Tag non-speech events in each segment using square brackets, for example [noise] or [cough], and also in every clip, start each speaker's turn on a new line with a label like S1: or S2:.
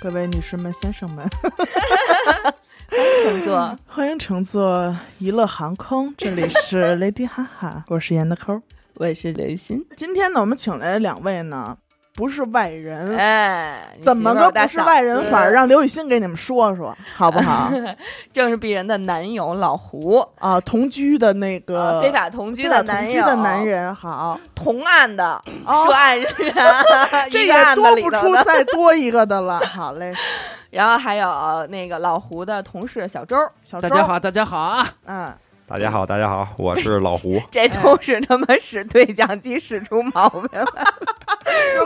S1: 各位女士们、先生们， [laughs]
S2: 乘坐，
S1: 欢迎乘坐娱乐航空，这里
S2: [laughs]
S1: 是 Lady 哈哈，我是严的抠。
S2: [laughs] 我是刘雨欣。
S1: 今天呢，我们请来的两位呢，不是外人，
S2: 哎，你
S1: 怎么
S2: 媳妇
S1: 个
S2: 儿大
S1: 不是外人
S2: 嫂子
S1: 法儿？让刘雨欣给你们说说，好不
S2: [laughs]
S1: 好？
S2: 正是鄙人的男友老胡，
S1: 啊，同居的那个
S2: 啊非法同居
S1: 非法
S2: 的
S1: 同
S2: 男
S1: 居
S2: 友，
S1: 的男，人，好，
S2: 同案的
S1: 哦
S2: 涉案人，
S1: [laughs] 这
S2: 一个案
S1: 也
S2: 子
S1: 多
S2: 里
S1: 不
S2: 头
S1: 出
S2: 的
S1: 再多一个的
S2: [laughs]
S1: 了。好嘞，
S2: 然后还有那个老胡的同事小周，。
S1: 小
S3: 大
S1: 周，
S3: 家好，大家好啊！
S1: 嗯，
S4: 大家好，大家好，我是老 [laughs] 胡
S2: 这都是他妈使对讲机使出毛病了。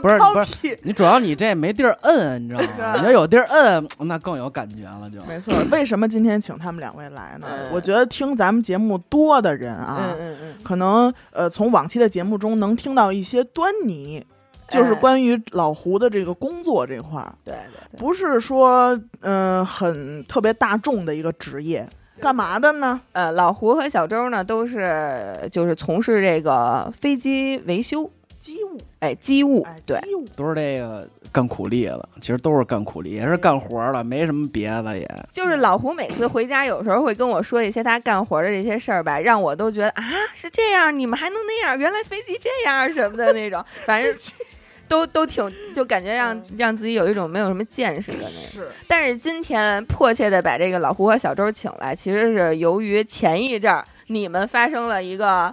S3: 不是
S1: 靠
S3: 不
S1: 屁，
S3: 你主要你这没地儿摁，你知道吗？你要有地儿摁，那更有感觉了就。
S1: [laughs] 没错。为什么今天请他们两位来呢？
S2: 嗯
S1: 我觉得听咱们节目多的人啊，
S2: 嗯嗯嗯，
S1: 可能呃，从往期的节目中能听到一些端倪，就是
S2: 哎
S1: 关于老胡的这个工作这块儿，
S2: 对对对，
S1: 不是说嗯、呃很特别大众的一个职业，干嘛的呢？
S2: 呃，老胡和小周呢都是就是从事这个飞机维修，
S1: 机务，
S2: 哎，机务
S1: 哎，，
S2: 对，
S1: 机务，
S3: 都是这个干苦力了，其实都是干苦力，也是干活了，没什么别的也。
S1: 嗯
S2: 就是老胡每次回家，有时候会跟我说一些他干活的这些事儿吧，让我都觉得啊是这样，你们还能那样，原来飞机这样什么的那种，反正都都挺，就感觉
S1: 嗯
S2: 让让自己有一种没有什么见识的那种。
S1: 是
S2: 但是今天迫切的把这个老胡和小周请来，其实是由于前一阵儿你们发生了一个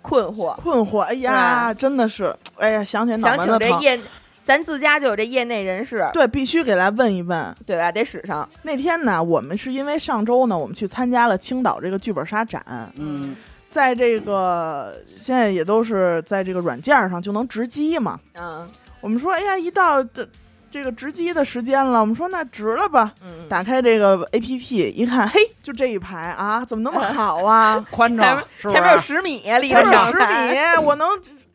S2: 困惑，
S1: 困惑。哎呀，真的是，哎呀，想起来脑
S2: 想
S1: 门
S2: 请
S1: 子
S2: 这
S1: 疼。
S2: 业，咱自家就有这业内人士，
S1: 对，必须给来问一问。
S2: 对吧？得使上，
S1: 那天呢，我们是因为上周呢，我们去参加了青岛这个剧本杀展，
S3: 嗯，
S1: 在这个现在也都是在这个软件上就能直击嘛。
S2: 嗯
S1: 我们说，哎呀，一到这这个值机的时间了，我们说那值了吧？
S2: 嗯，
S1: 打开这个 A P P 一看，嘿，就这一排啊，怎么那么好
S2: [laughs]
S1: 啊？
S3: 宽
S2: 前
S3: 敞
S2: 面
S3: 是不
S2: 前面有
S3: 是？
S2: 十米，离
S1: 前
S2: 着
S1: 面
S2: 小
S1: 十米，我能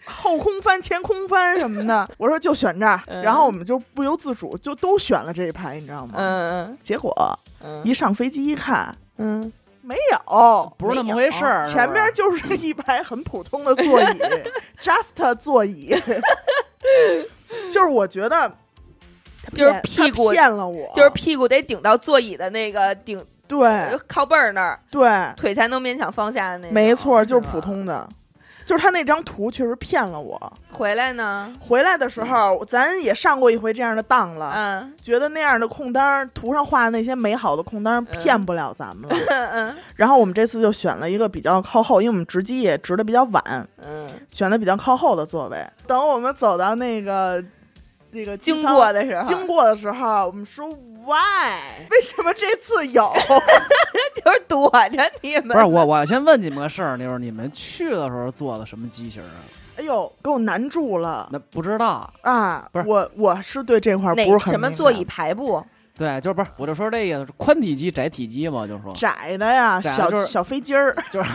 S1: 后空翻、前空翻什么
S2: [laughs]
S1: 的。我说就选这儿，
S2: 嗯
S1: 然后我们就不由自主就都选了这一排，你知道吗？
S2: [laughs] 嗯
S1: 结果
S2: 嗯
S1: 一上飞机一看，
S2: 嗯，
S1: 没有。
S3: 不是那么回事儿。
S2: 啊
S3: 是吧
S1: 前面就是一排很普通的座
S2: [laughs]
S1: 椅，just 座椅， [laughs] 就是我觉得他
S2: 就是
S1: 骗
S2: 屁股
S1: 他骗了我，
S2: 就是屁股得顶到座椅的那个顶 [laughs] 呃
S1: 对
S2: 靠背儿那儿，
S1: 对，
S2: 腿才能勉强放下的那种。
S1: 没错，
S2: 哎是吧
S1: 就是普。通的，就是他那张图确实骗了我。
S2: 回来呢，
S1: 回来的时候，咱也上过一回这样的当了，
S2: 嗯
S1: 觉得那样的空单儿图上画的那些美好的空单儿
S2: 嗯
S1: 骗不了咱们了。
S2: 嗯嗯
S1: 然后我们这次就选了一个比较靠后，因为我们值机也值的比较晚，
S2: [laughs] 嗯，
S1: 选的比较靠后的座位。等我们走到那个那个机
S2: 经
S1: 舱
S2: 过的时候，
S1: 经过的时候，我们说 why？为什么这次有？ [laughs]
S2: 就是躲着你们。
S3: 不是我，我先问你们个事儿，就是你们去的时候坐的什么机型啊？
S1: 哎呦，给我难住了
S3: 那不知道，
S1: 啊！
S3: 不是嗯
S1: 我，我是对这块儿不
S2: 哪
S1: 是很
S2: 什么
S1: 敏
S2: 座
S1: 感
S2: 椅排布？
S3: 对，就是不是，我就说这个宽体机、窄体机嘛，就说
S1: 窄的呀，
S3: 窄的
S1: 小
S3: 就是
S1: 小飞机
S3: [laughs]
S1: 儿，
S3: 就是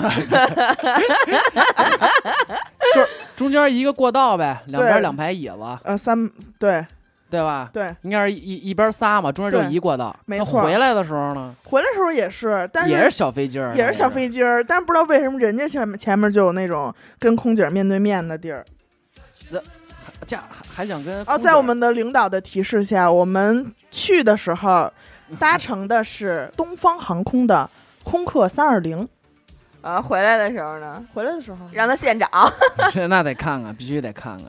S3: 就是中间一个过道呗，两边两排椅子，
S1: 呃，三对
S3: 对吧？
S1: 对，
S3: 应该是一一边仨嘛，中间就一过道。
S1: 对
S3: 那
S1: 没错
S3: 回来的时候呢，
S1: 回来时候也是，但
S3: 也
S1: 是
S3: 是小飞机儿，
S1: 也是小飞
S3: 机。
S1: 机儿，但是不知道为什么人家前面前面就有那种跟空姐面对面的地儿。
S3: 这还还想跟
S1: 哦，
S3: 空姐
S1: 在我们的领导的提示下，我们去的时
S3: [laughs]
S1: 候搭乘的是东方航空的空客三二零，
S2: 啊，回来的时候呢，
S1: 回来的时候
S2: 让他现长。
S3: 是 [laughs] 那得看看，必须得看看，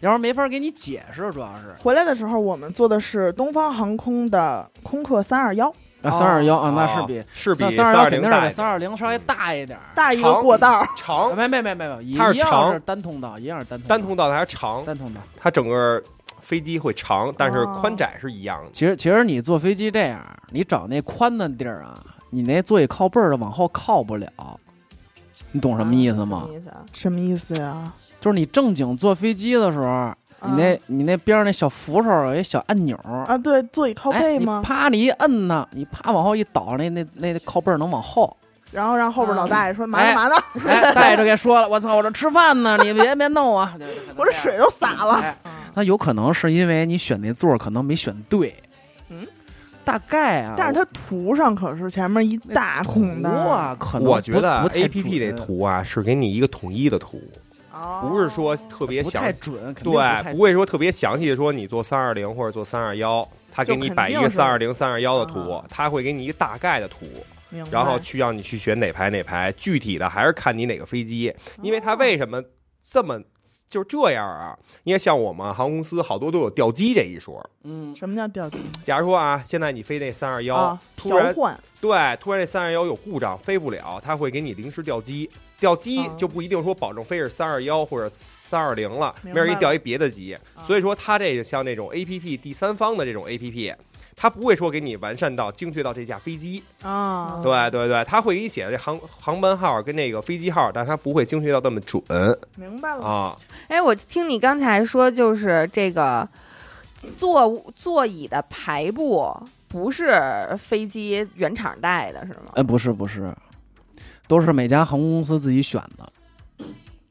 S3: 要不然没法给你解释，主要是
S1: 回来的时候，我们坐的是东方航空的空客三二幺，
S3: 啊三二幺啊，那是
S4: 哦
S3: 比
S4: 是比
S3: 三
S4: 二
S3: 幺肯
S4: 零
S3: 定是
S4: 大
S3: 比
S4: 一
S3: 三
S4: 点，
S3: 二零稍微大一点儿。嗯
S1: 大一个过道儿，
S3: 啊
S4: 长
S3: 没没没没没，一
S4: 它是
S3: 样
S4: 长
S3: 是单通道，一样是单通道
S4: 单通道它还长，
S3: 单通道。
S4: 它整个飞机会长，但是
S1: 哦
S4: 宽窄是一样的。
S3: 其实其实你坐飞机这样，你找那宽的地儿啊，你那座椅靠背儿的往后靠不了，你懂什么意思吗
S1: 哦
S2: 什？么意思啊？
S1: 什么意思呀？
S3: 就是你正经坐飞机的时候，你那、你那边上那小扶手有一小按钮。
S1: 啊啊，对，座椅靠
S3: 哎，
S1: 背
S3: 你
S1: 吗？
S3: 啪，你一摁呢，你啪往后一倒，那那那那靠背儿能往后。
S1: 然后让后边老大爷说嘛呢
S3: 哎
S1: 嘛呢，
S3: 哎，大爷就给说了，我操，我这吃饭呢，你别别弄啊！就
S1: [laughs] 我这水都洒了。啊
S3: 哎那有可能是因为你选那座儿可能没选对，
S2: 嗯，
S3: 大概啊，
S1: [laughs] 但是它图上可是前面一大空
S3: 图
S1: 的，
S3: 啊，可能
S4: 我觉得
S3: 不不太
S4: A P P
S3: 准
S4: 这图啊是给你一个统一的图，
S1: 哦
S4: 不是说特别
S3: 不
S4: 详
S3: 太
S4: 细，
S3: 准，肯定不
S4: 对，
S3: 太准
S4: 不会说特别详细的说你坐三二零或者坐三二幺，他给你摆一
S1: 就肯定
S4: 个
S1: 是
S4: 三二零、三二幺的图
S1: 啊，
S4: 他会给你一个大概的图，
S1: 明白
S4: 然后去让你去选哪排哪排，具体的还是看你哪个飞机，因为他
S1: 哦
S4: 为什么这么就这样啊？因为像我们航空公司好多都有调机这一说。
S3: 嗯，
S1: 什么叫调机
S4: 假如说啊，现在你飞那三二幺
S1: 啊？，
S4: 突
S1: 调
S4: 然
S1: 换
S4: 对，突然这三二幺有故障飞不了，他会给你临时调机，调机
S1: 啊
S4: 就不一定说保证非是三二幺或者三二零了，
S1: 明
S4: 没
S1: 白
S4: 准
S1: 了
S4: 给
S1: 哦
S4: 你调一别的机。所以说，他这个像那种 A P P 第三方的这种 A P P。他不会说给你完善到精确到这架飞机，
S3: 嗯
S1: 啊，
S4: 对对对，他会给你写这航航班号跟那个飞机号，但他不会精确到这么准
S1: 明白了。
S4: 啊。
S2: 哎，我听你刚才说，就是这个座座椅的排布不是飞机原厂带的，是吗？
S3: 哎，不是不是，都是每家航空公司自己选的。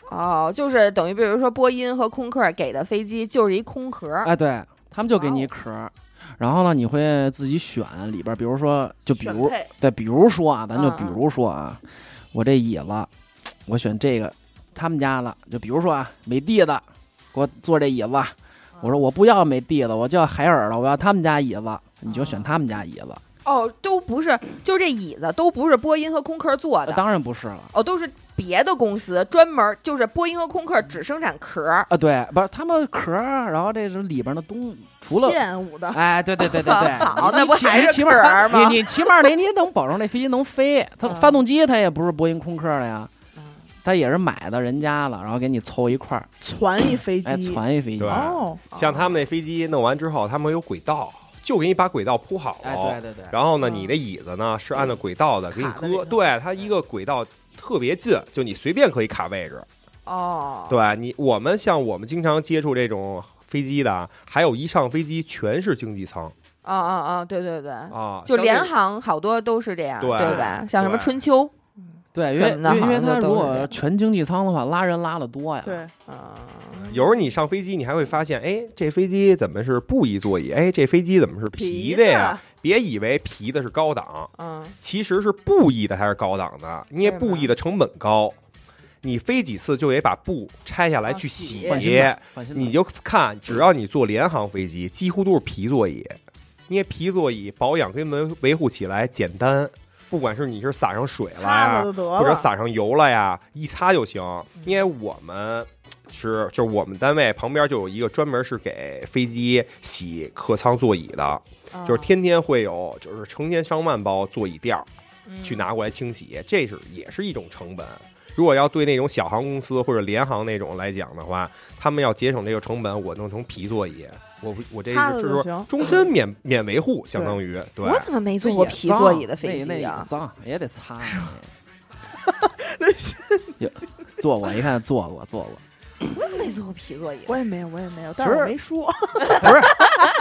S2: 哦，就是等于比如说波音和空客给的飞机就是一空壳儿，
S3: 哎，对他们就给你一壳儿，然后呢，你会自己选里边儿，比如说，就比
S1: 选
S3: 如
S1: 配
S3: 对，比如说啊，咱就
S2: 嗯
S3: 比如说啊，我这椅子，我选这个他们家的，就比如说啊，美的的，给我做这椅子。啊我说我不要美的的，我就要海尔的，我要他们家椅子，你就选他们家椅子。
S2: 哦，都不是，就这椅子都不是波音和空客做
S3: 呃
S2: 的，
S3: 当然不是了
S2: 哦，都是别的公司专门儿，就是波音和空客只生产壳儿。
S3: 啊，对，不是他们壳儿，啊然后这是里边的东西，除了
S1: 现舞的，
S3: [laughs] 哎，对对对对对，
S2: [laughs] 好
S3: 你
S2: 那
S3: 你
S2: 不
S3: 起
S2: 还
S3: 你
S2: 是
S3: 起码
S2: 籽儿吗
S3: 你你起码得你也能保证这飞机能飞，它
S1: 嗯
S3: 发动机它也不是波音空客的呀
S2: 嗯，
S3: 它也是买的人家了，然后给你凑一块儿，
S1: 传一飞
S3: 哎，
S1: 机
S3: 攒一飞机
S4: 对。
S1: 哦，
S4: 像他们那飞机弄完之后，他们有轨道，就给你把轨道铺好
S3: 哎，对对对，
S4: 然后呢，
S1: 嗯
S4: 你的椅子呢是按照轨道的，给你
S1: 卡在里
S4: 搁，
S1: 头
S4: 对它一个轨道特别近，就你随便可以卡位置。
S2: 哦，
S4: 对你，我们像我们经常接触这种飞机的啊，还有一上飞机全是经济舱
S2: 啊啊啊，对对对，
S4: 啊，
S2: 就
S4: 相对
S2: 联航好多都是这样，
S4: 对
S2: 吧？像什么
S4: 对
S2: 春秋，
S3: 对，因为
S2: 什么的
S3: 因为因为
S2: 好像
S3: 它
S2: 就都
S3: 如
S2: 是这
S3: 果
S2: 样
S3: 全经济舱的话，拉人拉的多呀。
S1: 对，
S2: 嗯，
S4: 有时候你上飞机，你还会发现，哎，这飞机怎么是布艺座椅？哎，这飞机怎么是皮的呀？别以为皮的是高档，
S2: 嗯，
S4: 其实是布艺的才是高档的，因为
S2: 为什么
S4: 布艺的成本高。你飞几次就得把布拆下来
S1: 啊
S4: 去
S1: 洗
S4: 洗，
S3: 换新的，换新的
S4: 你就看，只要你坐联航飞机，几乎都是皮座椅，因为皮座椅保养跟维维护起来简单，不管是你是撒上水了
S1: 擦擦
S4: 呀，
S1: 就得
S4: 或者
S1: 了。嗯
S4: 撒上油了呀，一擦就行。因为我们是就是我们单位旁边就有一个专门是给飞机洗客舱座椅的，
S1: 啊
S4: 就是天天会有就是成千上万包座椅垫儿
S2: 嗯
S4: 去拿过来清洗，这是也是一种成本。如果要对那种小航空公司或者联航那种来讲的话，他们要节省这个成本，我弄成皮座椅，我不我这
S1: 擦着
S4: 是是
S1: 就
S4: 说
S1: 行。
S4: 终身免免维护，相当于对
S2: 我怎么没坐过皮座椅的飞
S3: 那那
S2: 机
S3: 也
S2: 啊？
S3: 脏也得擦。
S2: [laughs]
S3: [laughs]
S1: 我
S3: 坐过，一看坐过坐过，
S2: 我怎么没坐过皮座椅？
S1: 也没有，我也没有，但是
S3: 其
S1: 我
S3: 实
S1: 没说，
S3: 不是，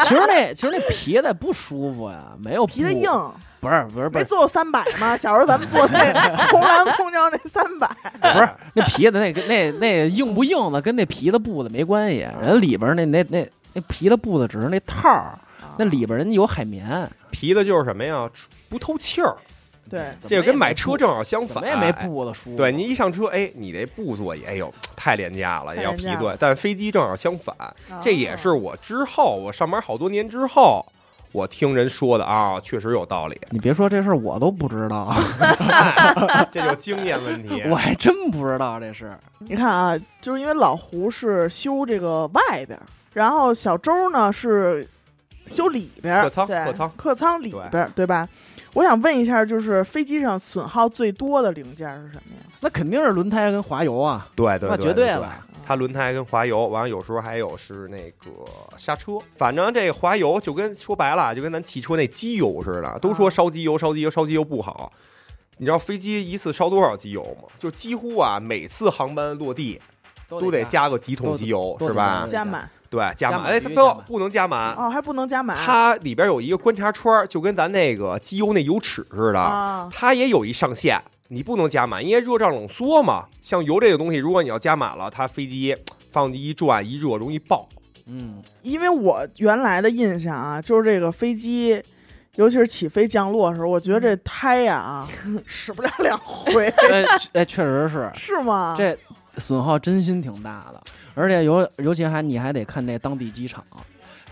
S3: 其实那其实那皮的不舒服呀，没有
S1: 皮的
S3: 布
S1: 硬，，
S3: 不是不是不
S1: 没
S3: 是
S1: 坐过三百吗？小时候咱们坐那 [laughs] 红蓝空调那三百，
S3: 不是那皮的那个那那硬不硬的跟那皮的布的没关系，人里边那那那那皮的布的只是那套儿，那里边人有海绵，
S4: 皮的就是什么呀？不透气儿，
S1: 对，
S3: 怎么
S4: 这
S3: 也
S4: 个跟
S3: 没
S4: 买
S3: 布
S4: 车正好相
S3: 怎
S4: 反，哎
S3: 么也没啊布的舒服。
S4: 对你一上车，哎，你这布座椅，哎呦，太廉价了，
S1: 太
S4: 要
S1: 廉
S4: 皮
S1: 价
S4: 座。但飞机正好相反，
S3: 哦
S4: 这也
S2: 啊
S4: 是我之后我上班好多年之后，我听人说的啊，确实有道理， [laughs]
S3: 你别说这事儿，我都不知道，。
S4: 这就经验问题
S3: 我还真不知道这事。
S1: 你看啊，就是因为老胡是修这个外边儿，然后小周呢是修里边
S4: 客
S1: 儿，
S4: 舱，
S2: 对
S4: 客舱，
S1: 客舱里边儿，对吧？我想问一下，就是飞机上损耗最多的零件是什么呀？
S3: 那肯定是轮胎跟滑油啊，
S4: 对对
S3: 那
S4: 对，
S3: 绝
S4: 对
S3: 了。
S4: 它轮胎跟滑油，完了有时候还有是那个刹车，反正这滑油就跟说白了，就跟咱汽车那机油似的，都说烧机油、烧机油、烧机油不好。你知道飞机一次烧多少机油吗？就几乎啊，每次航班落地都得加个几桶机油，
S3: 都
S4: 是
S3: 得
S4: 吧
S3: 对？
S1: 加满
S4: 对，加
S3: 加
S4: 满。
S3: 满
S4: 哎，
S3: 必
S4: 它
S3: 须
S4: 不
S3: 加满
S4: 不能加满，
S1: 哦，还不能加满
S4: 它里边有一个观察圈儿，就跟咱那个机油那油尺似的，
S1: 啊！
S4: 它也有一上限，你不能加满，因为热胀冷缩嘛。像油这个东西，如果你要加满了，它飞机发动机一转一热容易爆。
S3: 嗯，
S1: 因为我原来的印象啊，就是这个飞机。尤其是起飞降落的时候，我觉得这胎呀啊，使不了两回，
S3: 哎哎，确实 [laughs]
S1: [laughs]
S3: 是
S1: 是吗？
S3: 这损耗真心挺大的，而且尤尤其还你还得看这当地机场，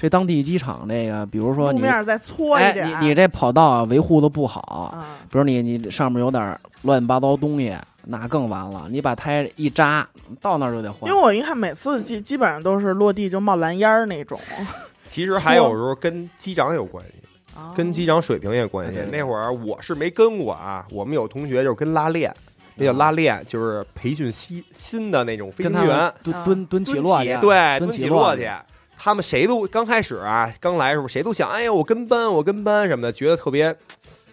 S3: 这当地机场这个，比如说
S1: 路
S3: 你
S1: 面再搓一
S3: 哎
S1: 点，
S3: 你你这跑道啊维护的不好，
S1: 啊，
S3: 比如你你上面有点乱七八糟东西，那更完了。你把胎一扎，到那儿就得
S1: 因
S3: 换
S1: 为。我一看每次基基本上都是落地就冒蓝烟儿那种，
S4: 其实还有时候跟机长有关系，
S3: 哦
S1: 哦
S4: 跟机长水平也有关系
S3: 对。对对
S4: 那会儿我是没跟过啊，我们有同学就是跟拉练，那叫拉练，就是培训新新的那种飞
S3: 跟
S4: 行
S3: 他们
S4: 员，
S3: 蹲
S1: 啊
S3: 蹲蹲起落去，
S4: 对，
S3: 蹲
S4: 蹲
S3: 起
S4: 起
S3: 落
S4: 落
S3: 去
S4: 去。他们谁都刚开始啊，刚来的时候谁都想，哎呀，我跟班，我跟班什么的，觉得特别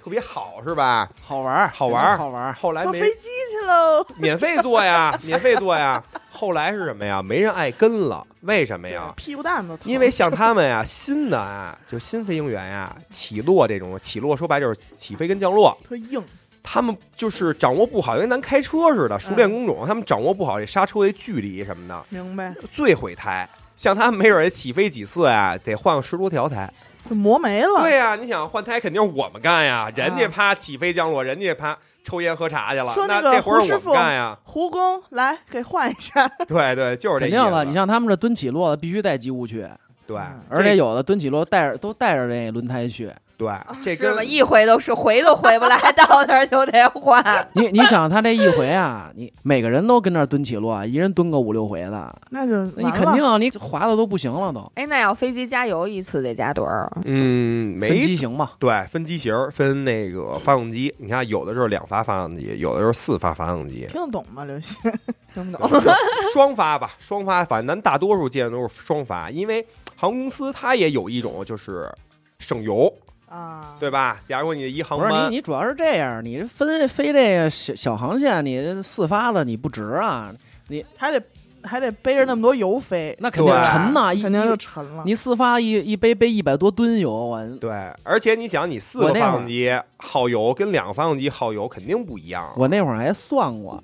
S4: 特别好，是吧？
S3: 好玩儿，
S4: 好玩儿
S3: 好玩儿。
S4: 后来
S1: 坐
S4: 没
S1: 飞机去喽。
S4: 免费做呀，
S1: [laughs]
S4: 免费做呀。后来是什么呀？没人爱跟了，为什么呀？
S1: 屁股蛋子疼，
S4: 因为像他
S1: [laughs]
S4: 们呀，新的啊，就新飞行员呀，起落这种起落，说白就是起飞跟降落，
S1: 特硬，
S4: 他们就是掌握不好，就跟咱开车似的，
S1: 嗯
S4: 熟练工种，他们掌握不好这刹车的距离什么的，
S1: 明白？
S4: 最毁胎。像他们没准儿起飞几次呀，得换十多条
S1: [laughs]
S4: 胎。
S1: 就磨没了。
S4: 对呀、你想换胎肯定是我们干
S1: 嗯
S4: 呀，人家啪起飞降落，人家啪抽烟喝茶去了，
S1: 说那
S4: 那
S1: 个
S4: 这活儿
S1: 胡师
S4: 我们
S1: 傅
S4: 干呀。
S1: 胡工来给换一
S4: [laughs]
S1: 下，
S4: 对对，就是这
S3: 肯
S4: 意
S3: 定
S4: 思。
S3: 了，你像他们这蹲起落的必须带机务去，
S4: 对，
S3: 而且有的蹲起落带着都带着那轮胎去。
S4: 对，
S3: 哦
S4: 这
S2: 是吗？
S4: 跟
S2: 一回都是回都回不来， [laughs] 到那儿就得换。
S3: 你你想他这一回啊，你每个人都跟那儿蹲起落，一人蹲个五六回的，
S1: 那就
S3: 那你肯定啊你滑的都不行了都。
S2: 哎，那要飞机加油一次得加多少？啊
S4: 嗯
S3: 分
S4: 没
S3: 机型嘛，
S4: 对分机型儿，分那个发动机。你看，有的时候两发发动机，有的时候四发发动
S3: [laughs]
S4: 机，
S1: 听得懂吗？刘鑫，
S2: 听不懂。
S4: 对双发吧，双发。反正咱大多数见的都是双发，因为航空公司它也有一种就是省油，
S1: 啊，
S4: 对吧？假如你一航
S3: 不是
S4: 班
S3: 你，你主要是这样，你分飞这个小小航线，你这四发的你不值啊，
S1: 还得还得背着那么多油飞，
S3: 那肯定
S4: 对
S3: 沉呐、一
S1: 肯定就
S3: 一
S1: 沉了。
S3: 你四发一一背背一百多吨油，我
S4: 对，而且你想，你四
S3: 我
S4: 个
S3: 那会儿
S4: 发动机耗油跟两个发动机耗油肯定不一样。
S3: 我那会儿还算过，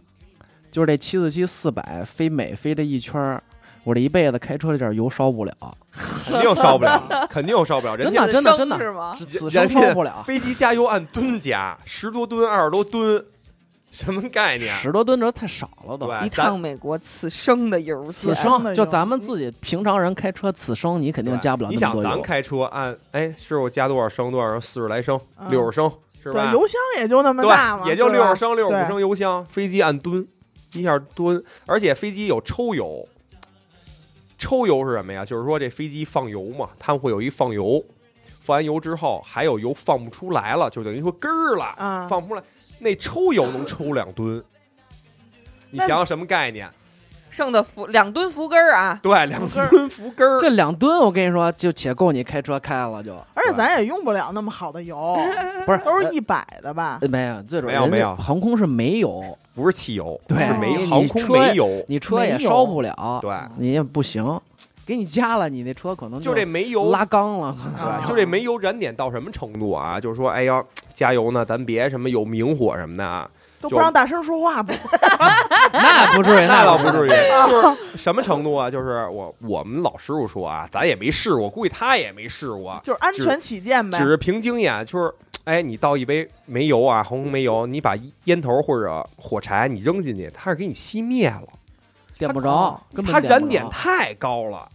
S3: 就是这七四七四百飞美飞这一圈儿，我这一辈子开车这点儿油烧不了，
S4: 肯定烧
S3: [laughs]
S4: 不了，肯定烧不了。人
S3: 真
S4: 家
S3: 的真的
S2: 生
S3: 真的
S2: 是吗？
S3: 是此生
S4: 人
S3: 烧不了，
S4: 飞机加油按吨加，十多吨、二十多吨，什么概念？
S3: 十多吨这太少了都。
S4: 对，
S2: 一
S4: 咱
S2: 趟美国，此生的油
S3: 此
S1: 真
S2: 钱。
S1: 的
S3: 生就
S1: 有
S3: 咱们自己平常人开车，此生你肯定
S4: 对
S3: 加不了
S4: 你
S3: 那么
S4: 想，
S3: 多
S4: 咱
S3: 油。
S4: 开车按哎，师傅加多少升多少升，四十来升
S1: 嗯、
S4: 六十升
S1: 对
S4: 是吧？
S1: 油箱也就那么大嘛，
S4: 对，也就
S1: 对
S4: 六
S1: 吧
S4: 十升、六十
S1: 对
S4: 五升油箱。飞机按吨，一下吨，而且飞机有抽油。抽油是什么呀？就是说这飞机放油嘛，他们会有一放油，放完油之后还有油放不出来了，就等于说根儿了，
S1: 啊
S4: 放不出来。那抽油能抽两吨，你想想什么概念？
S2: 剩的福两吨福根儿啊，
S4: 对，两吨浮根儿。
S3: 这两吨，我跟你说，就且够你开车开了就，
S1: 而且咱也用不了那么好的
S4: [laughs]
S1: 油，
S3: 不是
S1: 都是一百的吧？
S3: 呃没有，最主要
S4: 没有
S3: 人
S4: 没
S3: 家
S4: 有
S3: 航空是没油，
S4: 不是汽油，
S3: 对
S4: 是煤
S3: 你
S4: 航空
S3: 车
S4: 煤油，
S3: 你车也
S1: 没油
S3: 烧不了，
S4: 对，
S3: 你也不行，给你加了，你那车可能
S4: 就这煤油，
S3: 拉缸了，可能
S1: 啊
S4: 对，就这煤油燃点到什么程度啊？就是说，哎呀，加油呢，咱别什么有明火什么的啊，
S1: 都不让大声说话吧？
S3: 那不至于，
S4: 那倒
S3: 倒
S4: 不至
S3: 于。
S4: 于， [laughs] 就是什么程度啊？就是我我们老师傅说啊，咱也没试过，估计他也没试过，
S1: 就是安全起见呗
S4: 只。是凭经验，就是哎，你倒一杯煤油啊，航空煤油，你把烟头或者火柴你扔进去，它是给你熄灭了，
S3: 点不着，根本
S4: 它
S3: 点
S4: 燃
S3: 不
S4: 点
S3: 着
S4: 太高了，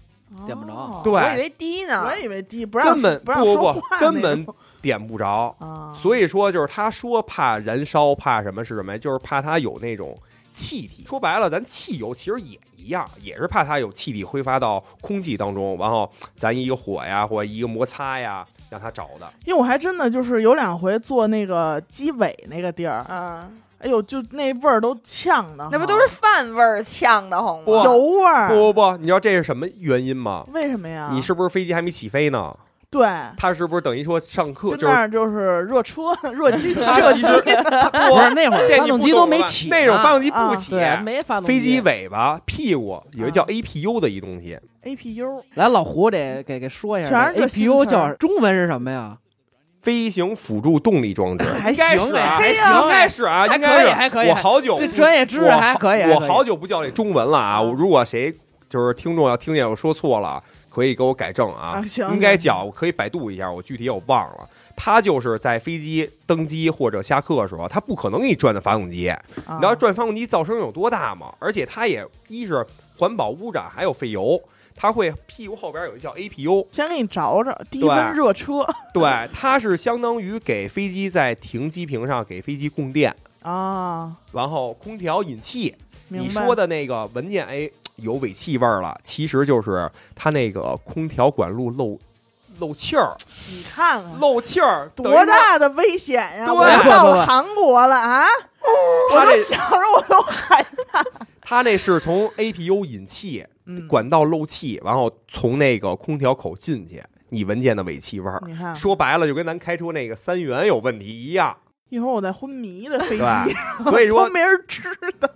S3: 点不着
S1: 哦
S4: 对
S2: 我以为低呢
S1: 我。以为低不让
S4: 根本
S1: 不让说
S4: 不
S1: 话
S4: 不
S1: 那种，
S4: 根本点不着。
S1: 啊，
S4: 所以说，就是他说怕燃烧，怕什么是什么呀？就是怕它有那种气体。说白了，咱汽油其实也一样，也是怕它有气体挥发到空气当中，然后咱一个火呀，或者一个摩擦呀，让它着的。
S1: 因为我还真的就是有两回坐那个机尾那个地儿，
S2: 啊，
S1: 哎呦，就那味儿都呛的，
S2: 那不都是饭味儿呛的慌
S4: 不
S2: 吗？
S1: 油味
S3: 啊
S4: 不
S1: 儿？
S4: 不不，你知道这是什么原因吗？
S1: 为什么呀？
S4: 你是不是飞机还没起飞呢？
S1: 对，
S4: 他是不是等于说上课
S1: 跟
S4: 就
S1: 那
S4: 是
S1: 儿就是热车、热
S4: [laughs]
S1: 机、
S4: 他
S1: 热
S4: 其
S1: 机
S4: 实
S3: [laughs]
S4: 他
S3: 不是那会儿
S4: 这
S3: 发
S4: 你不
S3: 动机
S4: 懂
S3: 都没
S4: 了
S3: 起呢，
S4: 那种发动机不
S1: 啊
S4: 起，
S3: 对没发动
S4: 飞机
S3: 机。
S4: 尾巴、屁股有一个叫
S1: 啊
S4: APU 的一东西，
S1: APU
S3: 来，老胡得给给说一下
S1: 全是
S3: 这
S1: 这新
S3: ，APU
S1: 词
S3: 叫
S1: 儿
S3: 中文是什么呀？
S4: 飞行辅助动力装置，
S3: 还
S4: 应该
S3: 行
S4: 是
S3: 哎
S4: 啊，
S3: 还
S4: 应该
S3: 行
S4: 是啊，
S3: 还
S4: 应该
S3: 可以
S4: 是
S3: 还可以
S4: 我
S3: 还
S4: 好久
S3: 这专业知识
S4: 我
S3: 还
S4: 好
S3: 可以还
S4: 我
S3: 可以
S4: 好久不教这中文了啊！
S1: 嗯
S4: 如果谁就是听众要听见我说错了，可以给我改正啊
S1: 啊。行
S4: 应该讲，我可以百度一下，我具体我忘了。它就是在飞机登机或者下课的时候，它不可能给你转的发动机。
S1: 啊，
S4: 你知道转发动机噪声有多大吗？而且它也一是环保污染，还有费油。它会屁股后边有一叫 APU，
S1: 先给你找找低温热车
S4: 对，
S3: [laughs]
S4: 它是相当于给飞机在停机坪上给飞机供电，
S1: 啊，
S4: 然后空调引气。
S1: 明白？
S4: 你说的那个文件，哎，有尾气味儿了，其实就是它那个空调管路漏漏气儿，
S1: 你看看
S4: 漏气儿等于
S1: 啊多
S4: 说
S1: 大的危险呀、
S4: 对
S1: 我都到了韩国了啊！我
S4: 它
S1: 都
S4: 哎这
S1: 想着我都害怕。
S4: 它那是从 APU 引气
S1: 嗯，
S4: 管道漏气，然后从那个空调口进去，你闻见的尾气味儿。
S1: 你看，
S4: 说白了，就跟咱开出那个三元有问题一
S1: [laughs]
S4: 样，
S1: 一会儿我在昏迷的飞
S4: 对
S1: 机
S4: 吧
S1: 上，？
S4: 所以
S1: [laughs] 都
S4: 说，
S1: 没人知道。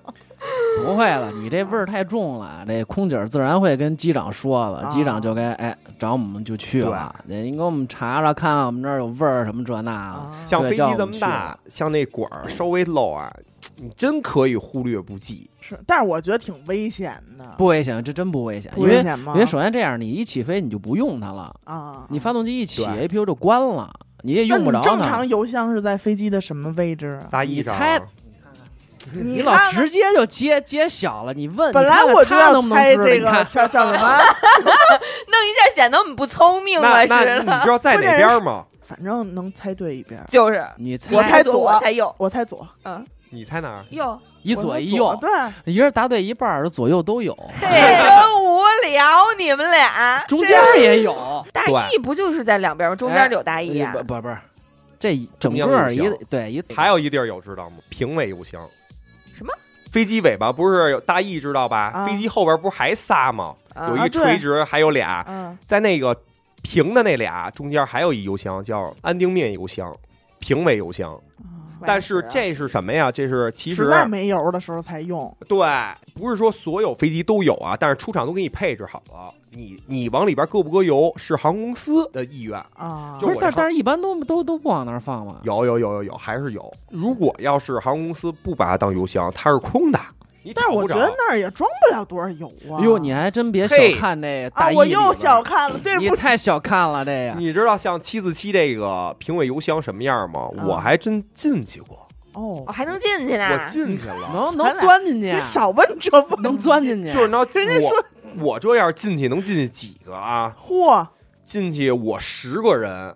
S3: 不会了，你这味儿太重了，这空姐儿自然会跟机长说了，
S1: 啊
S3: 机长就该哎找我们就去了，您给我们查查看看我们这儿有味儿什么这那的。
S1: 啊
S4: 像
S3: 对
S4: 飞
S3: 叫
S4: 机
S3: 我
S4: 这
S3: 们
S4: 么
S3: 去
S4: 大，像那管儿稍微漏啊，你真可以忽略不计。
S1: 是，但是我觉得挺危险的，
S3: 不危险，这真不危险，
S1: 不
S3: 因
S1: 危
S3: 为
S1: 险吗？
S3: 因为首先这样，你一起飞你就不用它了，
S1: 啊，
S3: 你发动机一起
S4: 对
S3: APU 就关了，你也用不
S1: 那
S3: 着
S1: 你正
S3: 它
S1: 常。油箱是在飞机的什么位置啊？
S4: 大意上啊，
S3: 猜
S1: 你
S3: 你老
S1: 看看
S3: 直接就揭揭晓了，你问，
S1: 本
S3: 你
S1: 来
S3: 看看
S1: 我就
S3: 他
S1: 要
S3: 能不能
S1: 猜
S3: 知道
S1: 这
S3: 你
S1: 个
S3: 看
S1: 叫叫什么，
S2: 弄
S3: [laughs]
S2: 一下显得我们不聪明
S4: 那
S2: 了似
S4: 那你
S2: 的。
S4: 知道在
S1: 关
S4: 哪
S1: 键
S4: 边
S1: 是
S4: 儿吗？
S1: 反正能猜对一边。
S2: 就是
S3: 你猜
S1: 我猜
S2: 左，
S1: 左
S2: 我猜右，
S1: 我猜左，
S4: 你猜哪儿？
S2: [laughs] 右，
S3: 一
S1: 我
S3: 左
S1: 猜
S3: 一右，
S1: 对，
S3: 一人答对一半儿，左右都
S1: [laughs]
S3: 有，
S2: 嘿，真无聊，你们
S4: [laughs]
S2: 俩。
S3: 中间儿也有，
S2: 大意不就是在两边吗？中
S4: 哎
S2: 间有大意啊
S3: 不。不不是，哎这一整
S4: 间
S3: 个儿
S4: 有
S3: 一
S4: 小
S3: 对一
S4: 还有一地儿有知道吗？平尾油箱。
S2: 什么？
S4: 飞机尾巴不是有大 E 翼知道吧？
S1: 啊
S4: 飞机后边不是还仨吗？
S2: 啊
S4: 有
S1: 啊
S4: 一
S1: 对
S4: 垂直，还有俩，
S1: 嗯，
S4: 在那个平的那俩中间还有一油箱，叫安定面油箱。平尾油箱，
S2: 我也
S4: 但是
S2: 是
S4: 这是什么呀？这是其实
S1: 啊实在没油的时候才用。
S4: 对，不是说所有飞机都有啊，但是出厂都给你配置好了。你你往里边搁不搁油是航空公司的意愿，
S1: 啊，
S3: 不
S4: 就
S3: 是
S4: 我，
S3: 但
S4: 这
S3: 但是一般都都都不往那儿放嘛。
S4: 有有有有有还是有。如果要是航空公司不把它当油箱，它是空的，你
S1: 但是
S4: 找
S1: 我
S4: 不
S1: 觉
S4: 着
S1: 得那儿也装不了多少油啊。
S3: 哟，哎你还真别小
S4: 嘿
S3: 看这
S1: 啊，
S3: 大衣
S1: 我
S3: 里
S1: 又
S3: 边
S1: 小，看了，对
S3: 你
S1: 不起。
S3: 太小看了这个。
S4: 你知道像七四七这个评委邮箱什么样吗？
S1: 啊
S4: 我还真进去过，
S1: 哦
S2: 我，
S3: 哎
S2: 还能进去呢。
S4: 我进去了，
S3: 能
S1: 咱
S3: 能
S1: 俩
S3: 钻进去啊
S1: 你，少问这问题，
S3: 能钻进去，
S4: 就是那
S1: 人家说
S4: 我我这样进去能进去几个啊？
S1: 嚯，
S4: 进去我十个人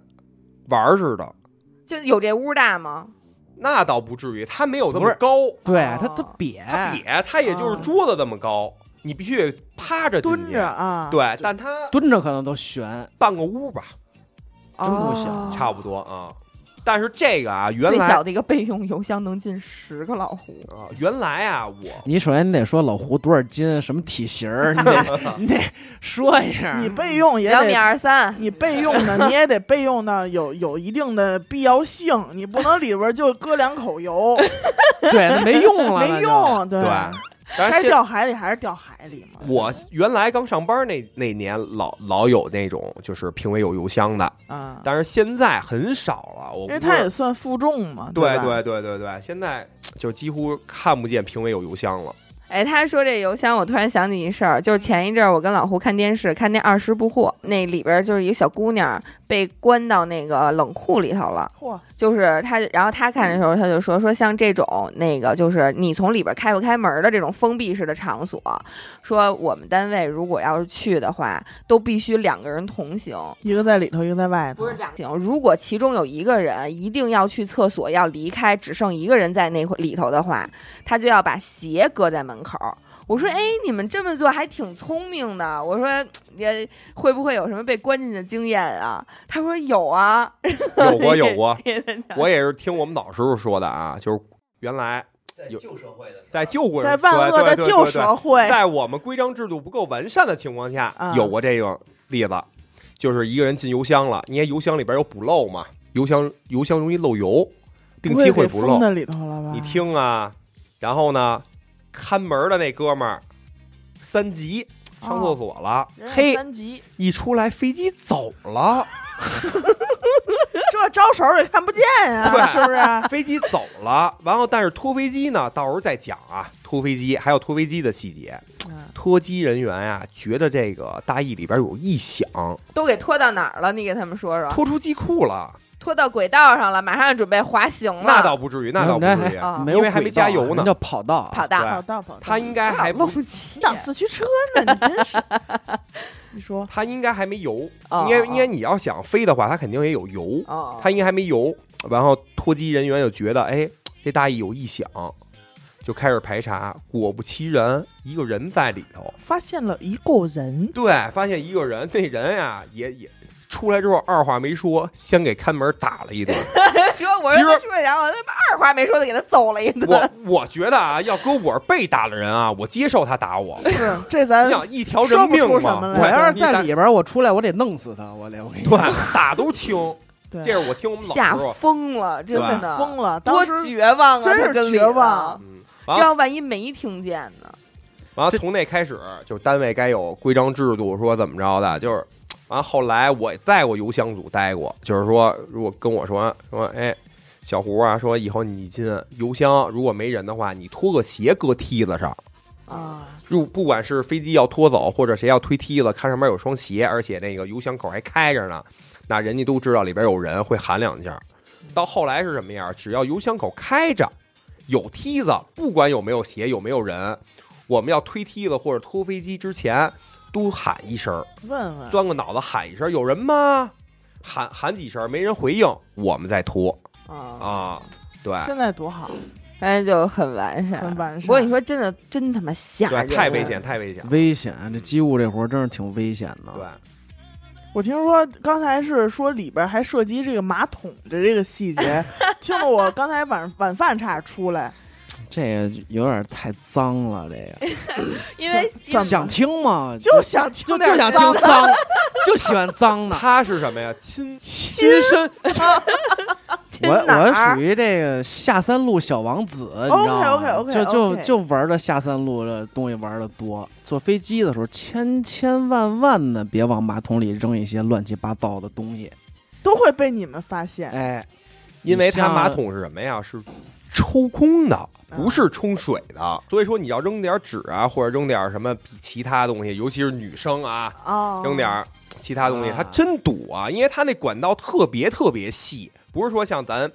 S4: 玩儿似的，
S2: 就有这屋大吗？
S4: 那倒不至于，它没有这
S3: 不
S4: 么
S3: 是
S4: 高，
S3: 对
S2: 哦
S3: 它它瘪，
S1: 哎
S4: 它瘪，它也就是桌子这么高，你必须得趴着进去
S1: 嗯蹲着。啊，
S4: 对，但它
S3: 蹲着可能都悬。
S4: 半个屋吧，
S3: 真不小
S2: 哦
S4: 差不多啊。但是这个啊，原
S2: 最
S4: 来
S2: 小的一个备用油箱能进十个老虎，
S4: 啊，原来啊，我
S3: 你首先你得说老胡多少斤，什么体型儿，你得你得说一下。
S1: 你备用也
S2: 两米
S1: 得。
S2: 二三，
S1: 你备用的，你也得备用到有有一定的必要性，你不能里边就搁两口油，
S3: 对那没用了，那
S1: 没
S3: 就。
S1: 用，对
S4: 对，但
S1: 该
S4: 是现
S1: 掉海里还是掉海里嘛。
S4: 我原来刚上班那那年老老有那种就是评委有邮箱的，
S1: 啊，
S4: 但是现在很少了。我
S1: 因
S4: 不
S1: 为
S4: 是
S1: 它也算负重嘛，
S4: 对
S1: 吧
S4: 对对对对，现在就几乎看不见评委有邮箱了。 [laughs]
S2: 哎，他说这邮箱，我突然想起一事儿，就是前一阵儿我跟老胡看电视，看那《二十不惑》，那里边儿就是一个小姑娘被关到那个冷库里头了，
S1: 嚯，
S2: 就是她，然后她看的时候，她就说说像这种那个就是你从里边开不开门的这种封闭式的场所，说我们单位如果要是去的话，都必须两个人同行，
S1: 一个在里头，一个在外头，
S2: 不是两啊行，如果其中有一个人一定要去厕所要离开，只剩一个人在那会里头的话，他就要把鞋搁在门口。我说，哎，你们这么做还挺聪明的。我说，也会不会有什么被关进去的经验啊？他说有啊，，
S4: 有过有过
S1: [laughs]
S2: 我
S4: 我也是听我们老师傅说的啊，就是原来
S5: 在
S4: 有
S5: 旧社会的时候
S4: 在旧国
S1: 在
S4: 人
S1: 万恶的
S4: 对对对
S1: 旧
S4: 对
S1: 社会，
S4: 在我们规章制度不够完善的情况下，
S1: 啊
S4: 有过这个例子，就是一个人进邮箱了，因为邮箱里边有补漏嘛，邮箱邮箱容易漏油，定期
S1: 不会
S4: 会
S1: 给
S4: 补
S1: 封
S4: 漏。
S1: 在里头了吧？
S4: 你听啊，然后呢，看门的那哥们儿三级上厕
S1: 哦，
S4: 所了，
S1: 人家
S4: 嘿，
S1: 三级，
S4: 一出来飞机走
S1: [laughs]
S4: 了，
S1: 这招手也看不见
S4: 对
S1: 啊，是不是？
S4: 飞机走了，然后但是拖飞机呢，到时候再讲啊，拖飞机还有拖飞机的细节。
S1: 嗯
S4: 拖机人员啊，觉得这个大意里边有异响，
S1: 啊
S2: 都给拖到哪儿了？你给他们说说。
S4: 拖出机库了，
S2: 拖到轨道上了，马上准备滑行了。
S4: 那倒不至于，那倒不至于
S2: 哎。啊
S3: 没有
S4: 因为还没
S3: 轨道
S4: 加油呢
S3: 人叫跑道，
S2: 跑道
S4: 对
S1: 跑道跑道，
S4: 他应该还
S2: 漏
S4: 不，
S2: 气
S1: 你挡四驱车呢，你真是。你说
S4: 他应该还没油。
S1: 啊
S2: 哦
S4: 应该应该你要想飞的话，他肯定也有油，
S2: 哦，
S4: 他应该还没油。然后脱机人员就觉得，哎，这大意有异响，就开始排查。果不其然，一个人在里头。
S1: 发现了一个
S4: [laughs]
S1: 人，
S4: 对，发现一个人，那人呀、也也出来之后，二话没说，先给看门打了
S1: [laughs]
S4: 一顿。
S2: 说我
S4: 其
S2: 说他
S4: 实
S2: 出去，然后他妈二话没说的给他揍了一顿
S4: 我。我觉得啊，要搁我是被打的人啊，我接受他打
S1: [laughs]
S4: 我。
S1: 是这咱
S4: 你想一条人命
S1: 说不出什
S4: 嘛
S1: 么，来
S4: 对
S3: 我要是
S4: 你
S3: 在
S4: 打
S3: 里边儿，我出来我得弄死他，我得我跟你说，
S4: [laughs] 对打都轻。
S1: 对
S4: 这是我听我们老
S2: 吓
S4: 师说，
S2: 疯了，真
S4: 对
S2: 的
S1: 疯了，当
S2: 多
S1: 时
S2: 绝望啊！
S1: 真
S2: 他跟
S1: 是
S2: 里
S1: 绝
S2: 头
S1: 望，。
S4: 嗯，
S2: 这要万一没听见呢？
S4: 完了
S3: 这
S4: 从那开始，就是单位该有规章制度，说怎么着的，就是。完了后来我也在过油箱组待过，就是说，如果跟我说说，哎，小胡啊，说以后你进油箱，如果没人的话，你脱个鞋搁梯子上。
S1: 啊，
S4: 入不管是飞机要拖走，或者谁要推梯子，看上面有双鞋，而且那个油箱口还开着呢，那人家都知道里边有人，会喊两下。到后来是什么样？只要油箱口开着，有梯子，不管有没有鞋，有没有人，我们要推梯子或者拖飞机之前，都喊一声，
S1: 问问
S4: 钻个脑子喊一声，有人吗？喊喊几声，没人回应，我们再拖
S2: 啊，
S4: 啊。对，
S1: 现在多好，
S2: 反正就很完善，
S1: 很完善
S2: 不过你说真的，真他妈吓
S4: 对，啊
S2: 人，
S4: 太危险，。太危险。
S3: 危险，这机务这活儿真是挺危险的。
S4: 对，
S1: 我听说刚才是说里边还涉及这个马桶的这个细
S3: [laughs]
S1: 节，听得我刚才晚晚饭差点出来。
S3: 这个有点太脏了，这
S2: 因为
S1: 怎
S2: 因为
S3: 个想听吗？
S1: 就想听
S3: 就
S1: 点
S3: 就想
S1: 脏
S3: 听
S1: 的
S3: 脏， [laughs] 就喜欢脏的。
S4: 他是什么呀？亲亲身
S2: 亲
S3: 我
S2: 哪
S3: 我
S2: 儿
S3: 属于这个下三路小王子，你知道吗
S1: OK，OK，OK，
S3: 就就
S1: OK
S3: 就玩的下三路的东西玩的多。坐飞机的时候，千千万万的别往马桶里扔一些乱七八糟的东西。
S1: 都会被你们发现。
S3: 哎，
S4: 因为
S3: 它
S4: 它马桶是什么呀？是抽空的，不是冲水的。啊所以说你要扔点纸啊，或者扔点什么比其他东西，尤其是女生啊，
S1: 哦，
S4: 扔点其他东西，
S3: 啊
S4: 它真堵啊！因为它那管道特别特别细，不是说像咱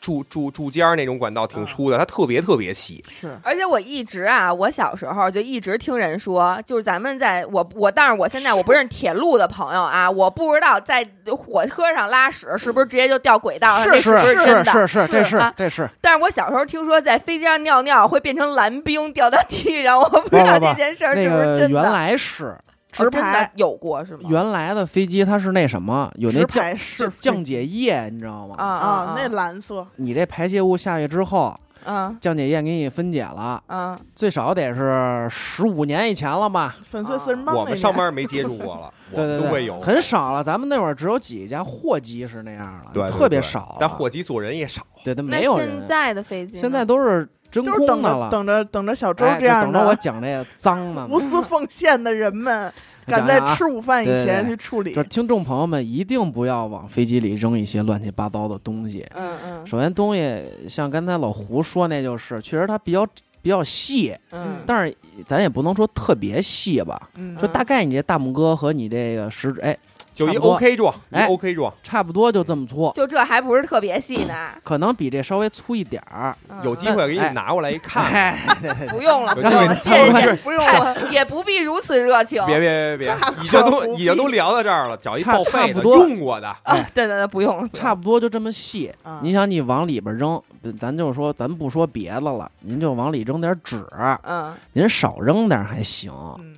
S4: 住住住间儿那种管道挺粗的，它特别特别细。
S3: 哎
S1: 是
S2: 而且我一直啊，我小时候就一直听人说，就是咱们在我我，但是我现在我不认识铁路的朋友啊，我不知道在火车上拉屎是不是直接就掉轨道上，
S1: 是
S2: 那
S3: 是
S2: 是不
S3: 是
S2: 真的？
S3: 是是，这
S2: 啊
S3: 是这是
S2: 但是我小时候听说在飞机上尿尿会变成蓝冰掉到地上，我不知
S3: 不
S2: 道
S3: 不
S2: 这
S3: 不
S2: 件事儿
S3: 那
S2: 是不是
S3: 个
S2: 真的。
S3: 原来是
S2: 哦
S1: 直
S2: 真的
S1: 排
S2: 有过是吗？
S3: 原来的飞机，它是那什么，有那
S1: 直
S3: 降
S1: 排是
S3: 降降解液，你知道吗？
S2: 啊
S1: 啊
S2: 啊，
S1: 那蓝色
S3: 你这排泄物下去之后，
S2: 啊
S3: 降解液给你分解了，
S2: 啊
S3: 最少得是十五年以前了吧？
S1: 粉碎四人帮
S4: 我
S1: 那
S4: 们上
S1: 年
S4: 班没接触过 [laughs] 了，我
S3: 对对
S4: 们都
S3: 对，
S4: 会有，
S3: 很。少了。咱们那会儿只有几家货机是那样了，
S4: 对，对
S3: 特别
S4: 对
S3: 少了。
S4: 但货机坐人也少。
S3: 对
S2: 那
S3: 对没有人
S2: 现。在的飞机呢，
S3: 现在都是真
S1: 都是
S3: 空
S1: 等
S3: 的
S1: 着
S3: 了，
S1: 等着等着小周
S3: 哎
S1: 这样
S3: 就等着我
S1: 的
S3: 讲这个脏
S1: [laughs]
S3: 的呢
S1: 无。私奉献的人们，赶在
S3: 讲讲啊
S1: 吃午饭以
S3: 对对
S1: 前
S3: 对
S1: 去处理
S3: 就。是听众朋友们一定不要往飞机里扔一些乱七八糟的东西。
S2: 嗯嗯
S3: 首先，东西像刚才老胡说，那就是确实它比较比较细，
S2: 嗯，
S3: 但是咱也不能说特别细吧，
S1: 嗯，
S3: 就大概你这大拇哥和你这个食指，哎，
S4: 就一
S3: 差不多
S4: OK 状，一
S3: 哎
S4: OK 状，
S3: 差不多就这么粗，
S2: 就这还不是特别细呢，
S3: 可能比这稍微粗一点儿。
S2: 嗯
S4: 有机会给你
S3: 哎
S4: 拿过来一看。
S3: 哎，对对对
S2: 不用了，不
S4: 有
S2: 用
S4: 机会
S2: 了，
S4: 你
S2: 谢
S4: 看
S2: 谢
S4: 看。
S1: 不用了，
S2: 也不必如此热情。啊
S4: 别别
S2: [laughs]
S4: 别别，已经都已经都聊到这儿了，找一
S3: 差
S4: 报废
S3: 差不
S4: 的
S3: 多
S4: 用过的，
S2: 啊，对对对，不用了。
S3: 差不多就这么细。
S1: 啊
S3: 你想，你往里边扔，不咱就说，咱不说别的了，您就往里扔点纸，
S2: 嗯，
S3: 您少扔点还行。
S1: 嗯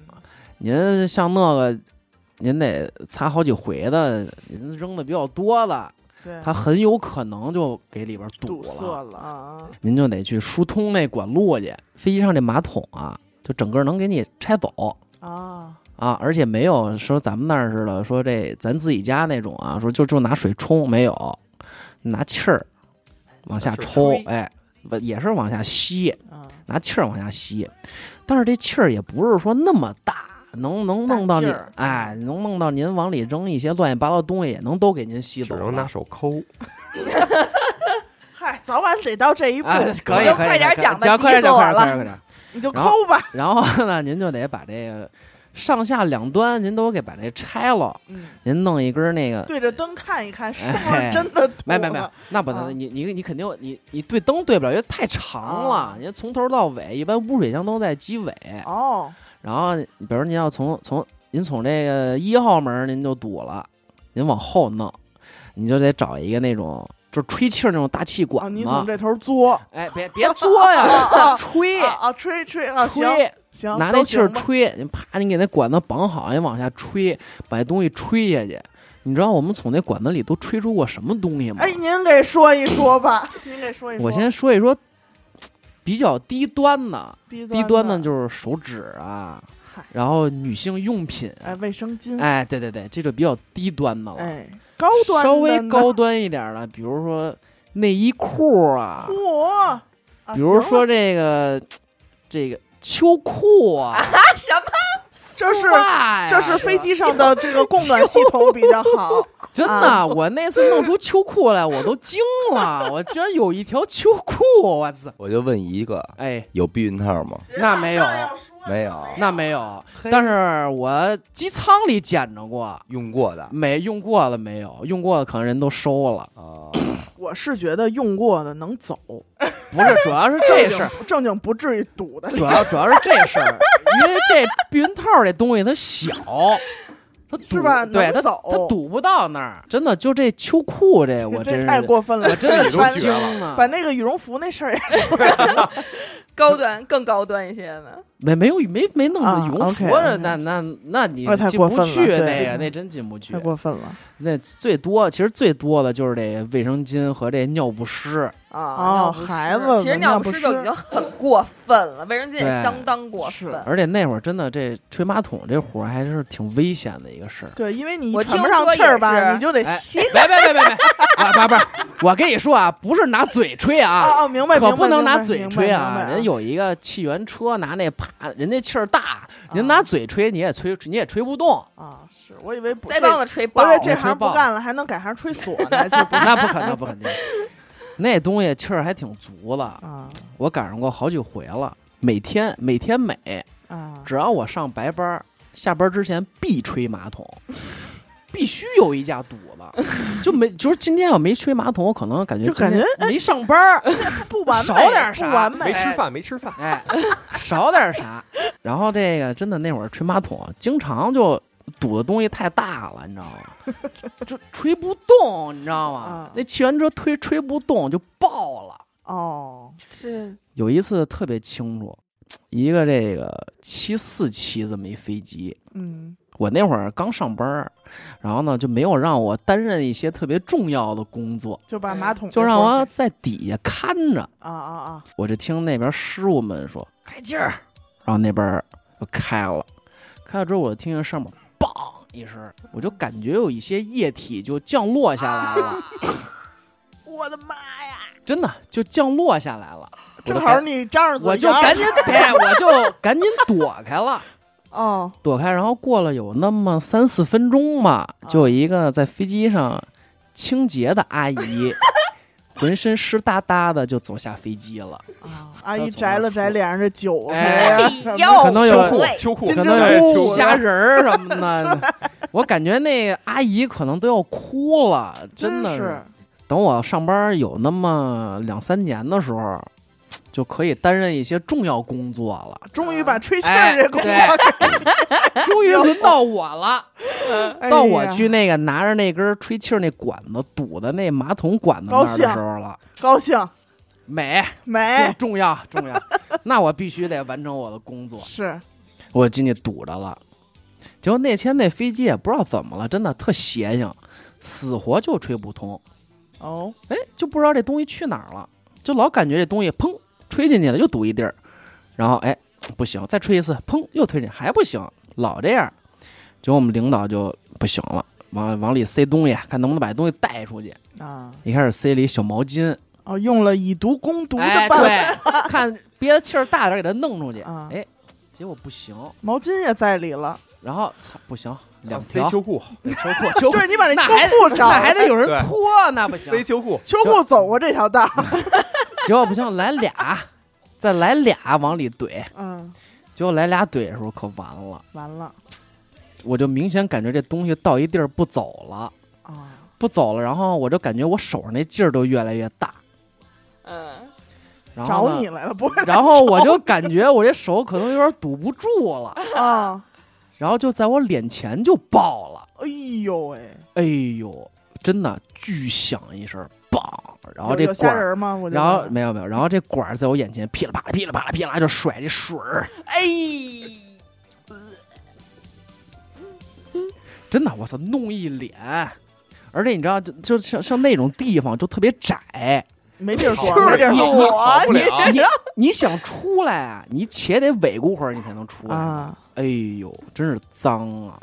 S3: 您像那个，您得擦好几回的，您扔的比较多的，
S1: 对，
S3: 它很有可能就给里边堵
S1: 嗯堵
S3: 了，
S1: 塞了，
S2: 啊，
S3: 您就得去疏通那管路去。飞机上这马桶啊，就整个能给你拆走。
S1: 啊，
S3: 啊，而且没有说咱们那儿似的，说这咱自己家那种啊，说就就拿水冲，没有，拿气儿往下
S4: 水
S3: 抽
S4: 吹，
S3: 哎，不也是往下吸，
S1: 啊
S3: 拿气儿往下吸，但是这气儿也不是说那么大，能能弄
S1: 大
S3: 到
S1: 劲
S3: 你
S1: 儿，
S3: 哎，能弄到您往里扔一些乱七八糟的东西，也能都给您吸
S4: 只
S3: 走
S4: 能拿
S3: 了。
S4: 手抠。
S1: 嗨，早晚得到这一步，
S3: 哎，可以，
S2: 就
S3: 可以
S2: 快点
S3: 可以
S2: 讲吧
S3: 讲快
S2: 急
S3: 点
S2: 死
S3: 讲，
S2: 我
S3: 快点
S2: 了
S3: 快点快点。
S1: 你就
S3: [laughs] 然
S1: 抠
S3: [laughs] 后
S1: 吧，
S3: 然后呢，您就得把这个上下两端您都给把这拆了，
S1: 嗯，
S3: 您弄一根那个。
S1: 对着灯看一看，是不
S3: 哎
S1: 是真的堵
S3: 没没
S1: 了
S3: 没，那不
S1: 啊
S3: 能，你你你肯定你你对灯对不了，因为太长了
S1: 啊。
S3: 您从头到尾，一般污水箱都在机尾。
S1: 哦，
S3: 然后，比如您要从从您从这个一号门儿您就堵了，您往后弄，你就得找一个那种就吹气儿那种大气
S1: 啊，
S3: 管
S1: 你
S3: 子。
S1: 从这头嘬啊
S3: 哎，别别嘬
S1: [laughs]
S3: 呀，吹
S1: 啊，吹吹啊，行
S3: 吹，
S1: 行，
S3: 拿
S1: 都
S3: 那气儿
S1: 行吧，
S3: 吹，你啪，你给那管子绑好，你往下吹，把那东西吹下去。你知道我们从那管子里都吹出过什么东西吗？
S1: 哎，您给说一说吧，您给说一说，
S3: 我先说一说比较低端的，
S1: 低
S3: 低
S1: 端
S3: 端的就是手指啊
S1: 嗨，
S3: 然后女性用品，
S1: 哎卫生巾，
S3: 哎，对对对，这就比较低端的了。
S1: 哎高端
S3: 稍微
S1: 的呢，
S3: 高端一点的，比如说内衣裤啊，
S1: 嚯，啊
S3: 比如
S1: 行了
S3: 说这个这个秋裤啊，
S2: 啊什么？
S1: [laughs] 这
S3: [laughs]
S1: 是
S3: 丝袜呀
S1: 这是飞机上的这个供暖系统比较好，
S3: 真的，
S1: 啊
S3: 我那次弄出秋裤来，我都惊
S1: [laughs]
S3: 了，我居然有一条秋裤，我操！
S5: 我就问一个，
S3: 哎，
S5: 有避孕套吗？
S3: 那没有
S1: 人马上要说了
S5: 没有
S3: 那没
S1: 啊
S3: 有，但是我机舱里捡着过，
S5: 用过的
S3: 没用过的没有，用过的可能人都收了。
S5: 啊，
S1: 我是觉得用过的能走，
S3: 不是，主要是这事
S1: [laughs]
S3: 儿，
S1: 正经不至于堵的。
S3: 主要主要是这事儿，因为这避孕套这东西它小，它堵
S1: 是吧
S3: 对，
S1: 能
S3: 它
S1: 走
S3: 它堵不到那儿。真的，就这秋裤这，我真
S1: [laughs] 这
S3: 是
S1: 太过分了！
S3: 我真的
S4: 自己都
S1: 穿
S3: 是
S4: 觉
S3: 惊
S4: 得
S3: 了，
S1: 把那个羽绒服那事儿也
S2: 高端更高端一些呢？
S3: 没没有没没弄
S1: 啊
S3: 羽绒服
S1: OK，OK
S3: 着，那那那你
S1: 那太
S3: 进
S1: 过
S3: 不
S1: 分了
S3: 去
S1: 对
S3: 那个，那真进不去
S1: 太。过分了。
S3: 那最多其实最多的就是这卫生巾和这尿不湿，
S2: 啊，
S1: 哦
S2: 尿不湿
S1: 孩子们
S2: 其实尿不湿
S1: 尿
S2: 就
S1: 不湿
S2: 已经很过分了，卫生巾
S3: 对
S2: 也相当过分。
S3: 而且那会儿真的这吹马桶这活儿还是挺危险的一个事儿。
S1: 对，因为你
S2: 我
S1: 喘不
S2: 听
S1: 上
S2: 说
S1: 气儿
S2: 也
S1: 吧，
S2: 是
S1: 你就得
S3: 哎
S1: 吸。
S3: 别别别别别，啊不是不是，我跟你说啊，不是拿嘴吹啊，
S1: 哦哦，明白，明白
S3: 可不能
S1: 明白
S3: 拿嘴
S1: 明白
S3: 吹
S1: 明
S3: 啊。
S1: 白
S3: 人有一个气源车，拿那啪，人家气儿大，您拿嘴吹你也吹你也吹不动，
S1: 啊，是我以为不
S2: 腮
S1: 这
S2: 帮子吹爆
S1: 我以为
S2: 了，
S1: 这
S3: 吹
S1: 行不
S3: 爆
S1: 干了，还能改行吹锁呢，
S3: [laughs]
S1: 就不
S3: 那不可能不可能。那东西气儿还挺足了，
S1: 啊
S3: 我赶上过好几回了，每天每天每，
S1: 啊
S3: 只要我上白班儿，下班儿之前必吹马桶，必须有一架堵了，就没就是今天要没吹马桶，我可能感觉
S1: 就
S3: 今
S1: 感觉
S3: 天没上班儿，
S1: 不完美，
S3: 少点儿
S1: 不
S3: 啥
S1: 完美
S4: 没吃饭，没吃饭，
S3: 哎，少点啥。然后这个真的那会儿吹马桶，经常就堵的东西太大了，你知道吗？就吹不动，你知道吗
S1: 啊？
S3: 那汽源车推吹不动就爆了。
S1: 哦，
S2: 是
S3: 有一次特别清楚，一个这个七四七这么一飞机，
S1: 嗯
S3: 我那会儿刚上班儿，然后呢就没有让我担任一些特别重要的工作，
S1: 就把马桶
S3: 就
S1: 给
S3: 让
S1: 关
S3: 我
S1: 上
S3: 在底下看着。
S1: 啊啊啊
S3: 我就听那边师傅们说开劲儿，然后那边儿就开了，开了之后我就听见上面梆一声，我就感觉有一些液体就降落下来了，
S1: 我的妈呀！
S3: 真的就降落下来了。我就
S1: 正好
S3: 赶
S1: 你张着嘴，
S3: 我就赶紧哎，我就赶紧躲开了，
S1: 哦
S3: 躲开，然后过了有那么三四分钟吧，
S1: 啊
S3: 就有一个在飞机上清洁的
S1: [laughs]
S3: 阿姨，浑身湿哒哒的就走下飞机了。
S1: 啊，阿姨摘了摘脸上这酒啊
S3: 哎
S1: 呀，
S2: 哎
S1: 什
S2: 呦
S1: 么
S3: 可能有
S4: 秋裤
S2: 喂，
S4: 秋裤，
S1: 金
S3: 可
S1: 针
S3: 能
S4: 哎
S1: 菇
S4: 秋
S3: 有
S4: 裤
S3: 虾仁儿什么的。 [laughs] 我感觉那个阿姨可能都要哭了，
S1: [laughs]
S3: 真的
S1: 是。
S3: 等我上班有那么两三年的时候，就可以担任一些重要工作了。
S1: 终于把吹气
S3: 哎
S1: 儿这功夫
S3: 对终于轮到我了，
S1: 哎
S3: [laughs] 到我
S1: 呀
S3: 去那个拿着那根吹气儿那管子堵的那马桶管子那儿的时候了，
S1: 高兴
S3: 美重
S1: 没
S3: 重要重要， [laughs] 那我必须得完成我的工作。
S1: 是
S3: 我进去堵着了。结果那天那飞机也不知道怎么了，真的特邪性，死活就吹不通。
S1: 哦
S3: 哎，就不知道这东西去哪儿了，就老感觉这东西砰吹进去了，又堵一地儿。然后哎，不行，再吹一次，砰又吹进去，还不行，老这样。结果我们领导就不行了，往往里塞东西，看能不能把这东西带出去。
S1: 啊
S3: 一开始塞了一小毛巾，
S1: 哦，用了以毒攻毒
S3: 哎
S1: 的办法，
S3: 对，看憋的气儿大点儿给它弄出去。
S1: 啊
S3: 哎，结果不行，
S1: 毛巾也在里了，
S3: 然后操不行，两
S4: 啊塞
S3: 条
S4: 秋裤，
S3: 秋
S1: [laughs]
S3: 裤，秋裤
S1: 对你把那
S3: 那
S1: 秋
S3: 还
S1: 裤找哎
S3: 那还得有人
S4: 对
S3: 脱，那不行
S4: 塞。秋
S2: 哦
S4: 裤，
S1: 秋裤走过这条道儿，
S3: 结果不行，来俩，再来俩往里怼，
S1: [laughs] 嗯，
S3: 结果来俩怼的时候可完了，
S1: 完了
S3: 我就明显感觉这东西到一地儿不走了，
S1: 啊，
S3: 不走了，然后我就感觉我手上那劲儿都越来越大，
S2: 嗯， [laughs]
S3: 然
S1: 找
S3: 后呢
S1: 你来了，不是
S3: 然后我就感觉我这手可能有点堵不住了，
S1: [laughs] 啊，
S3: 然后就在我脸前就爆了，
S1: 哎呦喂，
S3: 哎呦，真的巨响一声，梆！然后
S1: 有
S3: 这
S1: 有
S3: 管
S1: 虾
S3: 儿，
S1: 仁吗？我就
S3: 然后
S1: 问
S3: 没有没有，然后这管儿在我眼前噼里啪啦噼里啪啦噼里啪啦就甩这水儿，
S2: 哎，
S3: 真的，我操，弄一脸。而且你知道，就就像像那种地方就特别窄，
S1: 没地儿
S4: 跑
S1: 躲，
S4: 不
S1: 没地儿
S4: 了
S1: 躲
S4: 跑不了。
S3: 你你想出来啊，你且得尾咕会儿你才能出来。
S1: 啊！
S3: 哎呦，真是脏啊！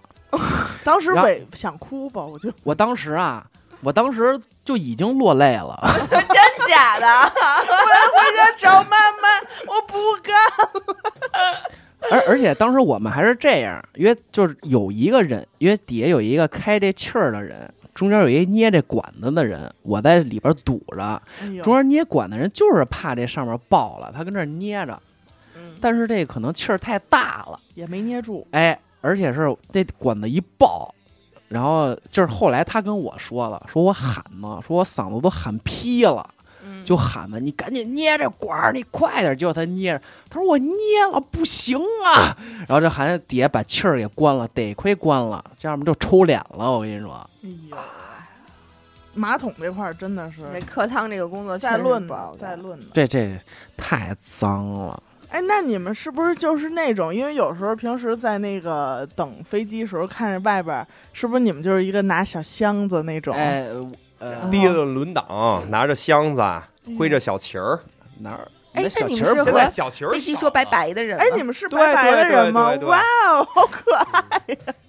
S1: 当时
S3: 然后
S1: 伟想哭吧，我就
S3: 我当时啊，我当时就已经落泪了。
S2: 真假的？
S1: 回家 [laughs] 找妈妈，我不干。
S3: [laughs] 而而且当时我们还是这样，因为就是有一个人，因为底下有一个开这气儿的人，中间有一捏这管子的人，我在里边堵着，
S1: 哎呦
S3: 中间捏管的人就是怕这上面爆了，他跟这儿捏着，
S2: 嗯，
S3: 但是这可能气儿太大了，
S1: 也没捏住，
S3: 哎，而且是这管子一爆。然后就是后来他跟我说了，说我喊嘛，说我嗓子都喊劈了，
S2: 嗯
S3: 就喊嘛，你赶紧捏着管儿，你快点儿。结果他捏着，他说我捏了不行啊，然后这孩子底下把气儿给关了，得亏关了，这样不就抽脸了。我跟你说，
S1: 哎呦，马桶这块儿真的是
S2: 这客舱这个工作确
S1: 再
S2: 实
S1: 论
S2: 不好
S1: 吧，
S2: 干
S1: 再论吧。
S3: 这这太脏了。
S1: 哎，那你们是不是就是那种？因为有时候平时在那个等飞机时候，看着外边儿，是不是你们就是一个拿小箱子那种？
S3: 哎，呃，
S4: 提着轮挡，拿着箱子，挥着小旗儿。
S3: 哪儿？
S2: 哎
S3: 那
S2: 那
S3: 小
S2: 你
S3: 旗
S2: 们
S3: 儿
S2: 是
S3: 不
S4: 现
S2: 和
S4: 在
S3: 在
S4: 小旗儿
S2: 飞机
S3: 啊
S4: 少
S2: 说拜
S4: 了。
S2: 拜的人，
S1: 哎，你们是
S4: 对
S1: 白白的
S4: 对对
S1: 人吗
S4: 对？对
S1: 哇哦，好可爱！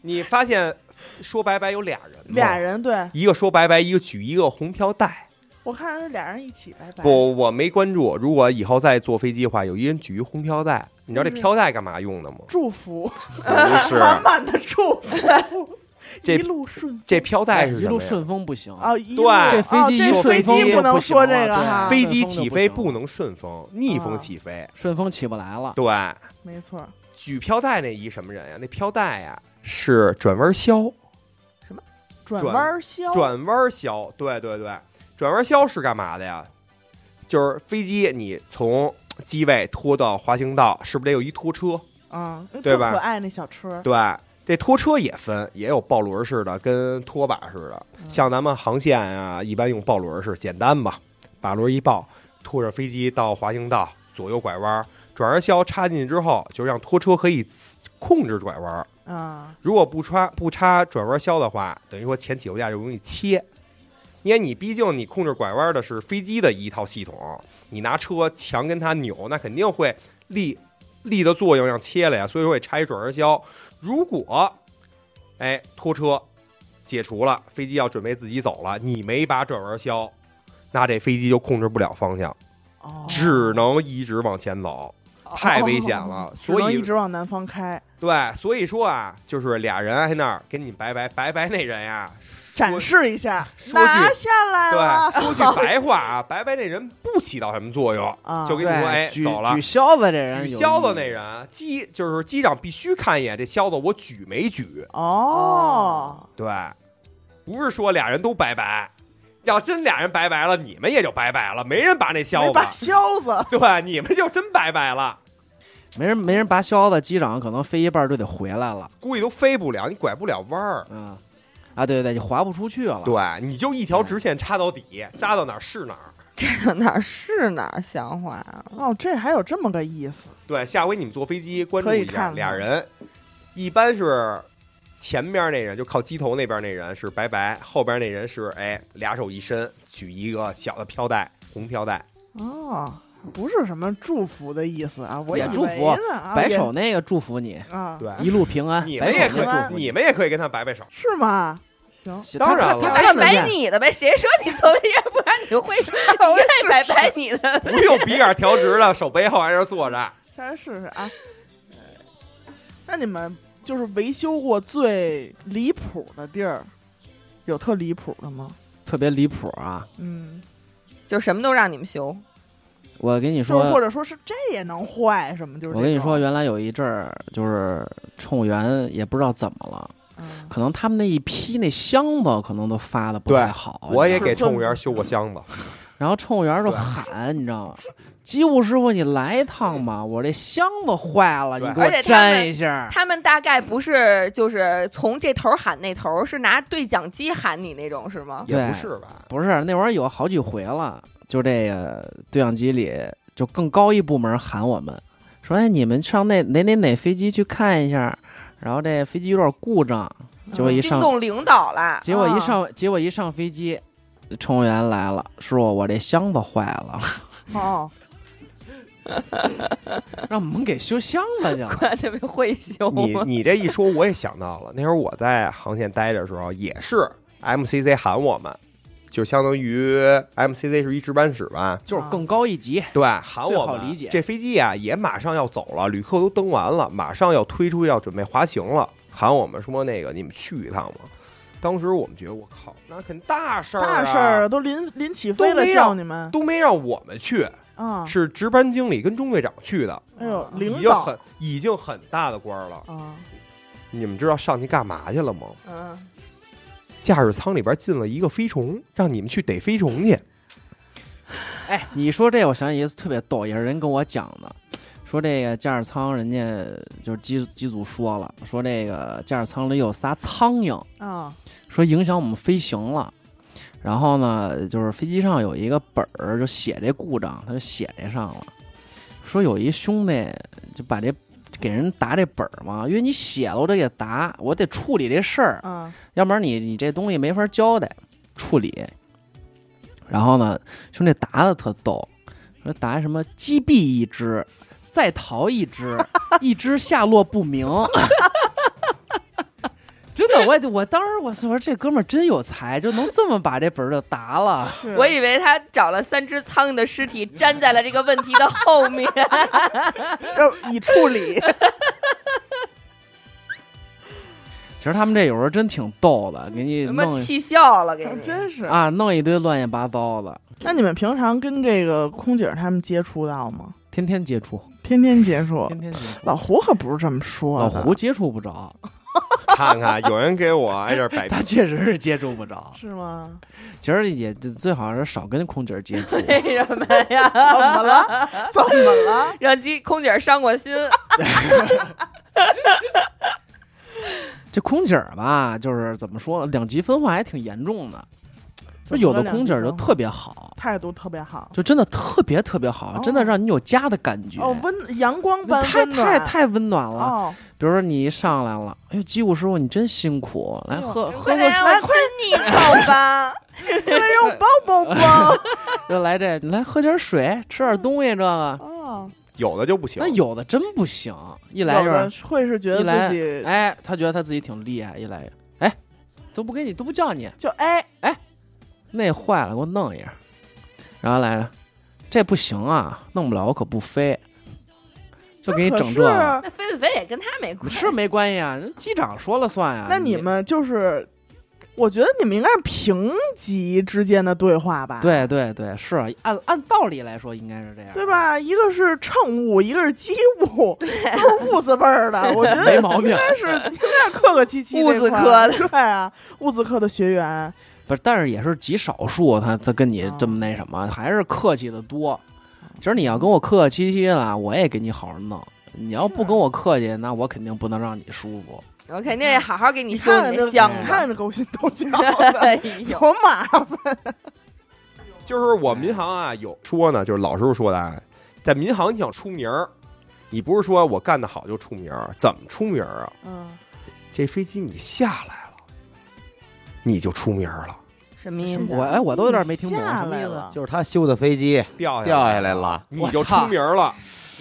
S4: 你发现说拜拜有俩人吗，
S1: 俩人对
S4: 一个说拜拜，一个举一个红飘带。
S1: 我看是俩人一起拜拜。
S4: 不，我没关注。如果以后再坐飞机的话，有一人举一红飘带，你
S3: 嗯
S4: 知道这飘带干嘛用的
S3: [laughs]
S4: 吗？
S1: 祝福，
S3: 啊
S4: 不是，
S1: [laughs] 满满的祝福，
S4: 这
S1: 一路顺
S4: 这飘带是
S3: 哎一
S4: 什
S3: 路
S4: 么呀？
S3: 顺风不行
S1: 啊！一
S4: 对
S1: 路
S4: 这
S1: 哦
S3: 飞机一
S1: 这
S3: 顺
S1: 飞
S3: 风
S1: 机
S3: 就
S1: 不
S3: 不
S1: 能
S3: 行
S1: 说
S3: 了
S1: 这个
S3: 对
S1: 哈，
S4: 飞机起
S3: 顺风
S4: 飞
S3: 就啊不行
S4: 不能顺风，逆风起飞。
S3: 顺风起不来了。
S4: 对，
S1: 没错儿。
S4: 举飘带那一什么人呀？那飘带呀是转弯枭，
S1: 转
S4: 转
S1: 弯儿消
S4: 转弯枭。对对对，转弯枭是干嘛的呀？就是飞机你从机位拖到滑行道，是不是得有一拖车？
S1: 啊，
S4: 对
S1: 特
S4: 吧
S1: 可爱那小车，
S4: 对，这拖车也分，也有抱轮式的跟拖把式的。
S1: 嗯
S4: 像咱们航线啊，一般用抱轮式，简单吧，把轮一抱，拖着飞机到滑行道，左右拐弯，转弯销插进去之后，就让拖车可以自控制转弯。
S1: 啊，
S4: 如果不插不插转弯销的话，等于说前起落架就容易切。因为你毕竟你控制拐弯的是飞机的一套系统，你拿车强跟它扭，那肯定会力力的作用让切了呀，所以说会拆转弯销。如果哎拖车解除了，飞机要准备自己走了，你没把转弯销，那这飞机就控制不了方向，
S1: 哦
S4: 只能一直往前走，太危险了。
S1: 哦只
S4: 所
S1: 能
S4: 以
S1: 一直往南方开，
S4: 对，所以说啊，就是俩人还那儿跟你拜拜拜拜那人呀，
S1: 展示一下，
S4: 说
S1: 拿
S4: 句
S1: 下来了
S4: 对，说句白话啊， [laughs] 拜拜那人不起到什么作用，
S1: 啊，
S4: 就跟你说，哎，
S3: 对，举
S4: 走了
S3: 举。销子这人有意
S4: 举
S3: 义，
S4: 销子那人，机就是机长必须看一眼这销子，我举没举？
S1: 哦，
S4: 对，不是说俩人都拜拜，要真俩人拜拜了，你们也就拜拜了，没人拔那
S1: 没
S4: 销
S1: [laughs]
S4: 子
S1: 把，销子，
S4: 对，你们就真拜拜了，
S3: 没人没人拔销子，机长可能飞一半就得回来了。
S4: 估计都飞不了，你拐不了弯儿，
S3: 嗯，啊，对对对，就滑不出去了。
S4: 对，你就一条直线插到底，扎到哪儿是哪儿。
S2: 这哪儿是哪儿像话啊？
S1: 哦，这还有这么个意思，
S4: 对，下回你们坐飞机关注
S1: 可以
S4: 一下，
S1: 看看
S4: 俩人一般是前面那人就靠机头那边那人是拜拜，后边那人是哎俩手一伸举一个小的飘带，红飘带。
S1: 哦，不是什么祝福的意思啊，我
S3: 也
S1: 以为
S3: 祝福
S1: 呢啊
S3: 白
S1: 也
S3: 手那个祝福你
S1: 啊，
S4: 对，
S3: 一路平安，
S4: 哎你
S3: 白
S4: 们
S3: 手
S4: 也
S3: 那
S4: 可
S3: 祝
S4: 以，
S3: 福
S4: 你们也可以跟他摆摆手。
S1: 是吗？行，
S3: 行
S4: 当然了
S3: 他
S2: 白
S3: 看得
S2: 哎白
S3: 见
S2: 你的呗，谁说你坐飞机上不让你 [laughs] 会？你愿意白白你的，
S4: 不用鼻眼调直了，手背后还是坐着。
S3: 哦
S1: 下回试试
S4: [laughs]
S1: 啊。那你们就是维修过最离谱的地儿，有特离谱的吗？
S3: 特别离谱啊！
S1: 嗯，
S2: 就什么都让你们修。
S3: 我跟你
S1: 就
S3: 说，
S1: 是或者说是这也能坏什么，就是
S3: 我跟你
S1: 这种
S3: 说，，原来有一阵儿，就是乘务员也不知道怎么了，
S1: 嗯
S3: 可能他们那一批那箱子可能都发的不
S4: 对
S3: 太好。
S4: 我也
S3: 你知道吗
S4: 给乘务员修过箱
S3: 啊
S4: 子，
S3: 然后乘务员就
S4: 对
S3: 喊，你知道吗？机务师傅，你来一趟嘛，我这箱子坏了，你
S4: 对
S3: 给我
S2: 而且他们
S3: 粘一下。
S2: 他们大概不是就是从这头喊那头，是拿对讲机喊你那种是吗？
S4: 也不
S3: 对
S4: 是吧？
S3: 不是那会儿有好几回了，就这个对讲机里就更高一部门喊我们说：“哎，你们上那哪哪哪飞机去看一下，然后这飞机有点故障。”结果一
S2: 哦惊
S3: 上
S2: 动领导了，啊
S3: 结果一上，结果一上飞机，乘务员来了，师傅，我这箱子坏了， [laughs]
S1: 哦，
S3: 让我们给修箱
S2: [laughs]
S3: 子去了。
S2: 怪特别会
S3: 哦
S2: 修。
S4: 你你这一说，我也想到了，那会儿我在航线待着的时候，也是 MCC 喊我们，就相当于 MCC 是一值班室吧。
S3: 就是更高一级，
S4: 对，喊
S3: 最
S4: 我
S3: 好
S4: 们
S3: 理解
S4: 这飞机啊也马上要走了，旅客都登完了，马上要推出要准备滑行了，喊我们说那个你们去一趟嘛。当时我们觉得我靠，那肯大事儿、啊，
S1: 大事儿都临临起飞
S4: 都
S1: 了
S4: 没
S1: 叫
S4: 有
S1: 你们
S4: 都没让我们去，
S1: 啊，
S4: 是值班经理跟中队长去的，
S1: 哎呦，
S4: 已
S1: 领
S4: 经
S1: 导
S4: 很已经很大的官儿了。
S1: 啊，
S4: 你们知道上去干嘛去了吗？
S2: 嗯，
S4: 驾驶舱里边进了一个飞虫，让你们去逮飞虫去。
S3: 哎，你说这，我想起一次特别逗，也是人跟我讲的，说这个驾驶舱人家就是机机组说了，说这个驾驶舱里有仨苍蝇，
S1: 啊，
S3: 说影响我们飞行了。然后呢，就是飞机上有一个本儿，就写这故障，他就写这上了。说有一兄弟就把这给人答这本儿嘛，因为你写了我得给答，我得处理这事儿，
S1: 啊，
S3: 要不然你你这东西没法交代处理。然后呢，兄弟答的特逗，说答什么击毙一只，再逃一只，一只下落不明。 [laughs] 真的，我也我当时我说这哥们儿真有才，就能这么把这本儿就答了。
S1: 是
S2: 我以为他找了三只苍蝇的尸体粘在了这个问题的后面。
S1: 就已处
S4: [laughs]
S1: 理， [laughs]
S3: 其实他们这有时候真挺逗的，给 [laughs] 你
S2: 什么
S3: 弄一
S2: 气笑了，给你
S1: 真是。
S3: 啊弄一堆乱七八糟的，
S1: 那你们平常跟这个空姐儿他们接触到吗？
S3: 天天接触，
S1: 天天接触
S3: 天。天接触。
S1: 老胡可不是这么说的，
S3: 老胡接触不着，
S4: 看看，有人给我挨这儿摆
S3: 他确实是接触不着。
S1: 是吗？
S3: 其实也最好是少跟空姐
S1: [laughs]
S3: 儿接触。
S2: 为什么呀？
S1: 怎么 [laughs] 了？怎么了？
S2: 让机空姐伤过心，
S3: 这空姐儿吧，就是怎么说呢，两极分化还挺严重的。就有的空姐儿就特别好，
S1: 态度特别好，
S3: 就真的特别特别好，
S1: 哦
S3: 真的让你有家的感觉。
S1: 哦，温阳光般
S3: 太
S1: 温
S3: 太
S1: 暖
S3: 太温暖了。
S1: 哦，
S3: 比如说你一上来了，哎呦，机务师傅你真辛苦，来
S1: 哎呦
S3: 喝喝
S2: 快
S3: 口
S2: 点
S3: 水，
S2: 让我亲你一口吧。
S1: 快来让我抱抱
S3: [laughs]
S1: 抱。
S3: 就来这，你来喝点水，吃点东西，这个。
S1: 哦，
S4: 有的就不行
S3: 那。有的真不行，一来
S1: 有
S3: 就
S1: 的
S3: 是
S1: 会是觉得
S3: 一来
S1: 自己，
S3: 哎，他觉得他自己挺厉害，一来哎，都不给你，都不叫你，
S1: 就哎，
S3: 那坏了，给我弄一下。然后来了，这不行啊，弄不了，我可不飞，就给你整啊这个。
S1: 可
S2: [laughs]
S1: 啊
S2: 那飞不飞也跟他没关系
S3: 是。没关系啊，人机长说了算啊。
S1: 那你们就是，我觉得你们应该是平级之间的对话吧？
S3: 对对对，是啊按按道理来说应该是这样，
S1: 对？吧？一个是乘务，一个是机务，都是物字辈儿
S3: [laughs]
S1: 的。我觉得
S3: 没毛病
S1: 应该是应该是客客气
S3: [laughs]
S1: 气
S2: 物
S1: 这
S2: 字
S1: 块
S2: 科
S1: 儿
S2: 的
S1: 对啊，物字科的学员
S3: 不是，但是也是极少数，他他跟你
S1: 啊
S3: 这么那什么，还是客气的多。其实你要跟我客客气气的，我也给你好好弄。你要不跟我客气，那我肯定不能让你舒服。
S2: 我肯定得好好给你修
S1: 看看
S2: 你
S1: 这
S2: 那箱
S1: 你
S2: 子。
S1: 看着勾心斗
S3: [laughs]
S1: 角的，
S2: [laughs] 哎呦，
S1: 有麻烦。
S4: 就是我们民航啊，有说呢，就是老师傅说的啊，在民航你想出名儿，你不是说我干得好就出名儿，怎么出名儿啊？
S1: 嗯，
S4: 这飞机你下来了，你就出名儿了，
S2: 什么意思？
S3: 我哎，我都有点没听懂
S1: 下
S3: 什么
S1: 来
S3: 意思
S1: 了。
S5: 就是他修的飞机哎
S4: 掉
S5: 掉下来了，
S4: 你就出名儿了。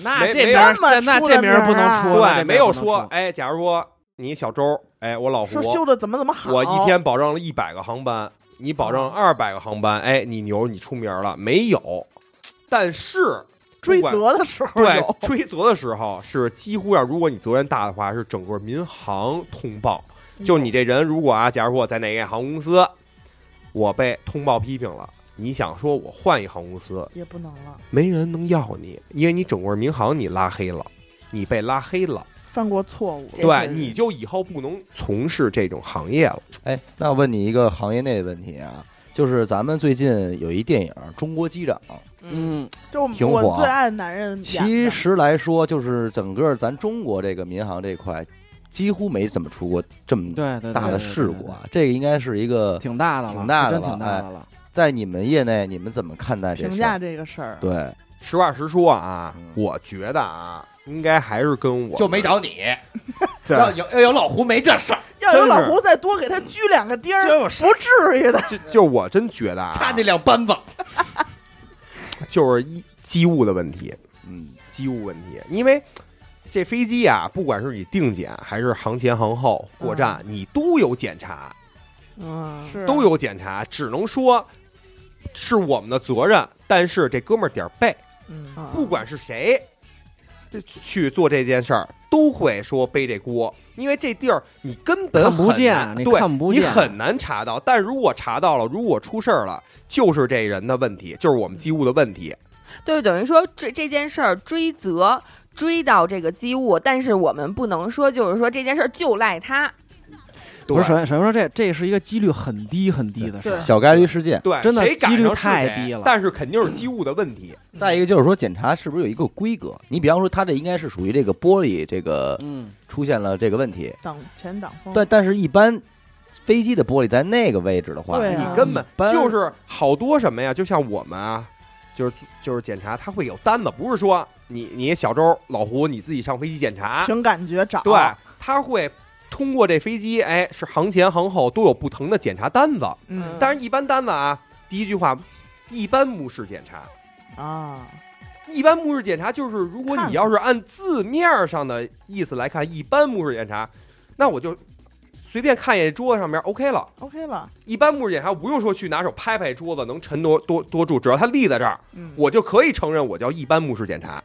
S3: 那
S4: 没
S3: 这
S4: 没
S3: 名
S1: 有
S3: 儿
S1: 这么
S3: 这那
S1: 出
S3: 这
S1: 的
S3: 名儿不
S1: 名儿
S3: 能
S1: 啊
S3: 出，那
S4: 对，
S3: 这
S4: 没
S3: 名儿
S4: 有
S3: 不能
S4: 说
S3: 出，
S4: 哎，假如说你小周，哎，我老胡
S1: 说，修的怎么怎么好，
S4: 我一天保证了一百个航班，你保证二百个航班，哎，你牛，你出名儿了没有？但是
S1: 追
S4: 不管
S1: 责的时候
S4: [laughs] 对
S1: 有，
S4: 追责的时候是几乎要，如果你责任大的话，是整个民航通报。
S5: 嗯
S4: 就你这人，如果啊，假如说我在哪个航空公司，我被通报批评了，你想说我换一航空公司，
S1: 也不能了。
S4: 没人能要你，因为你整个民航你拉黑了，你被拉黑了，
S1: 犯过错误，
S2: 这
S4: 对，
S2: 是
S4: 你就以后不能从事这种行业了。
S5: 哎，那我问你一个行业内的问题啊，就是咱们最近有一电影《中国机长》，
S2: 嗯，
S3: 嗯，
S1: 就
S5: 挺
S1: 我
S5: 火
S1: 最爱男人演的
S5: 其实来说就是整个咱中国这个民航这块，几乎没怎么出过这么
S3: 对对对，
S5: 大的
S3: 对
S5: 事故，啊。这个应该是一
S3: 对
S5: 个
S3: 对对挺大的了，
S5: 挺大的
S3: 是
S5: 了
S3: 真挺大的
S4: 哎
S3: 了。
S5: 在你们业内，你们怎么看待这
S1: 评
S5: 事儿？
S1: 价这个事儿，
S5: 对，
S4: 实话实说啊
S5: 嗯，
S4: 我觉得啊，应该还是跟我
S5: 就没找你，
S4: 对
S5: 要有要有老胡没这事儿，
S1: 要有
S4: 真
S1: 老
S4: 是
S1: 胡再多给他鞠两个钉儿，
S5: 就是
S1: 不至于的。
S4: 就就我真觉得啊，
S5: 两班子。
S4: 就是一机务的问题，
S5: 嗯，
S4: 机务问题，因为这飞机啊，不管是你定检还是航前航后
S3: 嗯
S4: 过站，你都有检查，
S2: 嗯，
S1: 是啊
S3: 啊
S4: 都有检查，只能说是我们的责任，但是这哥们儿点儿背，
S1: 嗯
S3: 啊
S2: 嗯
S4: 不管是谁去做这件事儿，都会说背这锅，因为这地儿你根本
S3: 看不
S4: 很
S3: 见啊
S4: 难
S3: 你
S4: 对
S3: 看不
S4: 你
S3: 见
S4: 很难查到。但如果查到了，如果出事儿了，就是这人的问题，就是我们机务的问题。
S2: 对，等于说这这件事儿追责追到这个机务，但是我们不能说就是说这件事儿就赖他，
S3: 不是，首
S4: 对
S3: 先首先说这这是一个几率很低很低的事儿
S1: 对，
S5: 小概率事件。
S4: 对，
S3: 真的
S4: 谁赶
S3: 几率
S4: 上是
S3: 太
S4: 谁
S3: 低了
S4: 但是肯定是机务的问题。
S3: 嗯
S5: 再一个就是说，检查是不是有一个规格？你比方说，它这应该是属于这个玻璃这个
S3: 嗯，
S5: 出现了这个问题，
S1: 挡前挡风，
S5: 但但是一般飞机的玻璃在那个位置的话，
S1: 对
S3: 嗯
S1: 啊
S4: 你根本
S5: 一般
S4: 就是好多什么呀，就像我们啊，就是就是检查，他会有单子，不是说你你小周老胡你自己上飞机检查，
S1: 凭感觉找。
S4: 对，
S3: 啊
S4: 他会通过这飞机，哎，是航前航后都有不同的检查单子，
S1: 嗯
S4: 当然一般单子啊，第一句话一般目视检查。
S1: 啊，
S4: 一般目视检查就是，如果
S1: 看
S4: 你要是按字面上的意思来看，一般目视检查，那我就随便看一眼桌子上面 OK 了。
S1: OK 了，
S4: 一般目视检查不用说去拿手拍拍桌子，能沉多多多住，只要它立在这儿，
S1: 嗯，
S4: 我就可以承认我叫一般目视检查。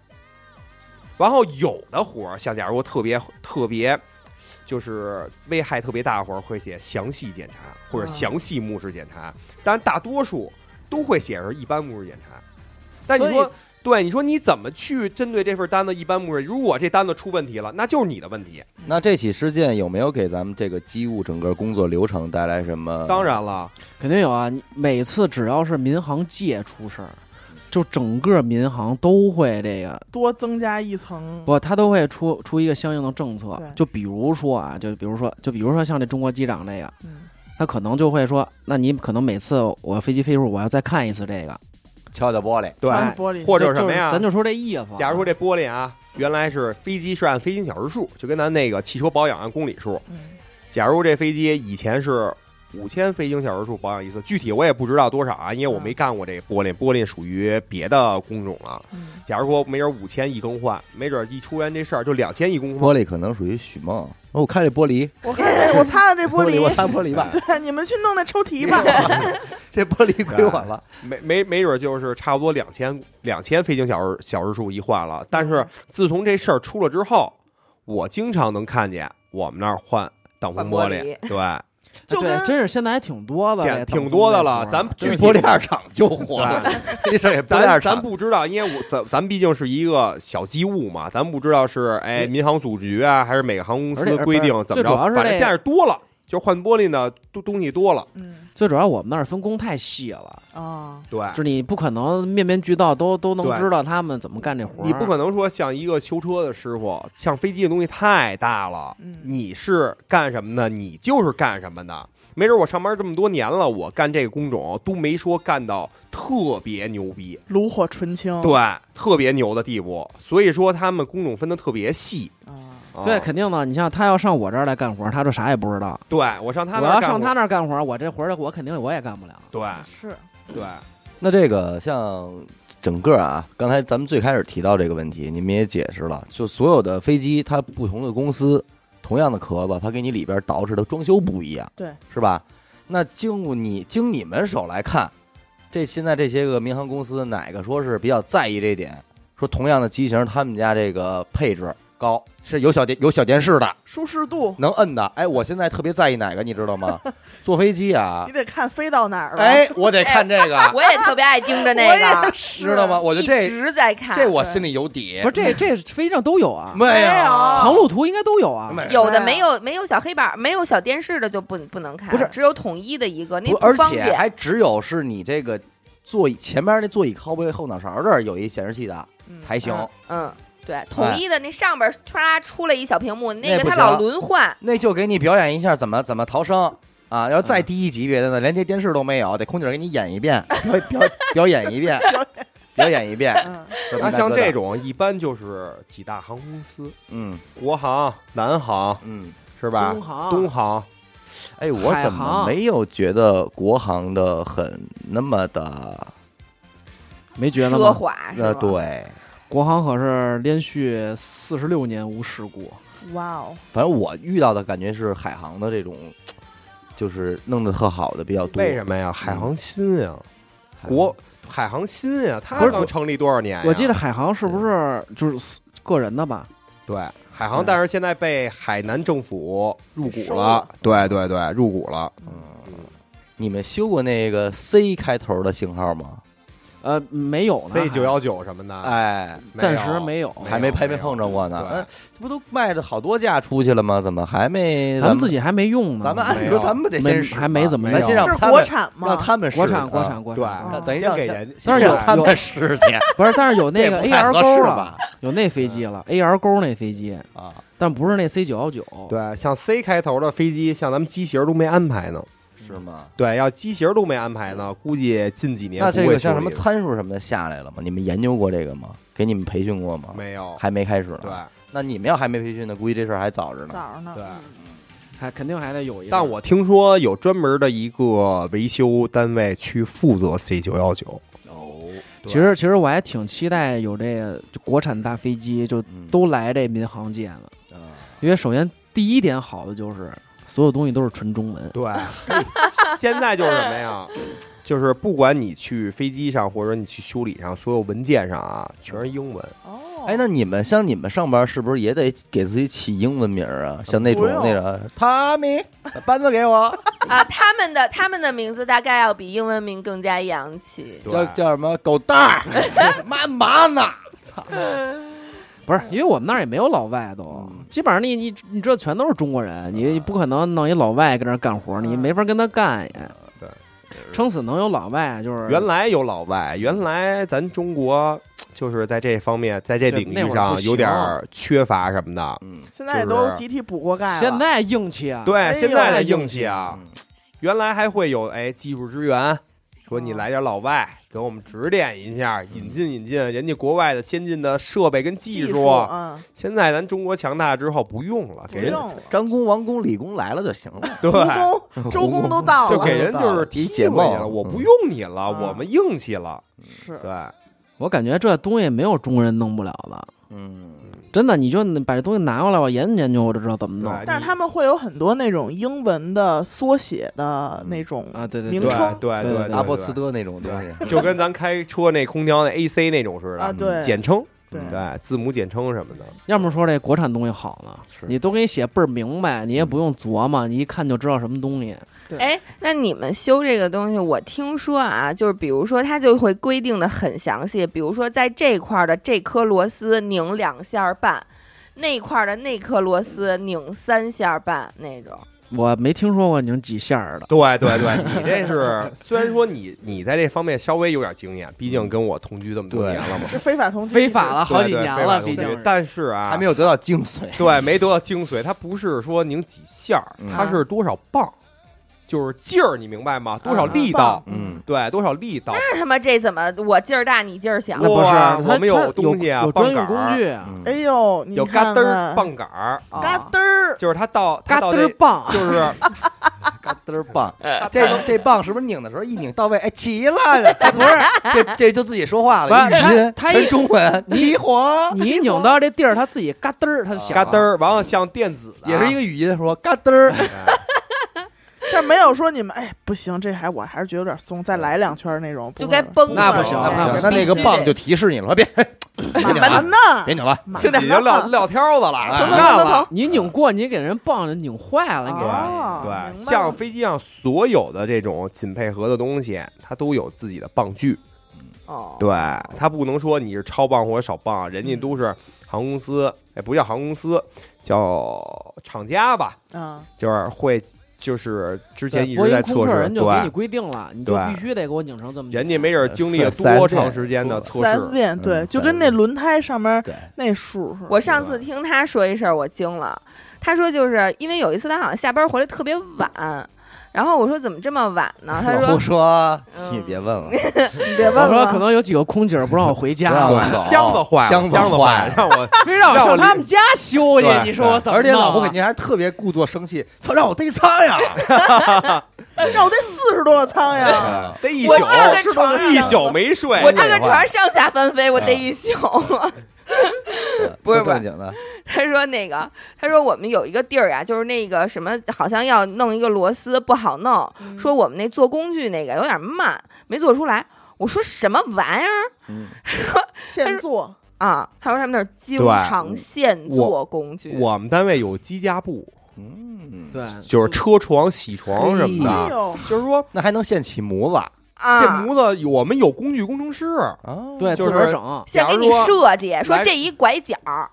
S4: 然后有的活儿，像假如说特别特别，就是危害特别大的活儿，会写详细检查或者
S1: 嗯
S4: 详细目视检查，但大多数都会写是一般目视检查。但你
S1: 所以
S4: 说，对你说你怎么去针对这份单子一般目视？如果这单子出问题了，那就是你的问题。
S5: 那这起事件有没有给咱们这个机务整个工作流程带来什么？
S4: 当，然了，
S3: 肯定有啊。你每次只要是民航界出事儿，就整个民航都会这个
S1: 多增加一层，
S3: 不，他都会出出一个相应的政策
S1: 对。
S3: 就比如说啊，就比如说，就比如说像这中国机长这个，
S1: 嗯
S3: 他可能就会说，那你可能每次我飞机飞出，我要再看一次这个，
S5: 敲敲玻璃，
S4: 对
S1: 敲敲玻璃
S4: 或者
S3: 就
S4: 什
S3: 就
S4: 么
S3: 是
S4: 呀？
S3: 咱就说这意思啊。
S4: 假如说这玻璃啊，原来是飞机是按飞行小时数，就跟咱那个汽车保养按公里数。
S1: 嗯
S4: 假如这飞机以前是五千飞行小时数保养一次，具体我也不知道多少啊，因为我
S2: 嗯
S4: 没干过这个玻璃，玻璃属于别的工种了。
S1: 嗯，
S4: 假如说没准五千一更换，没准一出现这事儿就两千一更换。
S5: 玻璃可能属于许梦。哦我看这玻璃，
S1: 我看
S2: [laughs]
S1: 这哎我擦擦这玻
S5: 玻我
S1: 璃，
S5: 擦玻璃吧，
S1: [laughs] 对，你们去弄那抽屉
S4: [laughs]
S1: 吧。
S5: 这玻璃归我了。
S4: 没没没准就是差不多两千两千飞行小时小时数一换了。但
S2: 嗯
S4: 是自从这事儿出了之后，我经常能看见我们那儿换挡风玻
S2: 换玻
S4: 璃
S2: 璃，
S4: 对。
S1: 就
S3: 对
S1: 跟，
S3: 真是现在还挺多的，
S4: 显
S3: 这
S4: 挺
S3: 等风
S4: 多的
S3: 那
S4: 了，
S3: 波儿啊
S4: 咱具体
S5: 玻璃二厂就火了，这事儿也玻璃
S4: 咱
S5: 二
S4: 咱
S5: 厂。
S4: 不知道，因为我咱咱毕竟是一个小机务嘛，咱不知道是哎民航总局啊，还是每个航空公
S3: 而且
S4: 司规定
S3: 不是
S4: 怎
S3: 最
S4: 么着
S3: 主要，是
S4: 反正
S3: 这
S4: 现在是多了，就是换玻璃呢，都东西多了，
S1: 嗯
S3: 最主要我们那儿分工太细了，
S1: 啊，
S4: 对
S3: 就是你不可能面面俱到，都都
S4: 哎对
S3: 能知道他们怎么干这活儿。
S4: 你不可能说像一个修车的师傅，像飞机的东西太大了，
S1: 嗯，
S4: 你是干什么的，你就是干什么的。没准我上班这么多年了，我干这个工种都没说干到特别牛逼，
S1: 炉火纯青，
S4: 对，特别牛的地步。所以说他们工种分的特别细，
S1: 啊，
S4: 啊
S3: 对，肯定的。你像他要上我这儿来干活儿，他就啥也不知道。
S4: 对我上他
S3: 我
S4: 那儿
S3: 要
S4: 干
S3: 上
S4: 过
S3: 他那儿干活儿，我这活儿我肯定我也干不了。
S4: 对
S1: 是
S3: [laughs]
S4: 对，
S5: 那这个像整个啊，刚才咱们最开始提到这个问题，你们也解释了，就所有的飞机它不同的公司，同样的壳子，它给你里边捯饬的装修不一样，
S1: 对，
S5: 是吧？那经过你经你们手来看，这现在这些个民航公司哪个说是比较在意这一点？说同样的机型，他们家这个配置高，是有小电有小电视的，
S1: 舒适度，
S5: 能摁的。哎，我现在特别在意哪个，你知道吗？坐飞机啊
S1: [laughs] 你，得看飞到哪儿吧。哎
S5: 哎，我得看这个，
S2: 我也特别爱盯着那
S1: 我
S2: 个，
S5: 知道吗？我就
S2: 一
S5: 这
S2: 直在看，
S5: 这我心里有底。
S4: 哎
S3: 不是这这飞机上都有啊，
S5: 没
S1: 没有
S3: 航路图应该都有啊。
S5: 没
S2: 有的没有没有小黑板，没有小电视的就不不能看，
S3: 不是
S2: 只有统一的一个，那
S5: 不，
S2: 不
S5: 而
S2: 方
S5: 且
S2: 便。
S5: 还只有是你这个座椅前面那座椅靠背后脑勺这儿有一显示器的
S1: 嗯
S5: 才行，
S2: 嗯，嗯对，统一的那上边唰出来一小屏幕，那
S5: 那
S2: 个
S5: 不
S2: 它老
S5: 行
S2: 轮换，
S5: 那就给你表演一下怎么怎么逃生啊！要再低一级别的呢，连这电视都没有，得空姐给你演一遍，表表表演一遍，表演一遍。
S1: 嗯，
S5: [laughs] 怎
S4: 那
S5: 么
S4: 像
S5: 大哥的
S4: 这，种一般就是几大航空公司，
S5: 嗯
S4: 国航、南航
S5: 嗯，
S4: 是吧？
S3: 东航
S4: 东航
S5: 哎，我
S3: 海
S5: 怎么
S3: 航
S5: 没有觉得国航的很那么的？
S3: 没觉得
S2: 奢
S3: 吗？
S2: 华是
S5: 呃，
S2: 吧？
S5: 对，
S3: 国航可是连续四十六年无事故，
S1: 哇哦，
S5: 反正我遇到的感觉是海航的这种，就是弄得特好的比较多。
S4: 为什么呀？海航新呀，
S5: 海航
S4: 国海航新呀，
S3: 嗯
S4: 它
S3: 不是
S4: 刚成立多少哎年呀？
S3: 我记得海航是不是就是私个人的吧？
S4: 对海航，
S3: 嗯
S4: 但是现在被海南政府入股
S1: 收
S4: 了
S5: 啊
S1: 了。
S4: 对对对，入股了。
S5: 嗯你们修过那个 C 开头的型号吗？
S3: 呃，没有呢
S4: C 九幺九什么的，
S5: 哎，
S3: 暂时没有
S4: 没有
S5: 还没拍没碰着过呢。
S4: 对
S5: 哎，这不都卖着好多架出去了吗？怎么还没？
S3: 咱们自己还没用呢。
S5: 咱们按
S4: 没
S5: 理
S4: 有
S5: 说咱们不得先试吗，
S3: 没还没怎么
S5: 咱先让
S1: 这是
S5: 他
S1: 国
S5: 们
S1: 产
S5: 让
S1: 吗？
S5: 他们试
S3: 国产
S5: 啊
S3: 国产国
S4: 对
S3: 产，
S1: 哦
S5: 等于
S4: 先
S5: 让
S4: 给
S5: 先
S4: 人，
S3: 但是有
S5: 让他们
S3: [laughs]
S5: 试去，
S3: 不是，但是有那个
S5: 这也不太
S3: AR
S5: 合
S3: 勾
S5: 适
S3: 了，
S5: 吧？
S3: 啊 [laughs]
S5: 嗯
S3: 有那飞机了，AR 勾那飞机，
S5: 啊，
S3: 但不是那 C 九幺九。
S4: 对，像 C 开头的飞机，像咱们机型都没安排呢。
S5: 是吗？
S4: 对，要机型都没安排呢，估计近几年
S5: 那
S4: 不
S5: 这
S4: 会
S5: 个像
S4: 修
S5: 什么
S4: 理
S5: 参数什么的下来了吗？你们研究过这个吗？给你们培训过吗
S4: 的？没有？
S5: 还没开始呢。
S4: 对，，
S5: 那你们要还没培训呢，估计这事儿还早着呢。
S1: 早呢？嗯
S4: 对
S3: 还肯定还得有一个。
S4: 但我听说有专门的一个维修单位去负责 C 九幺九，
S5: 哦，
S3: 其实其实我还挺期待有这个就国产大飞机就
S5: 嗯
S3: 都来这民航界了，
S5: 啊
S3: 因为首先第一点好的就是所有东西都是纯中文。
S4: 对，现在就是什么呀？就是不管你去飞机上，或者说你去修理上，所有文件上啊，全是英文。
S1: 哦，
S5: 哎，那你们像你们上班是不是也得给自己起英文名儿啊？像那种
S1: 不用
S5: 那个汤米，把扳子给我，
S2: 啊，他们的他们的名字大概要比英文名更加洋气。
S4: [laughs]
S5: 叫
S4: 对，
S5: 叫什么狗蛋
S1: [laughs]
S5: 儿，妈麻呢？
S3: 不是，因为我们那儿也没有老外都，
S5: 嗯
S3: 基本上你你你这全都是中国人，你你
S5: 啊
S3: 不可能弄一老外跟那儿干活，你没法跟他干也。
S5: 啊
S4: 对，
S3: 撑死能有老外就是
S4: 原来有老外，原来咱中国就是在这方面，在这
S3: 对
S4: 领
S3: 那
S4: 域
S3: 会儿不
S4: 上
S3: 行
S4: 有点儿缺乏什么的。
S5: 嗯，
S1: 现在
S4: 就
S1: 都
S4: 是
S1: 集体补过钙了。
S3: 现在硬气啊，
S4: 对，
S1: 哎呦
S4: 现在的
S3: 硬
S4: 硬气啊，
S5: 嗯
S4: 原来还会有哎技术支援，说你来点老外给我们指点一下，引进引进人家国外的先进的设备跟技
S1: 技
S4: 术。
S1: 嗯，
S4: 现在咱中国强大之后不用了，
S1: 不
S4: 给人
S1: 用了。
S5: 张公、王公、李公来了就行了。
S4: [laughs] 对
S1: 胡公、周公都到
S4: 就
S1: 了，
S4: 给人就是提
S5: 解
S4: 过去
S5: 梦
S4: 了，我不
S5: 嗯
S4: 用你了，
S1: 啊
S4: 我们硬气了。
S1: 是
S4: 对，
S3: 我感觉这东西没有中国人弄不了的，
S5: 嗯，
S3: 真的，你就把这东西拿过来，我研究研究，我就知道怎么弄
S4: 对
S1: 但是他们会有很多那种英文的缩写的那种
S3: 啊！对对
S1: 名
S4: 对
S3: 对，
S1: 称
S4: 对
S3: 对对
S4: 对，
S5: 阿波茨德那种东西，
S4: 对， [laughs] 就跟咱开车那空调那 AC 那种似
S1: 啊，
S4: 的，
S1: 对，
S4: 简称，
S1: 对
S4: 对，字母简称什么的。
S3: 要么说这国产东西好呢，
S5: 是
S3: 你都给你写倍儿明
S4: 嗯
S3: 白，你也不用琢磨，你一看就知道什么东西。
S2: 哎，那你们修这个东西，我听说啊，就是比如说它就会规定的很详细，比如说在这块儿的这颗螺丝拧两下儿半，那块儿的那颗螺丝拧三下儿半那种。
S3: 我没听说过拧几下儿的，
S4: 对对对，你这是 [laughs] 虽然说你你在这方面稍微有点经验，毕竟跟我同居这么多
S5: 嗯对
S4: 年
S5: [laughs]
S4: 了嘛，
S1: 是非法同居，
S3: 非法了好几
S4: 对对
S3: 年
S4: 非法
S3: 了，
S4: 同
S3: 毕
S4: 居
S3: 竟是。
S4: 但是啊，
S5: 还没有得到精髓。
S4: 对，没得到精髓。它不是说拧几下儿，
S5: 嗯
S4: 它是多少磅，就是劲儿，你明白吗？多少力道？
S5: 嗯，
S4: 对，多少力道？
S2: 那他妈这怎么我劲儿大你劲儿小
S3: 那？不是，
S4: 哇
S3: 它
S4: 我们有
S3: 它有
S4: 东西啊
S3: 有专用
S4: 棒杆儿
S3: 工具啊，
S5: 嗯
S1: 哎呦，你
S4: 有嘎
S1: 看
S4: 噔儿
S1: 看，
S4: 棒杆儿，
S2: 哦
S1: 嘎噔儿，
S4: 就是它到它
S3: 嘎
S4: 到
S3: 噔
S4: 这
S3: 儿棒，
S4: 就是
S5: [laughs] 嘎噔儿棒，
S4: 哎
S5: 这这棒是不是拧的时候一拧到位？哎，齐了，不是，这这就自己说话
S3: 不是
S5: 了，语音
S3: 他他一
S5: 全中文，齐活，
S3: 你一拧到这地儿，它自己嘎噔儿，它就响
S4: 啊嘎
S3: 了。
S4: 噔儿，完了像电子的啊
S5: 也是一个语音说嘎
S3: [laughs]
S5: 噔儿，
S1: 但没有说你们哎不行，这还我还是觉得有点松，再来两圈那种，
S2: 就
S1: 不会
S2: 该崩了，哦
S3: 那不行
S4: 那不行
S5: 哦那
S2: 必
S5: 那
S2: 须
S5: 个
S2: 得
S5: 棒就提示你了，别啊别拧
S1: 满
S5: 了，
S1: 呢，
S5: 别拧了，
S1: 满
S2: 轻点
S4: 啊已经撂撂挑子了，
S5: 头头
S4: 干
S2: 头头
S4: 了。
S3: 你拧过，你给人棒着拧坏了，你啊给人。
S1: 哦
S4: 对，
S1: 明白
S4: 像
S1: 了
S4: 飞机上所有的这种紧配合的东西，它都有自己的棒距。
S2: 哦，
S4: 对，它不能说你是超棒或者少棒，人家都是航空公司，哎，不叫航空公司，叫厂家吧，
S1: 嗯，
S4: 就是会，就是之前一
S3: 波
S4: 直
S3: 音
S4: 在
S3: 空
S4: 测
S3: 客
S4: 试，
S3: 人就给你
S4: 对，
S3: 规定了，你就
S4: 对
S3: 必须得给我拧成这么拧。
S4: 人家没准经历了
S5: 四 S
S4: 多
S5: 店
S4: 长时间的测
S1: 四 S
S4: 试，
S1: 店对，
S5: 嗯
S1: 就跟那轮胎上面
S5: 对
S1: 那数似的。
S2: 我上次听他说一事儿，我惊了。他说就是因为有一次他好像下班回来特别晚，然后我说怎么这么晚呢？他
S5: 我
S2: 说
S5: 胡说，
S2: 嗯
S5: 你别问 [laughs] 了，
S1: 你别
S3: 我
S1: 问
S3: 说
S1: 了，
S3: 可能有几个空姐儿不让我回家
S5: 不让我
S3: 了，
S5: 走
S4: 箱子坏了，
S5: 箱
S4: 箱
S5: 子坏
S4: 了，让我
S3: 非 [laughs] 让我
S4: 让
S3: 上
S4: 我
S3: 他
S4: 离
S3: 们家修去，
S4: 对
S3: 你说我怎么弄啊？
S5: 而且老婆肯定还特别故作生气，操，让我逮苍呀！
S1: 让我这四十多个苍蝇，
S5: 啊
S4: [laughs] 得一
S1: 我
S4: 宿
S1: 就是在床上
S4: 一宿没睡，
S2: 我这个船上下翻飞，我
S4: 啊
S2: 逮一宿。 [laughs] 不是
S5: 正经的，
S2: 他说那个，他说我们有一个地儿啊，就是那个什么，好像要弄一个螺丝不好弄，说我们那做工具那个有点慢，没做出来。我说什么玩意儿
S5: 嗯，
S1: 现做
S2: 啊？他说他们那儿经
S4: 对
S2: 常现做工具，
S4: 我们单位有机架部，
S5: 嗯，
S3: 对，
S4: 就是车床、铣床什么
S1: 哎
S4: 的，
S1: 呦，
S4: 就是说
S5: 那还能现起模子啊
S4: 这
S2: 啊，
S4: 模子我们有工具工程师，
S5: 啊？
S3: 对，
S4: 就
S3: 自个儿
S4: 是
S3: 整。
S2: 先给你
S4: 假如说
S2: 设计，说
S4: 来
S2: 这一拐角儿，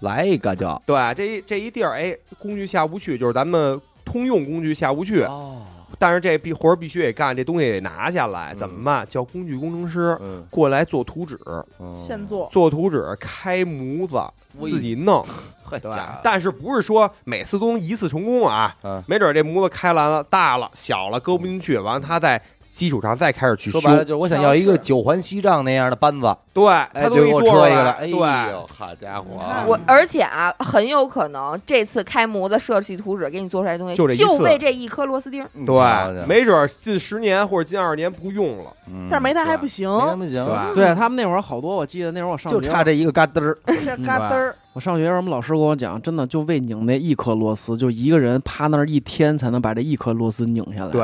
S5: 来一个就
S4: 对，这一这一地儿，哎，工具下不去，就是咱们通用工具下不去，
S5: 哦，
S4: 但是这必活儿必须得干，这东西得拿下来，
S5: 嗯
S4: 怎么办？叫工具工程师
S5: 嗯，
S4: 过来做图纸，
S5: 哦
S1: 现，做，
S4: 做图纸，开模子，
S5: 喂
S4: 自己弄，
S5: [laughs] 呵
S4: 对
S5: 家伙，
S4: 但是不是说每次都能一次成功啊？
S5: 嗯
S4: 没准这模子开完了，大了、小了，搁不进去，完了他在基础上再开始去修
S5: 说，白了就是我想要一个九环西丈那样的扳子，
S4: 对，
S5: 哎，
S4: 他都
S5: 就
S4: 一
S5: 给我
S4: 做出
S5: 戳一个来，
S4: 来，
S5: 哎
S4: 对，
S5: 呦，好家伙
S4: 嗯
S5: 啊，
S2: 我而且啊，很有可能这次开模子设计图纸给你做出来的东西，
S4: 就这一次
S2: 为这一颗螺丝钉儿。
S5: 你瞧
S4: 对，
S5: 瞧，
S4: 没准儿近十年或者近二十年不用了，
S5: 嗯
S1: 但是没它还不行，
S5: 没啊那么行，
S4: 对
S3: 对他们那会儿好多，我记得那会儿我上
S5: 就
S3: 学
S5: 差这一个嘎噔儿，
S1: 这嘎噔儿，
S3: 我上学的时候，我们老师跟我讲，真的就为拧那一颗螺丝，就一个人趴那儿一天才能把这一颗螺丝拧下来。，
S4: 对，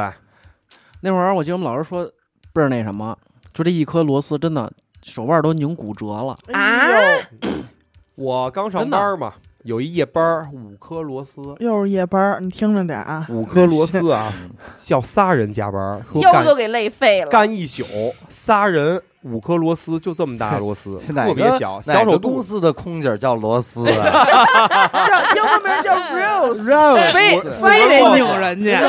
S3: 那会儿我记得我们老师说倍儿那什么，就这一颗螺丝真的手腕都拧骨折 [laughs] 了。
S1: 哎呦，
S4: 我刚上
S3: 真的
S4: 班嘛，有一夜班儿五颗螺丝，
S1: 又是夜班儿，你听着点儿
S4: [laughs]
S1: 啊，
S4: 五颗螺丝 [laughs] 啊，叫仨人加班儿，说
S2: 腰
S4: 干
S2: 都给累废了，
S4: 干一宿，仨人五颗螺丝，就这么大的螺丝， [laughs]
S5: 哪
S4: 特别
S5: 个
S4: 小，
S5: 哪
S4: 小
S5: 个
S4: 手
S5: 哦公
S4: [laughs] 肚。
S5: 司的空姐叫螺丝
S3: 哎
S5: 啊？
S1: 叫英文名叫 Rose，
S5: 肉
S1: 非非
S3: 得
S1: 得
S3: 拧人家，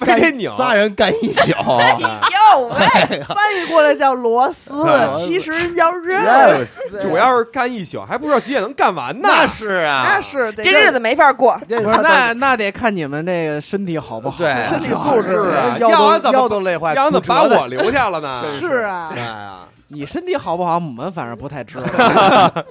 S4: 非得拧
S5: [laughs] 仨人干
S3: [laughs]
S5: 一宿，
S3: 哎
S5: [laughs]
S1: 哟喂，翻译过来叫螺丝，其实人叫
S3: [laughs]
S1: Rose，
S4: 主
S5: [laughs]
S4: 要是干一宿，还不知道几点能干完呢。
S5: 啊是啊
S4: [laughs]
S1: 那是得
S2: 这日子没法过。
S5: 这
S3: 不是
S5: [laughs]
S3: 那那得看你们这个身体好不好，
S5: 对啊
S1: 身体素质
S4: 啊
S5: 腰
S4: 要不然
S5: 都
S4: 怎么
S5: 腰都累坏，
S4: 让
S5: 骨
S4: 怎么把
S5: 折的
S4: 我留下了 [laughs] 呢？
S1: 是啊
S4: 哎，呀，
S3: 你身体好不好，我们反正不太知 [laughs] 道。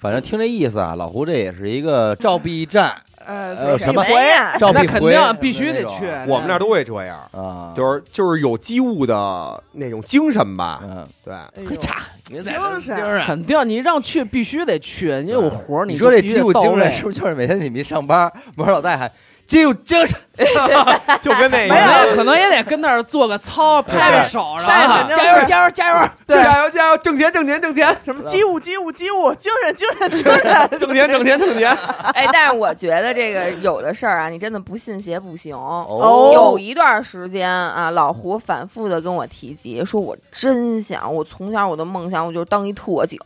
S5: 反正听这意思啊，老胡这也是一个照避战，
S1: 呃
S5: 呃什么
S2: 谁呀？
S5: 照
S3: 哎那
S5: 避
S3: 肯
S5: 回，
S3: 定必须得去。
S4: 我们那儿都会这样，
S5: 啊，
S4: 就是就是有机务的那种精神吧。
S5: 嗯，
S4: 对，
S1: 哎呦
S3: 可 [laughs] 差，
S5: 精
S1: 精神
S3: 肯定你让去必须得去，嗯你有活儿
S5: 你
S3: 就
S5: 说这
S3: 必须
S5: 肌
S3: 得
S5: 肉
S3: 到
S5: 精
S3: 位
S5: 神是不是就是每天你们一上班，门口老大喊肌肉精神，
S4: [laughs] 就跟那
S1: 没有
S4: 个
S3: 可能也得跟那儿做个操， [laughs] 拍拍手，然
S1: 但
S3: 后
S1: 肯定是
S3: [laughs]
S5: 加油加油！
S1: 对
S4: 加油加油，啊挣钱挣钱挣钱，
S1: 什么机务机务机务，精神精神精神，
S4: 挣钱挣钱挣钱。
S5: [laughs]
S2: 哎，但是我觉得这个有的事儿啊，你真的不信邪不行。
S1: 哦
S2: 有一段时间啊，老胡反复的跟我提及，说我真想，我从小我的梦想我就是当一特警，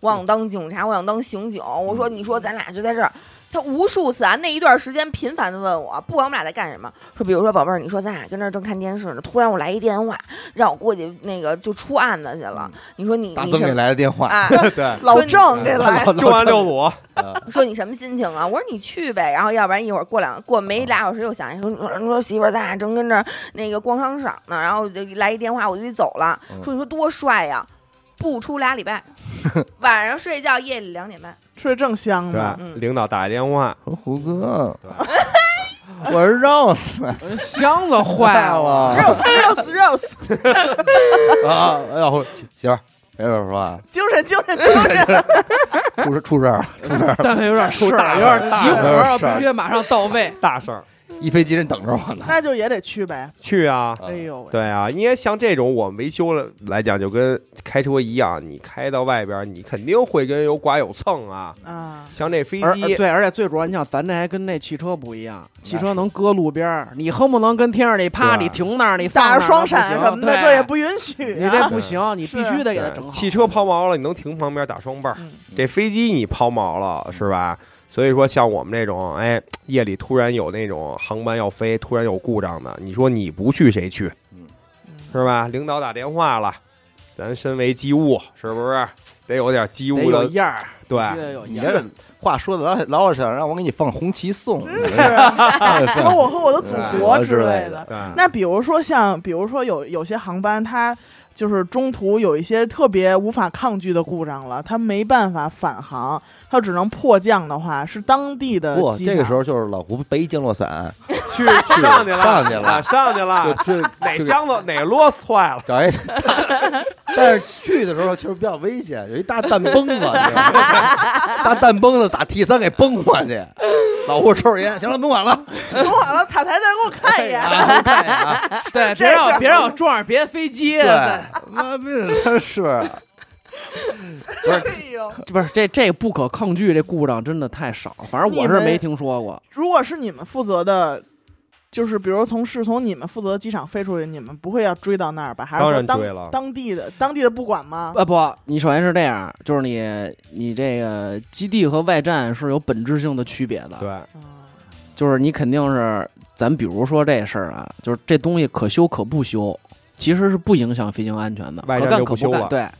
S2: 我想当警察，我想当刑警。我
S5: 嗯
S2: 说，你说咱俩就在这儿。他无数次啊，那一段时间频繁的问我，不管我们俩在干什么，说比如说宝贝儿，你说咱俩跟这儿正看电视呢，突然我来一电话，让我过去那个就出案子去了。你说你
S5: 嗯大
S2: 你
S5: 曾
S2: 什
S5: 给
S2: 么
S5: 来了电话，
S2: 啊？
S4: 对，
S1: [laughs]
S4: [laughs]
S1: 老郑这来
S5: 老
S4: 重案六组，
S2: 说你什么心情啊？我说你去呗，然后要不然一会儿过两过没俩小时又想起说，你说你说媳妇儿，咱俩正跟这儿那个逛商场呢，然后就来一电话我就得走了，
S5: 嗯
S2: 说你说多帅呀、不出俩礼拜，晚上睡觉夜里两点 [laughs] 半，
S1: 睡正香呢，
S4: 对，
S2: 嗯
S4: 领导打一电话，
S5: 说胡哥，我是 Rose
S3: 箱子 [laughs] 坏
S5: [laughs]
S3: [laughs] 了，
S5: 了
S1: Rose Rose Rose，
S5: 啊，哎呀，我媳妇儿，没有说啊，
S1: [laughs] 精神精神精神，
S5: 出事出事儿了，
S3: 但凡有点事
S4: 出
S3: 儿，啊
S4: 大
S3: 有
S4: 事儿
S3: 点急活
S5: 大
S3: 儿，
S5: 事儿
S3: 必须马上到位。
S4: 大事儿，
S5: 一飞机人等着我呢。
S1: 那就也得去呗。
S4: 去啊，
S5: 啊
S1: 哎呦喂，
S4: 对啊，因为像这种我们维修了来讲，就跟开车一样，你开到外边儿，你肯定会跟有剐有蹭啊。
S1: 啊，
S4: 像这飞
S3: [laughs] 而呃
S4: 机，
S3: 对，而且最主要，你想咱这还跟那汽车不一样，汽车能搁路边儿，你恨不能跟天上你啪，
S4: 对
S3: 你停那儿，你放
S1: 打着
S3: 那儿
S1: 双闪
S3: 不行
S1: 什么的，
S3: 对
S1: 这也不允许 [laughs]
S3: 你
S1: 啊。
S3: 这不行，你必须得给它整
S4: 对
S3: 好。
S4: 汽车抛锚了，你能停旁边打双倍儿。
S1: 嗯
S4: 这飞机你抛锚了是吧？所以说，像我们这种，哎，夜里突然有那种航班要飞，突然有故障的，你说你不去谁去？是吧？领导打电话了，咱身为机务，是不是得有点机
S3: 得
S4: 务
S3: 有
S4: 的？
S3: 样儿，必须
S4: 对，
S3: 得有
S5: 你
S3: 样
S5: 这
S3: 儿
S5: 个。话说的老老想让我给你放红旗颂， [laughs]
S1: 真是什么我和我的祖
S5: 啊
S1: 国之类的。
S4: 对，
S5: 嗯
S1: 那比如说像，比如说有有些航班，它就是中途有一些特别无法抗拒的故障了，它没办法返航，它只能迫降的话，是当地的
S5: 不，
S1: 机
S5: 这个
S1: 场
S5: 时候就是老胡背一降落 [laughs] 伞，
S4: 去上去了，
S5: 上去了
S4: 啊上去了。
S5: [laughs] 就是
S4: 哪箱子哪螺丝坏了？
S1: [laughs]
S5: 找一，但是去的时候其实比较危险，有一大弹崩子，你
S1: [laughs]
S5: 知道吗大弹崩子打 T 三给崩过去，老胡抽着烟，行了，甭管了，
S1: [laughs] 等我好了，塔台再给我看一眼。
S5: 啊看一眼啊
S3: 对，别让别让我撞上别的飞机。
S5: 对
S3: 在，
S5: 妈逼，真是
S1: 哎呦，
S3: 不是这这不可抗拒，这故障真的太少，反正我
S1: 你
S3: 是
S1: 们啊
S3: 没听说过。
S1: 如果是你们负责的。就是比如从是从你们负责的机场飞出去，你们不会要追到那儿吧？还是
S4: 当
S1: 说
S4: 然
S1: 当
S4: 追了
S1: 当地的当地的不管吗？
S3: 啊不，你首先是这样，就是你你这个基地和外站是有本质性的区别的。
S4: 对，
S1: 啊
S3: 就是你肯定是，咱比如说这事儿啊，就是这东西可修可不修，其实是不影响飞行安全的，
S4: 外
S3: 可
S4: 站
S3: 干
S4: 就
S3: 可
S4: 不修
S3: 干
S4: 了
S3: 对，
S1: 啊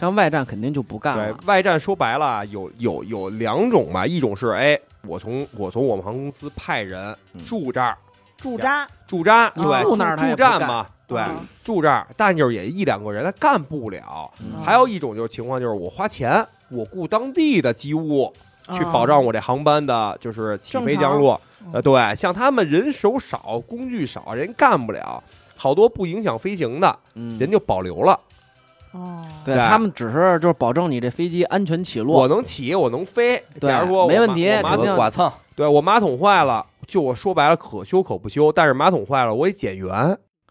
S3: 像外站肯定就不干
S4: 对
S3: 了，
S4: 外站说白了有有有两种吧，一种是哎，我从我从我们航空公司派人
S5: 嗯
S4: 驻这儿
S1: 驻扎
S4: 驻扎，
S1: 你住
S4: 对，驻
S3: 啊那儿他也
S4: 驻
S3: 不
S4: 站
S3: 干
S4: 嘛，对
S1: 啊，
S4: 驻这儿，但就是也一两个人他干不了。
S3: 嗯
S4: 还有一种就是情况就是我花钱，我雇当地的机务去
S1: 啊
S4: 保障我这航班的，就是起飞
S1: 正常
S4: 降落
S1: 嗯。
S4: 呃，对，像他们人手少，工具少，人干不了，好多不影响飞行的，
S3: 嗯，
S4: 人就保留了。
S1: 哦，
S3: 对
S4: 对
S3: 他们只是就是保证你这飞机安全起落，
S4: 我能起，我能飞。
S3: 对
S4: 假如说我
S3: 没问
S4: 马
S3: 题
S4: 我马
S3: 肯定
S4: 桶
S5: 剐蹭，
S4: 对我马桶坏了，就我说白了可修可不修，但是马桶坏了我也减员，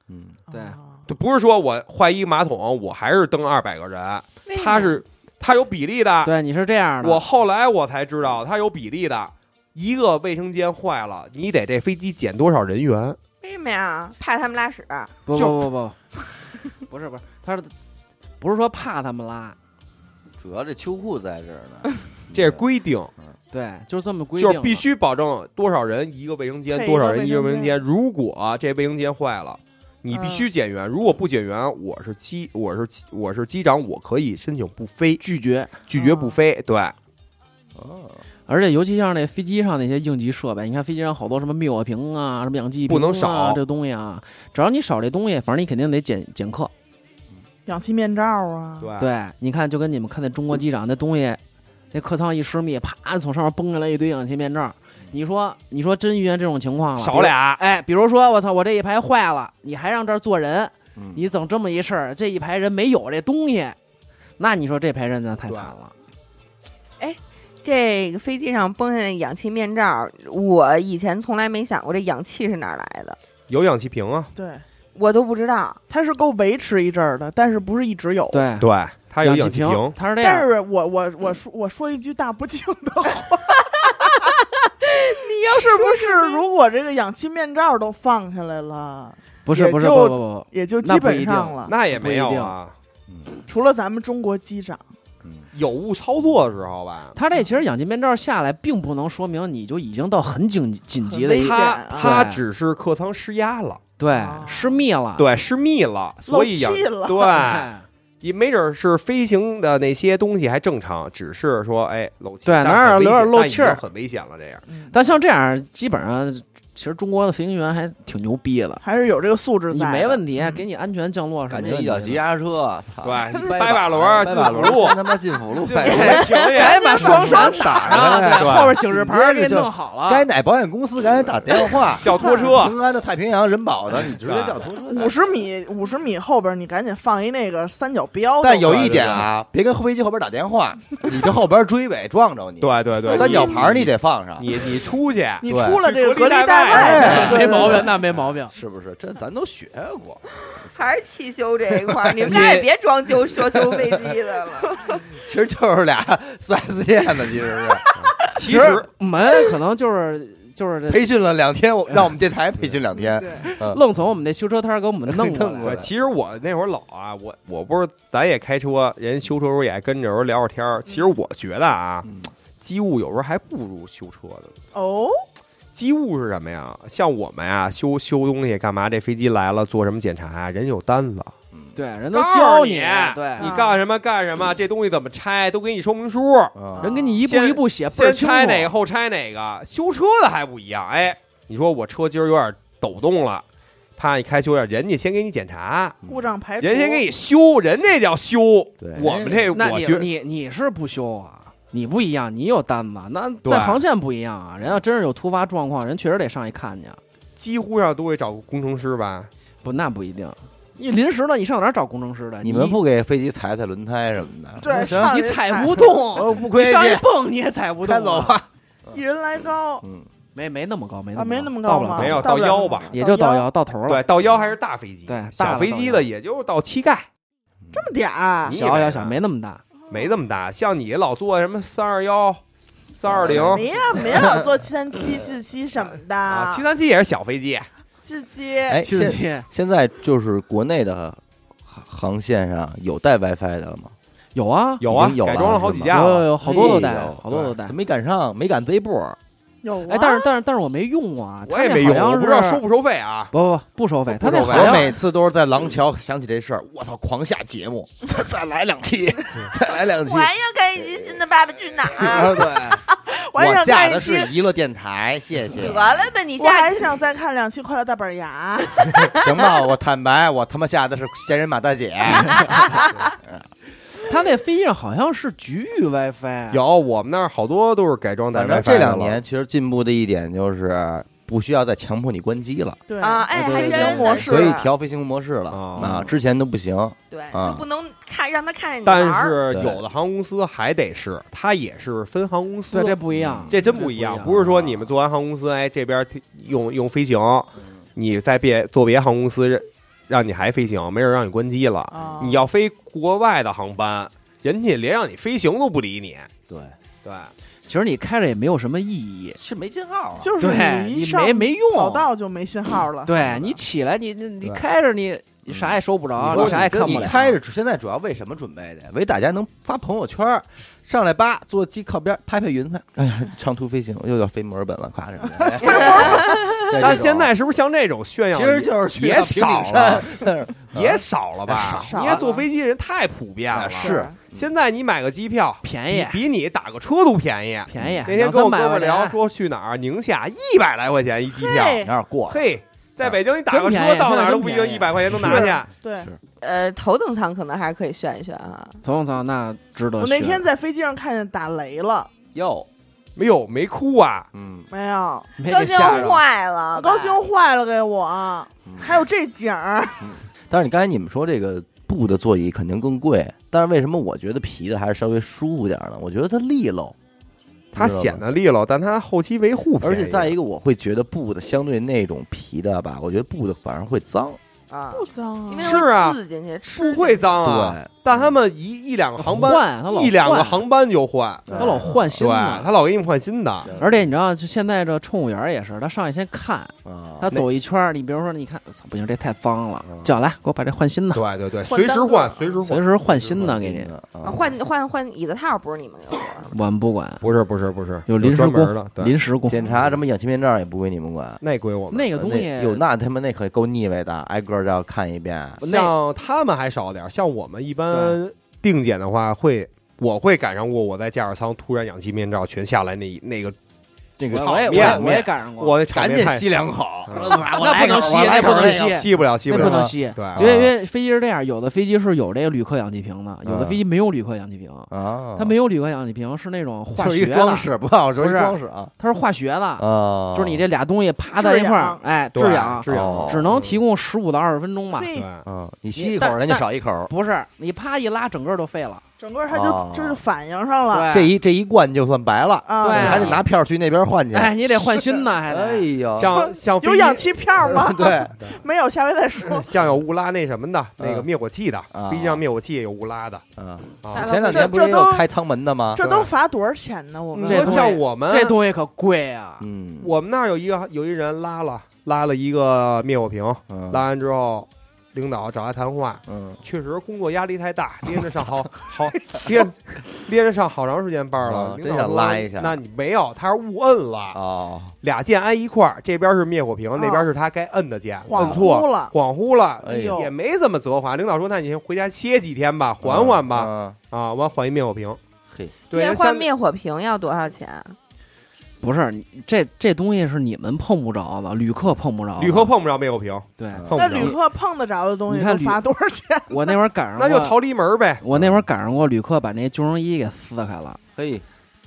S5: 嗯，
S3: 对
S1: 啊
S4: 就不是说我坏一马桶我还是蹬二百个人，他是他有比例的。
S3: 对，你是这样的，
S4: 我后来我才知道他有比例的，一个卫生间坏了，你得这飞机减多少人员？
S2: 为什么呀？怕他们拉屎，
S3: 不
S4: 就
S3: 不不 [laughs] 不，不是不是，他是不是说怕他们拉？
S5: 主要这秋裤在这儿呢， [laughs]
S4: 这
S5: 嗯
S4: 是规定，
S3: 对，就是这么规定
S4: 就
S3: 的，
S4: 是必须保证多少人一个卫生间，
S1: 配一个
S4: 多少人一个
S1: 卫
S4: 卫
S1: 生
S4: 生
S1: 间嗯
S4: 间。如果这卫生间坏了，你必须减员。如果不减员，我是机，我是机我是机长，我可以申请不飞，
S3: 拒绝，
S4: 拒绝不飞。对，
S5: 哦，
S3: 而且尤其像那飞机上那些应急设备，你看飞机上好多什么灭火瓶啊，什么氧气瓶、啊、
S4: 不能少
S3: 这东西啊，只要你少这东西，反正你肯定得减减课。
S4: 啊
S1: 氧气面罩啊，
S4: 对
S3: 对，你看，就跟你们看那中国机长那东西，那客舱一十米，啪从上面崩下来一堆氧气面罩。你说，你说真遇见这种情况了，比
S4: 少
S3: 如。
S4: 俩。
S3: 哎，比如说我操，我这一排坏了，你还让这儿坐人，
S5: 嗯
S3: 你整这么一事儿，这一排人没有这东西，那你说这排人那太惨了。
S2: 这个飞机上崩下来氧气面罩，我以前从来没想过这氧气是哪儿来的，
S4: 有氧气瓶啊，
S1: 对，
S2: 我都不知道。
S1: 它是够维持一阵儿的，但是不是一直有。
S3: 对，
S4: 对，它有氧
S3: 氧
S4: 气
S3: 瓶
S4: 瓶，，
S3: 它是这
S1: 但
S3: 样。
S1: 是我我我说我说一句大不敬的话，
S2: 你要
S1: 是不是如果这个氧气面罩都放下来了，
S3: 不是
S1: 也
S3: 不是
S1: 就
S3: 不不不不，
S1: 也就
S3: 那
S1: 基
S3: 不一
S1: 本
S3: 定
S1: 上了。
S4: 那也没有啊，
S5: 嗯
S1: 除了咱们中国机长，
S5: 嗯，
S4: 有误操作的时候吧。
S3: 它这其实氧气面罩下来，并不能说明你就已经到很紧紧急
S1: 很
S3: 的
S1: 危
S3: 一
S1: 险
S3: 个
S4: 它
S1: 啊
S4: 它
S3: 对
S4: 只是客舱失压了，
S3: 对
S1: 啊
S3: 失密了，
S4: 对，失密了，所以氧
S1: 漏气了 [laughs]
S4: 对，也没准是飞行的那些东西还正常，只是说哎漏气，
S3: 对
S4: 但是
S3: 哪儿
S4: 很
S3: 有点漏
S4: 危险但已
S3: 气儿
S4: 经很危险了这样。
S3: 但像这样，基本上其实中国的飞行员还挺牛逼的，
S1: 还是有这个素质
S3: 你
S1: 在的。
S3: 没问题，
S1: 嗯
S3: 给你安全降落是
S5: 赶
S3: 没
S5: 紧
S3: 问题的。
S5: 一脚急刹车，操，
S4: 对
S5: 掰
S4: 掰把轮儿
S5: 掰
S4: 进
S5: 把轮儿
S4: 辅路
S5: 先他妈进辅
S4: [laughs]
S5: 路，
S4: 进
S5: 掰
S4: 辅
S5: 轮
S4: 路
S5: 儿
S4: 停
S3: 赶
S4: 下，
S3: 紧把双闪打
S1: 哎
S3: 上，
S5: 对
S3: 对，
S4: 对。
S3: 后边警示牌儿给你
S5: 紧接着就
S3: 弄好了。
S5: 该
S3: [laughs]
S5: 哪保险公司赶紧打电话
S4: 叫拖车，
S5: 平安的太平洋人保的，你直接
S4: 对
S5: 叫拖车。
S1: 五十米五十米后边儿，你赶紧放一那个三角标。
S5: 但有一点啊，别跟飞机后边打电话， [laughs] 你就后边追尾撞着你。，
S4: 对对对，
S5: 三角牌儿你得放上。
S4: 你你出去，
S1: 你
S5: 对
S1: 出了这个
S4: 去隔
S1: 离
S4: 离
S3: 带
S4: 带
S1: 对
S3: 没
S1: 对
S3: 毛
S1: 对 [laughs]
S3: 病，那没毛病。
S5: 是不是？这咱都学过，
S2: 还是汽修这一块儿，你们俩也别装修说修飞机的 [laughs] 了。
S5: 其实就是俩 [laughs] 四 S 店的，其实是
S4: 其实
S3: 我们可能就是 [coughs] 就是
S5: 培训了两天，我让我们电台培训两天，
S1: 对，
S3: 愣从我们那修车摊儿给我们弄过
S5: 哎弄
S3: 来
S5: 过
S4: 对
S5: 来
S3: 了。
S4: 其实我那会儿老啊，我我不是咱也开车，人修车时候也爱跟着有时候聊聊天儿。其实我觉得啊，
S5: 嗯
S4: 机务有时候还不如修车的。
S1: 哦，
S4: 机务是什么呀？像我们啊，修修东西干嘛？这飞机来了，做什么检查啊？人有单子，
S3: 对，人都
S4: 告诉
S3: 教
S4: 你
S3: 对，
S4: 你干什么干什么，这东西怎么拆都给你说明书，
S5: 啊
S3: 人给你一步
S4: 先
S3: 一步写，倍
S4: 先
S3: 儿清
S4: 拆哪个
S3: 楚。
S4: 后拆哪个。修车的还不一样，哎，你说我车今儿有点抖动了，啪一开修点，人家先给你检查，
S1: 故障排除，
S4: 人先给你修，人这叫修。
S5: 对
S4: 我们这
S3: 哎那
S4: 我
S3: 你
S4: 觉
S3: 你你是不修啊？你不一样，你有单子，那
S4: 对
S3: 在航线不一样啊。人要真是有突发状况，人确实得上去看去。啊
S4: 几乎上都会找工程师吧？
S3: 不，那不一定。你临时的，你上哪儿找工程师的？
S5: 你们不给飞机踩踩轮胎什么的？
S1: 对，
S5: 行，
S1: 上
S3: 你
S1: 去
S3: 踩不动，
S5: [laughs] 我不
S3: 你
S5: 亏
S3: 上去
S5: 欠。
S3: 蹦你也踩不动。啊
S5: 开走吧，
S1: 一人来高
S5: 嗯，
S3: 没没那么高，没
S1: 啊，没那么
S3: 到
S1: 高
S3: 不了
S1: 吗？
S3: 没
S4: 有
S1: 到不
S4: 到
S1: 了
S4: 腰
S1: 那么
S4: 吧
S1: 高
S3: 也就
S1: 到
S3: 到，腰到头了。
S4: 对，到腰还是大飞机，
S3: 对大
S4: 小
S3: 的
S4: 飞
S3: 到
S4: 机
S3: 腰
S4: 的也就到膝盖，
S1: 这么点
S5: 啊
S1: 儿
S4: 你以为
S3: 小小小
S4: 呢
S3: 没那么大，
S4: 没这么大。像你老做什么三二幺、三二零
S1: 没呀，没老做七三七、四七什么
S4: 啊，
S1: 的
S4: 七，三七也是小飞机，
S1: 四七
S5: 哎，
S3: 亲
S5: 现
S3: 戚
S5: 现在就是国内的航航线上有带 WiFi 的了吗？
S3: 有啊，
S4: 有啊
S5: 已经，有
S4: 改
S5: 了
S4: 装了
S5: 是
S4: 好几
S5: 吗
S4: 架
S3: 有有
S4: 了。
S3: 有，好多都带
S5: 哎呦，
S3: 好多都带
S5: 怎。么没赶上，没赶这一波儿。
S1: 有
S3: 哎
S1: 啊，，
S3: 但是但是但是我没用过啊，
S4: 我
S3: 他
S4: 也
S3: 那
S4: 没
S3: 好
S4: 用，
S3: 像
S4: 我不知道
S3: 是
S4: 收不收费啊。
S3: 不不不不收费，他那
S4: 收
S3: 好
S4: 费
S5: 我
S3: 像
S5: 每次都是在廊桥想起这事儿，我操，狂下节目， [laughs] 再来两期， [laughs] 再来两期
S2: 我。还要看一集新的《爸爸去哪儿
S5: 啊，对，
S1: 我还
S5: 我
S1: 想
S5: 下
S1: 看
S5: 的
S1: 一期
S5: 是，娱乐电台，谢》。谢
S2: 得。了吧，你
S1: 我
S2: 下
S1: 还想再看两期《快乐大本牙》。
S5: [laughs] 行吧，我坦白，我他妈下的是闲人马大姐。
S3: 他那飞机上好像是局域 WiFi，啊
S4: 有我们那儿好多都是改装带
S5: 反正
S4: WiFi
S5: 这两
S4: 的了
S5: 年嗯其实进步的一点就是不需要再强迫你关机了，
S1: 对
S2: 啊，哎，
S3: 对
S2: 还
S3: 飞
S2: 真
S3: 行
S2: 的
S1: 模
S2: 是
S1: 式
S5: 所以调飞行模式了
S4: 哦
S5: 啊，之前都不行。
S2: 对，
S5: 啊
S2: 就不能看让他看见你玩
S4: 嗯但
S2: 儿。
S4: 是
S5: 对
S4: 有的航空公司还得是，它也是分航空公司
S3: 对，，这不一样，
S4: 这真
S3: 不
S4: 不一样，啊
S3: 样
S4: 不是说你们做完航空公司，哎，这边用用飞行，你再别做别航空公司，让你还飞行，没人让你关机了。
S1: 啊
S4: 你要飞国外的航班，人家连让你飞行都不理你。
S5: 对，
S4: 对，
S3: 其实你开着也没有什么意义，
S5: 是没信号啊。
S1: 就是
S3: 对
S1: 一
S3: 你
S1: 上
S3: 没没
S1: 跑
S3: 用，
S1: 道就没信号
S4: 啊
S1: 了。
S3: 对你起来你你你
S5: 对
S3: 开着你
S4: 嗯
S3: 你啥也收不着，
S5: 你说
S3: 啊啥也看不
S5: 你
S3: 了，
S5: 开着现在主要为什么准备的？为大家能发朋友圈儿，上来叭坐机靠边拍拍云彩。哎呀，长途飞行又要飞墨尔本了，夸什么 [laughs] 的。
S4: 但现在是不是像这种炫耀
S5: 其实就是去
S4: 也
S5: 趟平
S4: 少
S5: 顶
S4: 了
S5: 山，，
S4: 也嗯少了吧？
S1: 少
S4: 因为坐飞机人太普遍了。
S5: 哎是
S4: 现在你买个机票
S3: 便宜啊
S4: 比比你打个车都便宜。
S3: 哎便宜，
S4: 那天
S3: 两
S4: 跟我
S3: 三百
S4: 哥们
S3: 块
S4: 儿聊
S3: 钱，
S4: 说去哪儿，宁夏一百来块钱一机票，
S1: 嘿
S5: 有点过了。
S4: 嘿，在北京你打个
S3: 啊真
S4: 车
S3: 便宜
S4: 到哪
S3: 现在
S4: 儿都
S3: 真
S4: 不一
S3: 便
S4: 定
S3: 宜
S4: 一百块钱能拿去。
S1: 对，
S2: 呃，头等舱可能还是可以炫一炫啊。
S3: 头等舱那值得
S1: 我
S3: 选。
S1: 那天在飞机上看见打雷了，
S5: 哟，
S4: 没有，没哭啊！
S5: 嗯，
S1: 没有，
S3: 没
S2: 高
S3: 给
S2: 兴
S3: 吓着，
S2: 坏了
S1: 我
S2: 吧，
S1: 高兴坏了，给我。啊还有这景儿，
S5: 但是你刚才你们说这个布的座椅肯定更贵，但是为什么我觉得皮的还是稍微舒服点儿呢？我觉得它利落，
S4: 它
S5: 知道吧
S4: 显得利落，但它后期维护便宜
S5: 而且再一个，我会觉得布的相对那种皮的吧，我觉得布的反而会脏。
S1: [laughs]
S2: 啊，
S1: 不脏
S2: 因
S1: 啊
S2: 为。
S4: 是啊
S2: 会刺进去，吃
S4: 不会脏啊。
S5: 对，
S4: 但他们一一两个航班，
S3: 换他老
S4: 一两个
S3: 换
S4: 航班就换，
S5: 对
S3: 他老换新
S4: 对，
S3: 的。
S4: 他老给你换新的。
S3: 而且你知道，就现在这乘务员也是，他上去先看，
S5: 啊，
S3: 他走一圈儿，你比如说，你看，我操，不行，这太脏了，叫来给我把这换新的，
S4: 对对对，
S1: 换
S4: 随时
S1: 单
S4: 换，
S1: 个
S4: 随时
S3: 随
S4: 换。
S3: 时换新的给
S5: 你
S3: 你。
S2: 啊换换换椅子套，不是你们给我
S4: [laughs]
S2: 的。
S3: 我们不管，
S4: 不是不是不是，
S3: 有临时
S4: 专门
S3: 工
S4: 的，对，
S3: 临时工
S5: 检查什么氧气面罩也不归你们管。呃
S4: 那归我们。
S3: 那个东西
S5: 那有那他妈那可够腻歪的，挨个儿要看一遍。
S3: 那
S4: 像他们还少点儿，像我们一般定检的话，会我会赶上过我在驾驶舱突然氧气面罩全下来那一那个
S5: 这
S3: 我我也我也
S4: 场面
S3: 我也赶上过，
S4: 我的场面太
S5: 两口，
S3: 那不能吸，
S5: 我
S3: 那
S5: 来一口
S3: 不能
S5: 我来一
S3: 吸，
S4: 吸不了吸
S3: 那
S4: 不
S3: 不
S4: 了
S3: 能。吸。
S4: 对，
S5: 啊
S3: 因为因为飞机是这样，有的飞机是有这个铝克氧气瓶的，有的飞机没有铝克氧气瓶，
S5: 啊，
S3: 它没有铝克氧气瓶是那种化
S5: 就是一
S3: 学
S5: 个
S3: 的，
S5: 装饰，不要说
S3: 不
S5: 一
S3: 是
S5: 装饰啊
S3: 它是化学的，
S5: 啊，
S3: 就是你这俩东西啪在一块儿，哎，
S4: 对
S3: 制氧，哎
S4: 制氧
S5: 哦
S3: 只能提供十五到二十分钟吧。
S1: 嘿
S4: 对
S5: 啊，你吸一
S3: 你
S5: 口
S3: 但
S5: 人家
S3: 但
S5: 少一口，
S3: 不是，你啪一拉，整个都废了。
S1: 整个它就、
S5: 哦
S1: 这就反应上
S3: 哎
S1: 了
S5: 这一这一罐就算白了，
S1: 啊，
S3: 对
S5: 你还得拿票去那边换去。
S3: 哎，你得换新的，还
S5: 哎
S3: 得。
S5: 呦，？
S4: 像像飞
S1: 有
S4: 机
S1: 氧气片吗
S5: 对，啊
S1: 没有，下回再说。
S4: [laughs] 像有乌拉那什么的，那个
S5: 嗯
S4: 灭火器的，
S5: 啊
S4: 飞机上灭火器有乌拉的
S5: 嗯，
S4: 啊
S2: 大。
S5: 前两
S1: 这
S5: 年不是
S1: 这
S5: 也有
S1: 都
S5: 开舱门的吗？
S1: 这都罚多少钱呢？我
S4: 你
S1: 们
S3: 嗯这
S4: 说
S3: 东西
S4: 像我们
S3: 这东西可贵啊！
S5: 嗯，
S4: 我们那儿有一个有一人拉了拉了一个灭火瓶，
S5: 嗯
S4: 拉完之后，领导找他谈话，
S5: 嗯
S4: 确实工作压力太
S5: [laughs]
S4: 大，连着上好好连连着上好长时间班了
S5: 啊，
S4: 领导
S5: 真想
S4: 说
S5: 拉一下
S4: 那你没有，他是误摁了，
S5: 哦，
S4: 俩键挨一块儿，这边是灭火
S5: 啊
S4: 瓶，那边是他该摁的键，
S1: 恍
S4: 摁错
S1: 惚。了，
S4: 恍惚了，
S5: 哎
S1: 呦
S4: 也没怎么责罚。领导说：“那你先回家歇几天吧，缓缓吧。
S5: 吧。
S4: 啊，我要换一灭火瓶。
S5: 嘿，
S4: 对，
S2: 换
S4: 像
S2: 灭火瓶要多少钱？啊
S3: 不是，你这这东西是你们碰不着的，旅客碰不着的。
S4: 旅客碰不着灭火瓶，
S3: 对，
S5: 嗯
S4: 碰
S1: 那
S4: 不着
S1: 旅，客碰得着的东西
S3: 你看
S1: 都
S3: 旅
S1: 罚多少
S3: [laughs]
S1: 钱？
S3: 我那会儿赶上
S4: 那就
S5: 啊
S3: 过
S4: 逃离门呗。
S3: 我那会儿赶上过旅客把那救生衣给撕开了，
S5: 嘿，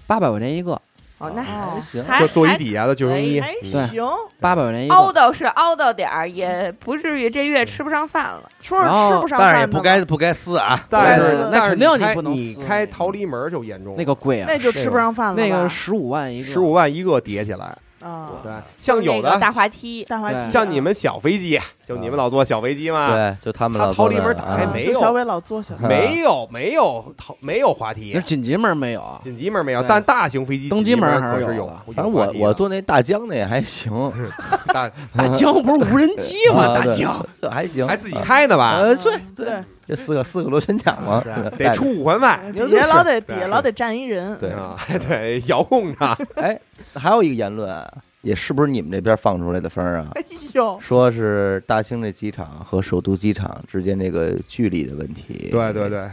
S3: 八百块钱一个，
S2: 哦，那
S1: 哦
S2: 还
S5: 行
S2: 还
S4: 就座椅
S2: 还
S4: 底下的救生衣，
S1: 哎，
S3: 对
S1: 行，
S3: 八百块钱一
S2: 凹
S3: 个。
S2: 到是凹到点儿，也不至于这月吃不上饭了。
S1: 说
S3: 然后
S1: 是吃不上
S5: 但
S1: 饭的
S5: 是也
S1: 吧
S5: 不该不该撕啊。
S4: 但
S1: 对
S4: 是
S1: 那
S4: 但是
S3: 肯定你
S4: 开
S3: 不能
S4: 你
S3: 撕
S4: 开逃离门就严重了，
S3: 那个贵啊，
S1: 那就吃不上饭了吧。
S3: 那个十五万一个，
S4: 十五万一个叠起来，
S1: 啊，
S4: 对，像嗯有
S2: 那个
S4: 的
S2: 大嗯滑梯，
S1: 大滑
S3: 对
S1: 梯，
S4: 像你们小飞机，就你们老坐小飞机嘛，
S5: 嗯对，嗯就他们
S4: 啊他
S5: 老
S4: 逃
S5: 坐
S4: 离
S5: 那
S4: 门
S5: 儿
S4: 打
S5: 啊
S4: 开
S1: 啊
S4: 没
S1: 就
S4: 有
S1: 小伟老坐
S5: [laughs]
S1: 小，
S4: 没有没有逃没有滑
S3: 那
S4: 梯，
S3: 紧急门没有，
S4: 紧急门没有，
S3: 对
S4: 但大型飞机
S3: 登
S4: 机
S3: 机门还
S4: 可
S3: 是
S4: 是
S3: 有
S4: 有
S3: 的，
S5: 反正
S4: 滑
S5: 我
S4: 梯的
S5: 我坐那大疆那也还行，
S4: 大
S3: 大疆不是无人机吗？
S5: 啊
S3: 大
S5: 对
S3: 疆，
S5: 这还行，
S4: 还自己
S5: 啊
S4: 开呢吧，
S5: 呃，对
S1: 对，
S5: 这四个四个螺旋桨嘛，
S4: 啊
S5: [laughs]
S4: 得出五环外，
S1: 底下老得
S4: 对
S1: 底下老得站一人，
S5: 对。
S4: 啊，对，遥控的，
S5: 哎，还有一个言论，也是不是你们这边放出来的风儿啊？
S1: 哎呦，
S5: 说是大兴这机场和首都机场之间这个距离的问题。
S4: 对对，对，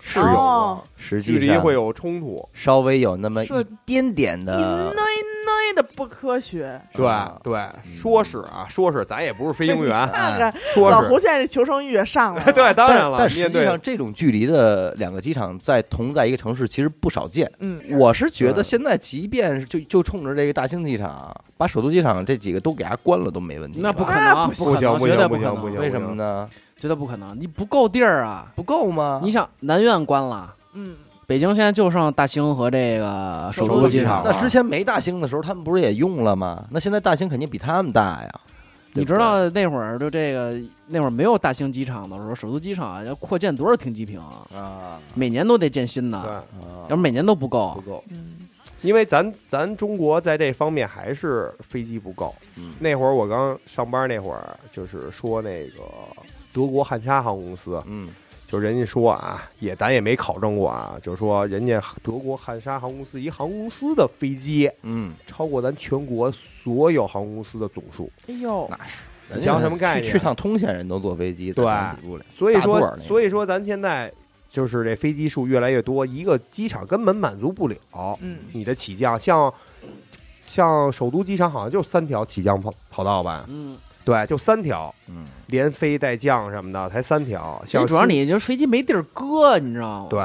S4: 是有
S1: 哦
S4: 的，
S5: 实际
S4: 距离
S5: 上
S4: 会有冲突，
S5: 稍微有那么一
S1: 是
S5: 点点
S1: 一
S5: 的
S1: 奶，奶的不科学。
S4: 对
S5: 啊
S4: 对，说是啊，说是，咱也不是飞
S5: [laughs]
S4: 行员，
S1: 看看
S4: 说
S1: 老
S4: 是
S1: 胡，现在这求生欲也上来了，
S4: [laughs] 对，当然了
S5: 但，实
S4: 面
S5: 际
S4: 对
S5: 上这种距离的两个机场在同在一个城市其实不少见。
S1: 嗯，
S5: 我是觉
S4: 对
S5: 得现在即便是就就冲着这个大兴机场，把首都机场这几个都给它关了都没问题吧。
S3: 那不可
S1: 那
S3: 能，
S1: 不
S3: 可
S4: 行
S3: 能，
S4: 不
S3: 绝
S4: 行
S3: 对
S4: 不
S3: 可
S4: 行不
S3: 能
S4: 行，
S5: 为什么呢？
S3: 绝对不可能，你不够地儿啊！
S5: 不够吗？
S3: 你想，南苑关了，
S1: 嗯，
S3: 北京现在就剩大兴和这个首
S1: 首都
S3: 都机
S1: 机
S3: 场啊
S1: 场
S3: 了。
S5: 那之前没大兴的时候，他们不是也用了吗？那现在大兴肯定比他们大呀。
S3: 你
S5: 对不
S3: 知道那会儿就这个那会儿没有大兴机场的时候，首都机场啊要扩建多少停机坪啊？
S5: 对啊？
S3: 每年都得建新的，
S4: 对
S5: 啊
S3: 要是每年都不
S4: 不
S3: 够，
S4: 够。
S1: 嗯
S4: 因为咱咱中国在这方面还是飞机不够。
S5: 嗯
S4: 那会儿我刚上班那会儿，就是说那个德国汉莎航空公司，
S5: 嗯
S4: 就人家说啊，也咱也没考证过啊，就是说人家德国汉莎航空公司一航空公司的飞机
S5: 嗯，
S4: 超过咱全国所有航空公司的总数，
S1: 哎呦，
S5: 那是。
S4: 你想什么概念
S5: 去去趟通县人都坐飞机，
S4: 对
S5: 咱比不了
S4: 所以
S5: 大座
S4: 说
S5: 儿那个
S4: 所以说咱现在就是这飞机数越来越多，一个机场根本满足不了
S1: 嗯，
S4: 你的起降，像像首都机场好像就三条起降跑跑道吧，
S3: 嗯，
S4: 对，就三条。
S5: 嗯，
S4: 连飞带降什么的，才三条。像
S3: 主要
S4: 新
S3: 你就是飞机没地儿搁，你知道吗？
S4: 对，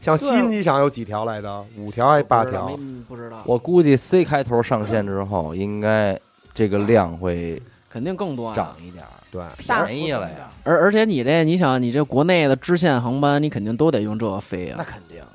S4: 像新机场有几条来的？五条还是八条
S3: 没？嗯不知道，
S5: 我估计 C 开头上线之后，应该这个量会
S3: 肯定更多呀。
S5: 涨一点儿，
S4: 对，
S1: 大
S5: 便宜了呀。
S3: 而而且你这，你想，你这国内的支线航班，你肯定都得用这个飞啊，
S5: 肯定啊，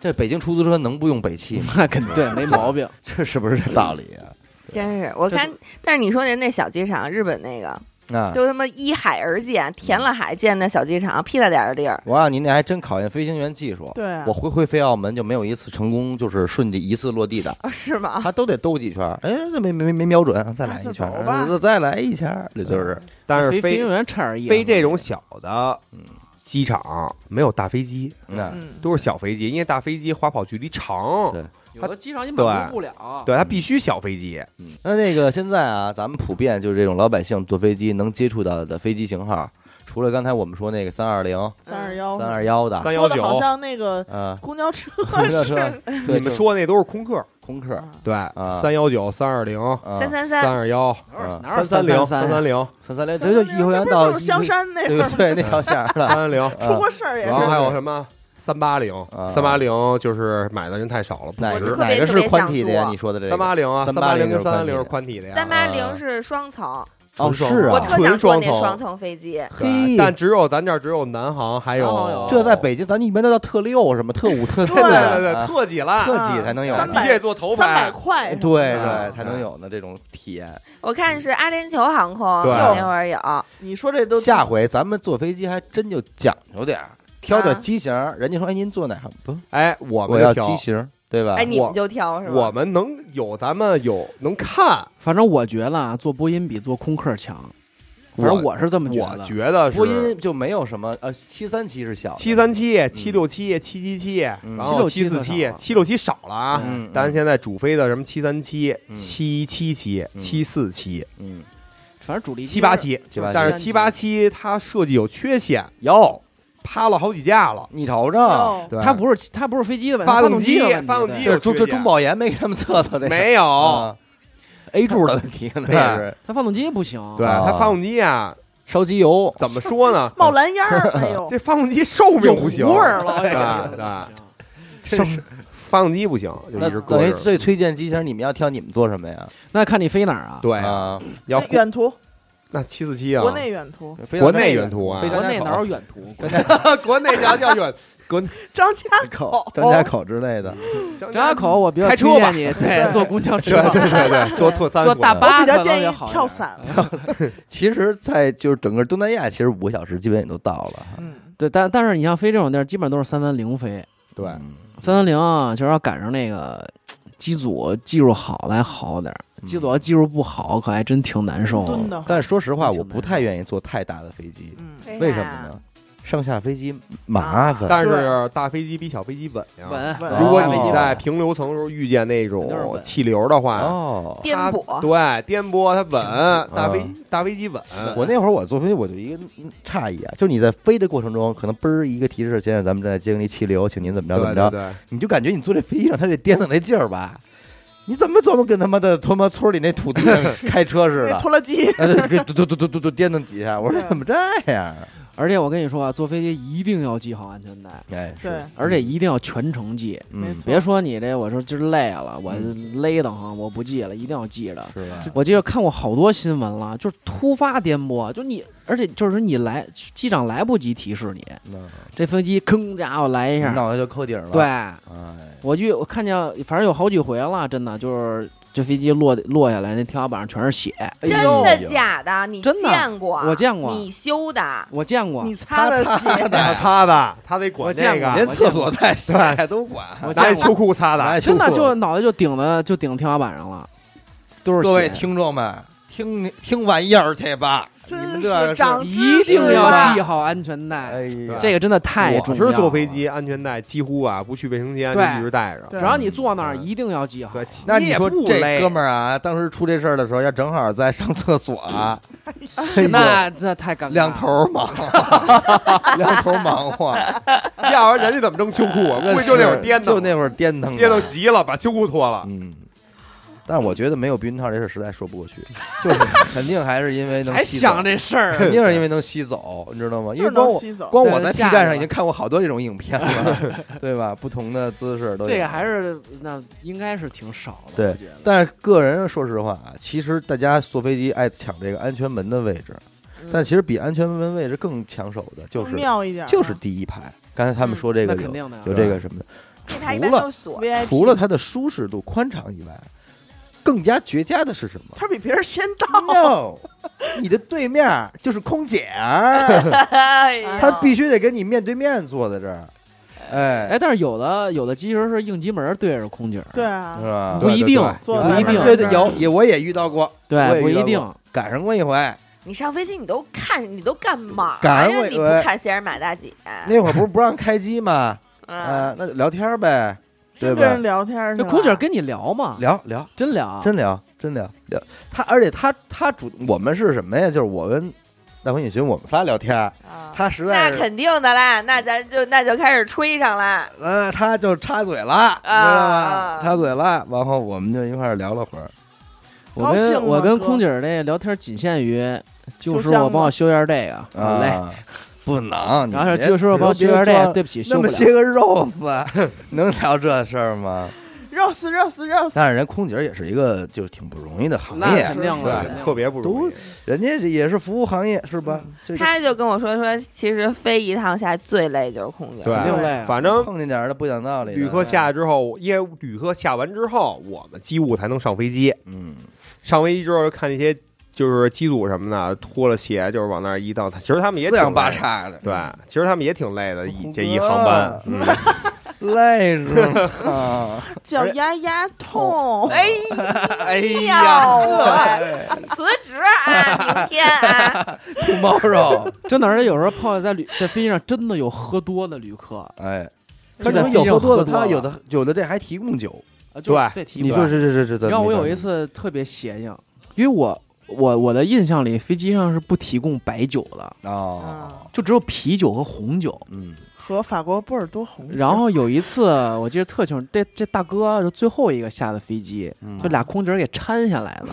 S5: 这北京出租车能不用北汽吗？
S3: 那 [laughs] 肯定对，没毛病。
S5: 这是不是这道理啊？
S2: 真是我看。但是你说人那小机场，日本那个
S5: 那
S2: 都他妈依海而建，填了海建的小机场，屁大点儿的地儿。
S5: 我告诉你，那还真考验飞行员技术。
S1: 对啊
S5: 我回回飞澳门就没有一次成功，就是顺着一次落地的，
S2: 啊， [laughs] 是吗？
S5: [laughs] 他都得兜几圈儿，哎，这没没没瞄准，再来
S1: 那
S5: 一
S1: 啊就
S5: 圈儿，
S1: 走吧
S5: 再再来一圈儿，这就是
S4: 但是
S3: 飞
S4: 飞
S3: 行员差点意思啊
S4: 飞这种小的
S5: 嗯
S4: 机场没有大飞机，
S5: 那
S1: 嗯，
S4: 都是小飞机，因为大飞机滑跑距离长
S5: 对，
S3: 有的机场你满足不了。
S4: 对，它必须小飞机。
S3: 嗯
S5: 那那个现在啊，咱们普遍就是这种老百姓坐飞机能接触到的飞机型号，除了刚才我们说那个三二零、
S1: 三二幺，
S5: 三二幺的，
S4: 三幺
S1: 说的好
S4: 九，
S1: 像那个
S5: 嗯，
S1: 公交车
S5: [laughs] 公交
S1: 是
S5: 车，
S4: 你
S5: 对
S4: 们说那都是空客，
S5: 空客，
S1: 啊
S4: 对，三幺九、三二零、
S5: 啊
S1: 嗯
S5: 三
S2: 三三
S4: 三
S2: 三，
S4: 二幺、
S3: 哪
S5: 嗯
S3: 有
S4: 啊三三零、三
S3: 三
S4: 三零、
S5: 三三
S1: 三
S5: 零，这
S1: 六
S5: 就
S1: 零
S5: 颐和园
S1: 这不
S5: 到
S1: 就是香山那
S5: 对啊
S1: 边儿
S5: 对，那条线儿
S4: 三
S5: 了。
S4: 三零，嗯
S1: 出过事儿也
S4: 然后
S1: 是，
S4: 还有什么三八零
S5: 啊？
S4: 三八零就是买的人太少了，不
S5: 哪
S4: 值
S5: 个
S2: 特别
S5: 哪个
S2: 特
S5: 是
S2: 别
S5: 宽体
S2: 想
S5: 的呀？
S2: 坐
S5: 你说的这个
S4: 三八零啊，三八
S5: 380
S4: 零跟
S5: 就是
S4: 三
S5: 宽
S4: 三
S5: 体
S4: 零
S5: 的
S4: 是宽体的呀
S2: 三。八零是双层，
S5: 哦
S4: 纯双
S5: 是啊
S4: 层
S2: 我
S5: 纯
S2: 特想坐那
S4: 双层
S2: 双层飞机，
S4: 对
S5: 嘿
S4: 但只有咱这儿只有南航，还
S3: 南航
S4: 有
S3: 有
S5: 这在北京，咱一般都叫特六什么
S4: [laughs]
S5: 特五、特四
S4: 哦对对对对，
S5: 啊
S4: 特挤了，
S5: 特技才能有
S1: 嗯三
S4: 必
S1: 百
S4: 须得坐头
S1: 三百
S4: 排。
S1: 块
S5: 啊对
S1: 是吧，
S4: 啊
S5: 对才能有呢这种体验。
S2: 我看是阿联酋航空
S4: 对
S2: 那会儿有，
S5: 啊
S1: 你说这都
S5: 下回咱们坐飞机还真就讲究点儿，挑挑
S2: 啊
S5: 机型儿。人家说哎您坐哪儿？不，
S4: 哎，我
S5: 我
S4: 们
S5: 要
S4: 就
S5: 机
S4: 挑，
S5: 型儿，对吧
S2: 哎，？你
S4: 我
S2: 们就挑是吧？
S4: 我们能有咱们有能看，
S3: 反正我觉得啊，做播音比做空客强，反正我是这么觉
S4: 我
S3: 得。
S4: 觉得是
S5: 波音就没有什么呃，七三七是小的
S4: 七三七、七六七、七七七，
S5: 嗯
S4: 然后
S3: 767
S4: 四七
S3: 少、了
S4: 七六七少了啊。
S5: 嗯嗯
S4: 但是现在主飞的什么七三七、
S5: 嗯
S4: 七七七、
S5: 嗯
S4: 七四七、
S5: 嗯
S3: 反正主力
S4: 七八，七
S5: 787，
S4: 但是七八七它设计有缺陷，
S5: 有，
S4: 趴了好几架了。
S5: 你瞅瞅，
S1: 哦
S4: 对
S3: 它不是它不是飞机的问题，
S4: 发
S3: 发
S4: 动
S3: 机
S4: 机
S3: 的问题
S4: 发动机
S3: 对
S4: 有
S5: 这中这
S4: 缺
S5: 中
S4: 点
S5: 保研没给他们测测这事儿
S4: 没有，
S5: 啊，A 柱的问题可能
S4: 对
S5: 是
S3: 它发动机不行。
S4: 对它发动机啊，
S5: 烧机油，
S4: 怎么说呢？
S1: 冒蓝烟
S5: [laughs]
S1: 儿，哎呦，
S4: 这发动机寿命
S3: 有
S4: 不行，
S3: 糊味儿了，
S4: 对
S3: 哎
S4: 吧
S3: 呦
S4: 对，发动机不行，就
S5: 那
S4: 一直搁
S5: 等于
S4: 着。
S5: 最推荐机型，你们要挑你们做什么呀？
S3: 那看你飞哪儿啊？
S4: 对，
S5: 啊，
S4: 要
S1: 这远途
S4: 那七四七啊，
S1: 国内远途，
S5: 非常
S4: 国内远途啊
S5: 非，常
S3: 国内哪有远途？
S4: [laughs] 国内啥叫远？国内
S1: 张家
S5: 口
S1: 口、
S5: 张
S4: 哦
S5: 家口之类的，
S4: 张
S3: 张家口，我比较
S4: 开车
S3: 推
S4: 吧
S3: 荐你，对，坐公交车
S4: 对，对对
S1: [laughs]
S4: 对，多特三
S3: 坐
S4: 国
S3: 大
S4: 内
S3: 巴
S1: 我比较
S3: 可能
S1: 建
S3: 也
S1: 议
S3: 好一
S1: 跳
S3: 点
S1: 伞。
S5: 其实，在就是整个东南亚，其实五个小时基本也都到了。 [laughs]
S1: 嗯，
S3: 对，但但是你像飞这种地儿，基本都是三三零飞，
S4: 对，
S5: 嗯
S3: 三三零啊，就是要赶上那个机组技术好的还好点儿，
S4: 嗯
S3: 机组要技术不好，可还真挺难受的。
S1: 蹲的，
S5: 哦但是说实话，我不太愿意坐太大的飞机，
S1: 嗯，
S2: 为
S5: 为
S2: 啥
S5: 什么呢？上下飞机
S1: 啊
S5: 麻烦。
S4: 但是大飞机比小飞机稳呀。
S3: 稳，
S1: 稳
S4: 如果
S5: 大飞
S4: 你
S5: 机
S4: 在平流层的时候遇见那
S3: 肯定是
S4: 种
S3: 稳
S4: 气流的话，
S5: 哦，
S2: 颠
S4: 它
S2: 簸，
S4: 对颠簸它稳，大飞大飞机稳。
S5: 我那会儿我坐飞机，我就一个诧异啊，就是你在飞的过程中，可能嘣儿一个提示，先生咱们正在经历气流，请您怎么着怎么
S4: 对
S5: 着
S4: 对，对，
S5: 你就感觉你坐这飞机上，他这颠腾那劲儿吧，你怎么琢磨跟他妈的他妈村里那土地上开车似
S1: 那
S5: 的，
S1: 拖拉机，
S5: 哎 [laughs] 对，给嘟嘟嘟嘟嘟嘟颠腾几下，我说
S1: 对
S5: 怎么这样？啊
S3: 而且我跟你说啊，坐飞机一定要系好安全带，
S5: 哎，是
S1: 对，
S3: 而
S4: 嗯
S3: 且一定要全程系。
S5: 嗯
S1: 没错
S3: 别说你这，我说今儿累了，我勒得慌，我不系了，一定要系着。
S5: 是吧？
S3: 我记得看过好多新闻了，就是突发颠簸，就你，而且就是你来机长来不及提示你，这飞机吭家伙来一
S5: 那
S3: 下，
S5: 脑袋就扣顶了。
S3: 对，
S5: 哎，
S3: 我遇我看见，反正有好几回了，真的就是这飞机落落下来，那天花板上全是血，
S5: 哎
S2: 真的？假的？你
S3: 真的
S2: 见过？
S3: 我见过
S2: 你修的？
S3: 我见过，
S1: 你擦的鞋， [laughs]
S4: 他擦的，他得
S3: 我
S4: 管
S3: 见
S4: 这
S3: 过
S4: 个
S5: 连，厕所带晒都管。哎
S3: 我
S4: 拿
S3: 见
S4: 你
S3: 过
S4: 秋，裤擦
S5: 拿
S4: 的。
S5: 秋
S3: 真的
S5: 裤
S3: 就脑袋就顶的就顶天花板上了，都是
S5: 各
S3: 血，
S5: 位听众们，听听玩意儿去吧，你们
S1: 真
S5: 这
S1: 是长
S3: 一
S2: 啊
S1: 知识
S3: 定要
S1: 了
S5: 啊
S3: 系好安全带，
S5: 哎呀，
S3: 这个真的太重
S4: 我
S3: 要了。
S4: 是坐飞，机，安全带几乎啊不去卫生间，就
S3: 对
S4: 一直带着。
S1: 对
S3: 只要你坐那儿
S5: 嗯
S3: 一定要系好。
S4: 对，
S5: 那你
S4: 也
S5: 说
S4: 不
S5: 这
S4: 累
S5: 哥们儿啊，当时出这事儿的时候，要正好在上厕所啊，哎呦
S3: 那这太尴尬了，
S5: 两头忙，两头忙活，
S3: [laughs]
S4: 要不然人家怎么扔秋裤啊？估计就那会儿颠
S5: 就
S4: 的，
S5: 那会儿颠腾，
S4: 颠到。急了，把秋裤脱了。
S5: 嗯，但我觉得没有避孕套这事儿实在说不过去，就是肯定还是因为能
S3: 还
S5: 吸走
S3: 想，这事儿，
S5: [laughs] 肯定是因为能吸走，你知道吗？因
S1: 就是
S5: 为光
S1: 能
S5: 我
S1: 吸走。
S5: 光我
S3: 对
S5: 在 B
S3: 吓着
S5: 站上
S3: 了
S5: 已经看过好多这种影
S3: [laughs]
S5: 片了，对吧？不同的姿势都有
S3: 这个还是那应该是挺少的，
S5: 对
S3: 我觉得
S5: 但是个人说实话啊，其实大家坐飞机爱抢这个安全门的位置，
S3: 嗯
S5: 但其实比安全门位置更抢手的就是
S1: 妙一点儿啊，
S5: 就是第一排。刚才他们说这
S3: 嗯
S5: 个
S3: 那肯
S5: 有
S3: 定的呀。
S5: 有这个什么的，
S2: 那它一
S5: 除
S2: 般都
S5: 了
S2: 是锁。
S1: VIP，
S5: 除了它的舒适度、宽敞以外，更加绝佳的是什
S3: [laughs]
S5: 么
S1: 他比别人先
S5: [laughs]
S1: 到，
S5: ？No，你的对面儿就是空姐
S3: [laughs]
S5: 啊儿，
S2: 哎呀
S5: 她必须得跟你面对面坐在这儿，哎，
S3: 啊哎，但是有的有的机型是应急门对着空姐儿，
S1: 对啊
S5: 是，吧？
S3: 不一定，
S1: 对对
S3: 不一
S1: 对
S3: 定，
S5: 对对，有也我也遇到过，我也
S3: 对，不
S5: 遇到
S3: 一定
S5: 过。赶上过一回，
S3: 哎
S2: 你上飞机你都看你都干嘛呀？
S5: 赶我
S2: 你不看闲人马大姐？
S5: 那会儿不是不让开机吗？
S2: 嗯
S3: 啊
S5: 呃，那就聊天儿呗，对
S1: 真跟
S5: 吧
S1: 人？聊天儿是
S3: 那
S1: 吧，
S3: 空姐跟你聊嘛，
S5: 聊聊，
S3: 真聊，
S5: 真聊，真聊聊。他而且他他主，我们是什么呀？就是我跟大鹏、尹寻，我们仨聊天儿，
S2: 啊
S5: 他实
S2: 那
S5: 在是，
S2: 肯定的啦，那咱就那就开始吹上啦。
S5: 呃，他就插嘴了，
S3: 啊
S5: 知道吧？插嘴了，然后我们就一块儿聊了会儿。
S3: 我
S1: 高
S5: 啊
S1: 兴
S3: 跟
S1: 吗
S3: 我跟
S1: 哥
S3: 空姐儿这聊天仅限于，就
S1: 修
S3: 是
S1: 香
S3: 我帮
S1: 吗
S3: 我修一下这个，好嘞。
S5: 啊，不能，你
S3: 然后
S5: 别
S3: 就是我帮我修一下这
S5: 别
S3: 个，
S5: 装
S3: 对不起，
S5: 那
S3: 修不
S5: 么
S3: 了。
S5: 些个肉丝，能聊这事儿吗？
S1: ，Rose Rose Rose，
S5: [laughs] 但是人空姐也是一个就是挺不容易的
S3: [laughs]
S5: 行
S3: 那
S5: 业，
S3: 肯定
S5: 是
S3: 了，
S5: 吧
S3: 肯定
S4: 特别不容易
S5: 都。人家也是服务行业是吧？这个
S2: 他就跟我说说，其实飞一趟下来最累就是空姐。
S4: 对
S3: 肯定累啊，
S4: 反正
S5: 碰见点儿的不讲道理的，
S4: 旅客下来之后，因为旅客下完之后，我们机务才能上飞机。
S5: 嗯，
S4: 上飞机之后看那些就是机组什么的，脱了鞋就是往那儿一到，其实他们也
S5: 四仰
S4: 挺
S5: 八
S4: 累的。
S5: 叉的，
S4: 对，其实他们也挺累的，一
S5: 空
S4: 这一
S5: 哥
S4: 航班。嗯
S5: 累啊着呢。
S1: 脚丫丫痛。
S2: 哎
S5: 哦哎呀，
S2: 呀，辞职啊，明天啊，
S5: 土猫 [laughs] 肉，
S3: 真的，而且有时候碰见在旅在飞机上真的有喝多的旅客，
S5: 哎，
S3: 就
S5: 他
S3: 在
S5: 可
S3: 飞
S5: 能
S3: 机上
S5: 有喝多
S3: 喝
S5: 的，
S3: 多
S5: 他
S3: 了
S5: 有的有的这还提供酒，
S3: 啊就
S4: 对
S3: 对，提
S5: 你
S3: 过
S5: 说是是是是怎么？
S3: 然后我有一次特别邪性，因为我我我的印象里飞机上是不提供白酒的，
S5: 哦，
S1: 啊
S3: 就只有啤酒和红酒。
S5: 嗯，
S1: 和法国波尔多红酒，
S3: 然后有一次我记得特清楚，这这大哥是最后一个下的飞机，
S5: 嗯
S3: 就俩空姐儿给搀下来了。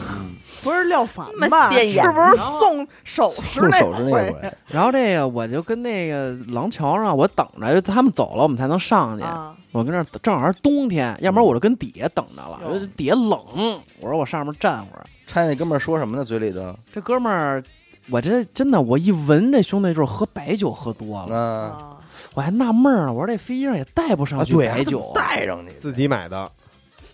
S1: 不是廖凡
S2: 那么
S1: 吧？
S2: 显眼
S1: 是不是送首饰
S5: 入
S1: 那
S5: 手是那
S1: 回啊
S5: 回，
S3: 然后这个我就跟那个廊桥上，我等着就他们走了，我们才能上去。
S1: 啊？
S3: 我跟那儿正好是冬天，要不然我就跟底下等着了。
S1: 哟
S3: 我就底下冷，我说我上面站会儿。
S5: 拆那哥们儿说什么呢？嘴里头，
S3: 这哥们儿，我这真的，我一闻这兄弟就是喝白酒喝多了，
S5: 啊，
S1: 啊
S3: 我还纳闷儿呢，我说这飞机上也带不上
S5: 啊
S3: 去
S5: 对啊
S3: 白酒，
S5: 带上你，
S4: 自己买的，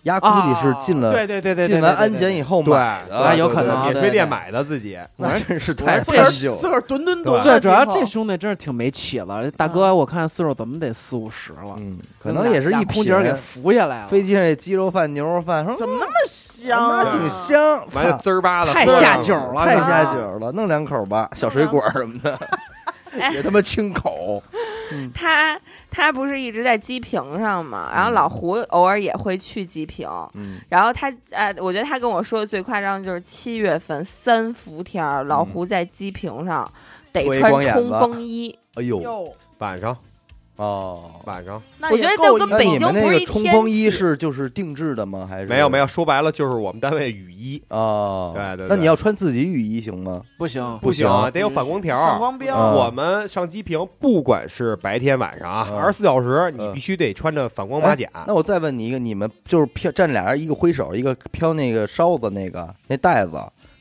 S5: 丫估
S3: 啊
S5: 计是进了
S3: 对对对对，对
S5: 进完安检以后
S4: 对
S5: 买，的，
S3: 啊
S4: 对
S3: 有可能啊对
S4: 对呃免税店买的自己。
S5: 那真是
S3: 我
S5: 太
S3: 是
S1: 自个儿
S5: 太
S1: 自
S5: 久，
S1: 个儿蹲蹲蹲了
S4: 对
S1: 几口。
S3: 这主要这兄弟真是挺没起了，这大哥我看岁数怎么得四五十了，
S5: 嗯，可能也是
S3: 俩
S5: 一
S3: 空
S5: 批
S3: 姐儿给扶下来了，
S5: 飞机上这鸡肉饭、牛肉饭，说
S1: 怎么那么香
S5: 妈
S1: 啊？
S5: 挺香，
S4: 完了
S5: 操
S4: 滋儿啊吧的，
S3: 太下酒了，
S5: 太
S3: 你知道吗
S5: 下酒了，弄两口吧，小水果什么 [laughs] 的，
S2: 哎
S5: 别他妈清口。
S2: 他他不是一直在机坪上嘛，然后老胡偶尔也会去机坪，
S5: 嗯，
S2: 然后他呃，我觉得他跟我说的最夸张的就是七月份三伏天儿，老胡在机坪上得
S5: 脱一
S2: 穿
S5: 光眼
S2: 冲
S5: 子
S2: 锋衣，
S5: 哎呦，
S1: 哟，
S4: 晚上
S5: 哦，
S4: 晚上
S1: 那
S2: 我
S1: 也
S2: 觉得
S1: 够
S2: 都跟
S1: 硬
S2: 北
S5: 那你
S2: 京
S5: 们那
S2: 不是
S5: 个
S2: 一
S5: 冲
S2: 天
S5: 锋衣
S2: 气
S5: 是就是定制的吗？还是
S4: 没有没有，说白了就是我们单位雨衣
S5: 哦，
S4: 对对对
S5: 那你要穿自己雨衣行吗？
S3: 不行，
S5: 不
S4: 行啊
S5: 行，
S4: 得有反光条
S1: 反
S4: 儿。
S1: 光标
S5: 啊
S4: 我们上机坪，不管是白天晚上啊，
S5: 嗯
S4: 二十四小时，你
S5: 嗯
S4: 必须得穿着反
S3: 哎
S4: 光马甲。
S5: 那我再问你一个，你们就是飘站俩人，一个挥手，一个飘那个梢子那个那带子，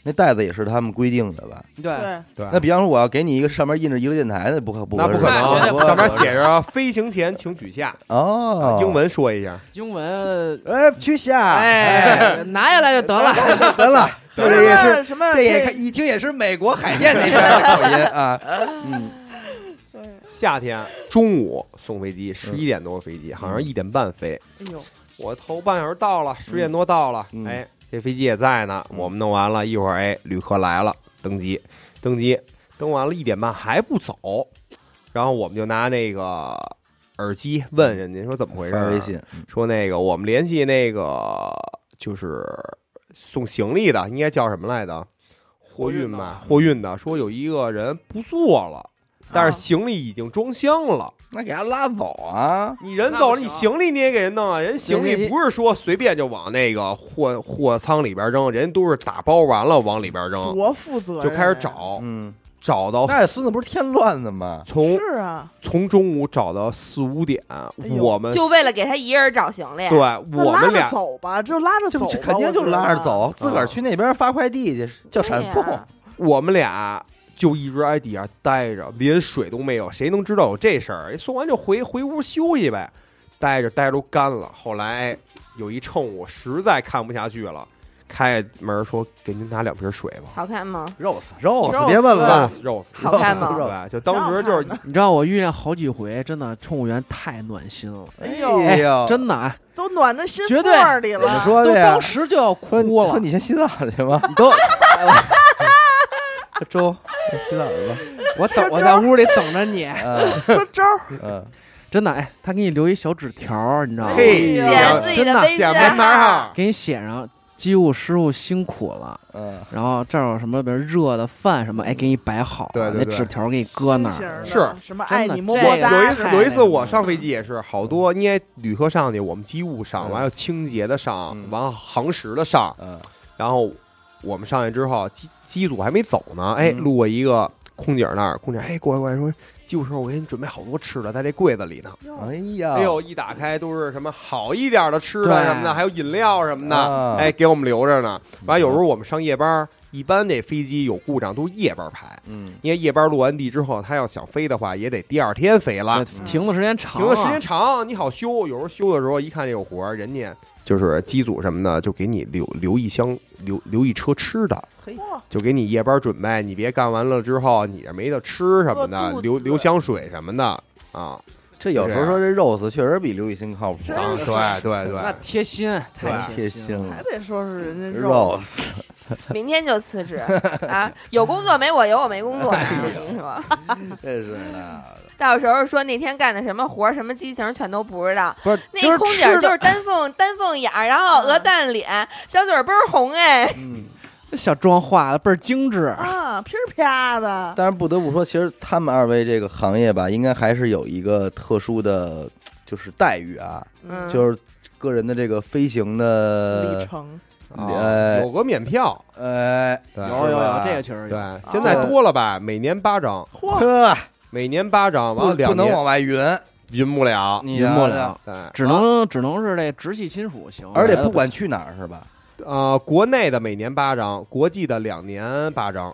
S5: 那带子也是他们规定的吧？
S3: 对，
S1: 对，
S4: 对，
S5: 那比方说我要给你一个上面印着娱乐电台的，不可不
S4: 那
S5: 合
S4: 不
S5: 适
S4: 可
S3: 那绝对
S4: 能，
S3: 不
S4: 上面
S5: 合适
S4: 写着“飞行前请取下啊
S5: 哦”，，
S4: 英。文说一下。
S3: 英文
S5: 哎，去下，
S3: 哎拿下来就得了，
S5: 哎， [laughs] 得了，
S1: 什
S5: 这个也是
S1: [laughs] 么什么
S5: 这也
S1: 这
S5: 一听也是美国海淀那边的口音啊，嗯，
S4: 夏天中午送飞机，十一点多飞机，好像一点半飞。
S1: 哎呦，
S4: 我头半小时到了，十点多到了，
S5: 嗯
S4: 哎，这飞机也在呢。
S5: 嗯
S4: 我们弄完了，一会儿哎，旅客来了，登机，登机，登完了一点半还不走，然后我们就拿那个耳机问人家说怎么回事、啊
S5: 发微，信，
S4: 说那个我们联系那个就是送行李的，应该叫什么来着？货运吧，货运的说有一个人不坐了，但是行李已经装箱了。
S5: 那给他拉走啊，
S4: 你人
S3: 那
S4: 走
S3: 不
S4: 了，你
S3: 行
S4: 行李你也给人弄啊！人行
S3: 人
S4: 李
S3: 家
S4: 不是说随便就往那个货货舱里边扔，人都是打包完了往里边扔，
S1: 多负责任
S4: 就
S1: 啊
S4: 开始。找，
S5: 嗯，
S4: 找到
S5: 那
S4: 四
S5: 孙子不是添乱的吗？
S4: 从
S1: 是啊，
S4: 从中午找到四五点，
S1: 呦
S4: 我们
S2: 就为了给他一人找行李。
S4: 呃对
S1: 那
S4: 我
S1: 拉着
S4: 们俩
S1: 走吧，就拉着
S5: 这
S1: 走吧，
S5: 这肯定就
S1: 我觉得
S5: 拉着。走，自个儿去那边发快递去，叫闪送
S2: 对呀
S4: 我们俩就一直挨底下待着，连水都没有，谁能知道有这事儿？送完就回回屋休息呗，待着待着都干了。后来有一乘务实在看不下去了，开门说：“给您拿两瓶水吧。”
S2: 好看吗？
S5: ，Rose Rose，别问了，
S4: 啊肉丝，
S2: 好看吗
S4: 肉丝对，就当时就是
S1: 挺好看
S3: 你知道我遇见好几回，真的乘务员太暖心了，
S1: 哎
S5: 哎
S1: 呦，
S5: 呦，
S3: 真的啊，
S1: 都暖到心
S3: 绝对
S1: 窝里
S5: 我
S1: 了。
S5: 说
S3: 都
S5: 的呀
S3: 当，时就要
S5: 说
S3: 哭了
S5: 说。你先洗澡去 [laughs] 吧，
S3: 都，
S5: 周，你洗澡去吧，
S3: 我等我在屋里等着
S5: [laughs]
S3: 你，
S5: 嗯
S1: 说周儿， [laughs]
S5: 嗯，
S3: 真的哎，他给你留一小纸条儿，你知道吗？
S4: 嘿，
S1: 哎
S2: 写
S1: 呀
S4: 想
S2: 自己
S3: 真
S2: 的
S3: 的
S2: 微信啊
S4: 想门牌
S2: 号
S4: 号，
S3: 给你写上机务师傅辛苦了，
S5: 嗯，
S3: 然后这儿有什么，比如热的饭什么，哎，给你摆好了，
S4: 对对对
S3: 那纸条给你搁那
S1: 心形
S3: 儿。
S1: 的
S4: 是
S1: 什么
S3: 真
S1: 爱
S3: 的
S1: 你么
S3: 这
S1: 么
S3: 个
S1: 哒？
S4: 有
S3: 太
S4: 一次，有一次
S3: 那个
S4: 我
S3: 了
S4: 上飞机也是好多，因为旅客上去，我们机务上，
S5: 嗯
S4: 完了清洁的上，
S5: 嗯
S4: 完了航时的上，
S5: 嗯，
S4: 然后我们上去之后，机机组还没走呢，哎，
S5: 嗯
S4: 路过一个空姐那儿，空姐哎过来过来说，技术时候我给你准备好多吃的，在这柜子里呢。
S5: 哎呀，
S4: 哎呦，一打开都是什么好一点的吃的
S3: 对
S4: 什么的，还有饮料什么的
S5: 啊，
S4: 哎，给我们留着呢。
S5: 嗯
S4: 完，有时候我们上夜班儿，一般这飞机有故障都是夜班儿排，
S5: 嗯，
S4: 因为夜班儿落完地之后，他要想飞的话，也得第二天飞了
S3: 对。停的时间长
S4: 啊停的时
S1: 啊
S4: 间
S3: 了，
S4: 长，你好修。有时候修的时候，一看这有活儿，人家就是机组什么的，就给你留留一箱、留留一车吃的，
S1: 哇
S4: 就给你夜班准备。你别干完了之后，你这没得吃什么
S1: 饿
S4: 的
S1: 肚，子
S4: 留留香水什么的啊。
S5: 这有时候说这 Rose 确实比刘雨欣靠谱，
S1: 真
S4: 啊，
S1: 是
S4: 对对
S3: 那
S4: 对，啊
S3: 贴心，太
S5: 太贴心
S3: 心
S5: 了。
S1: 还得说是人家肉，
S5: Rose，
S2: 明天就辞职啊！有工作没我，有我没工作啊！我跟你说，
S5: 这是的，
S2: 到时候说那天干的什么活儿、什么激情，全都不知道。
S3: 不是，
S2: 那空姐儿
S3: 就
S2: 就是是丹凤丹凤眼儿，然后鹅蛋脸，小嘴儿倍儿红哎。
S5: 嗯，
S3: 这小妆化的倍儿精致，
S1: 啊，噼儿啪的，
S5: 但是不得不说，其实他们二位这个行业吧，应该还是有一个特殊的，就是待遇啊，
S2: 嗯，
S5: 就是个人的这个飞行
S1: 里
S5: 的，
S1: 程
S4: 啊有个免票，
S5: 呃，
S4: 对
S3: 有有
S5: 是
S3: 有
S5: 吧，
S3: 这个确实
S1: 哎
S4: 对
S3: 有。，
S4: 现
S1: 啊
S4: 在多了吧？每年八张，
S5: 呵，
S4: 每年八张，完
S5: 不
S4: 了
S5: 不
S4: 两
S5: 能
S4: 年
S5: 往外匀，
S4: 匀不了，
S5: 你
S3: 云
S5: 啊
S3: 不了，
S1: 嗯
S4: 对，
S3: 只能只能是这直系亲属行，
S5: 而且不管去哪儿是吧？
S4: 呃，国内的每年八张，国际的两年八张，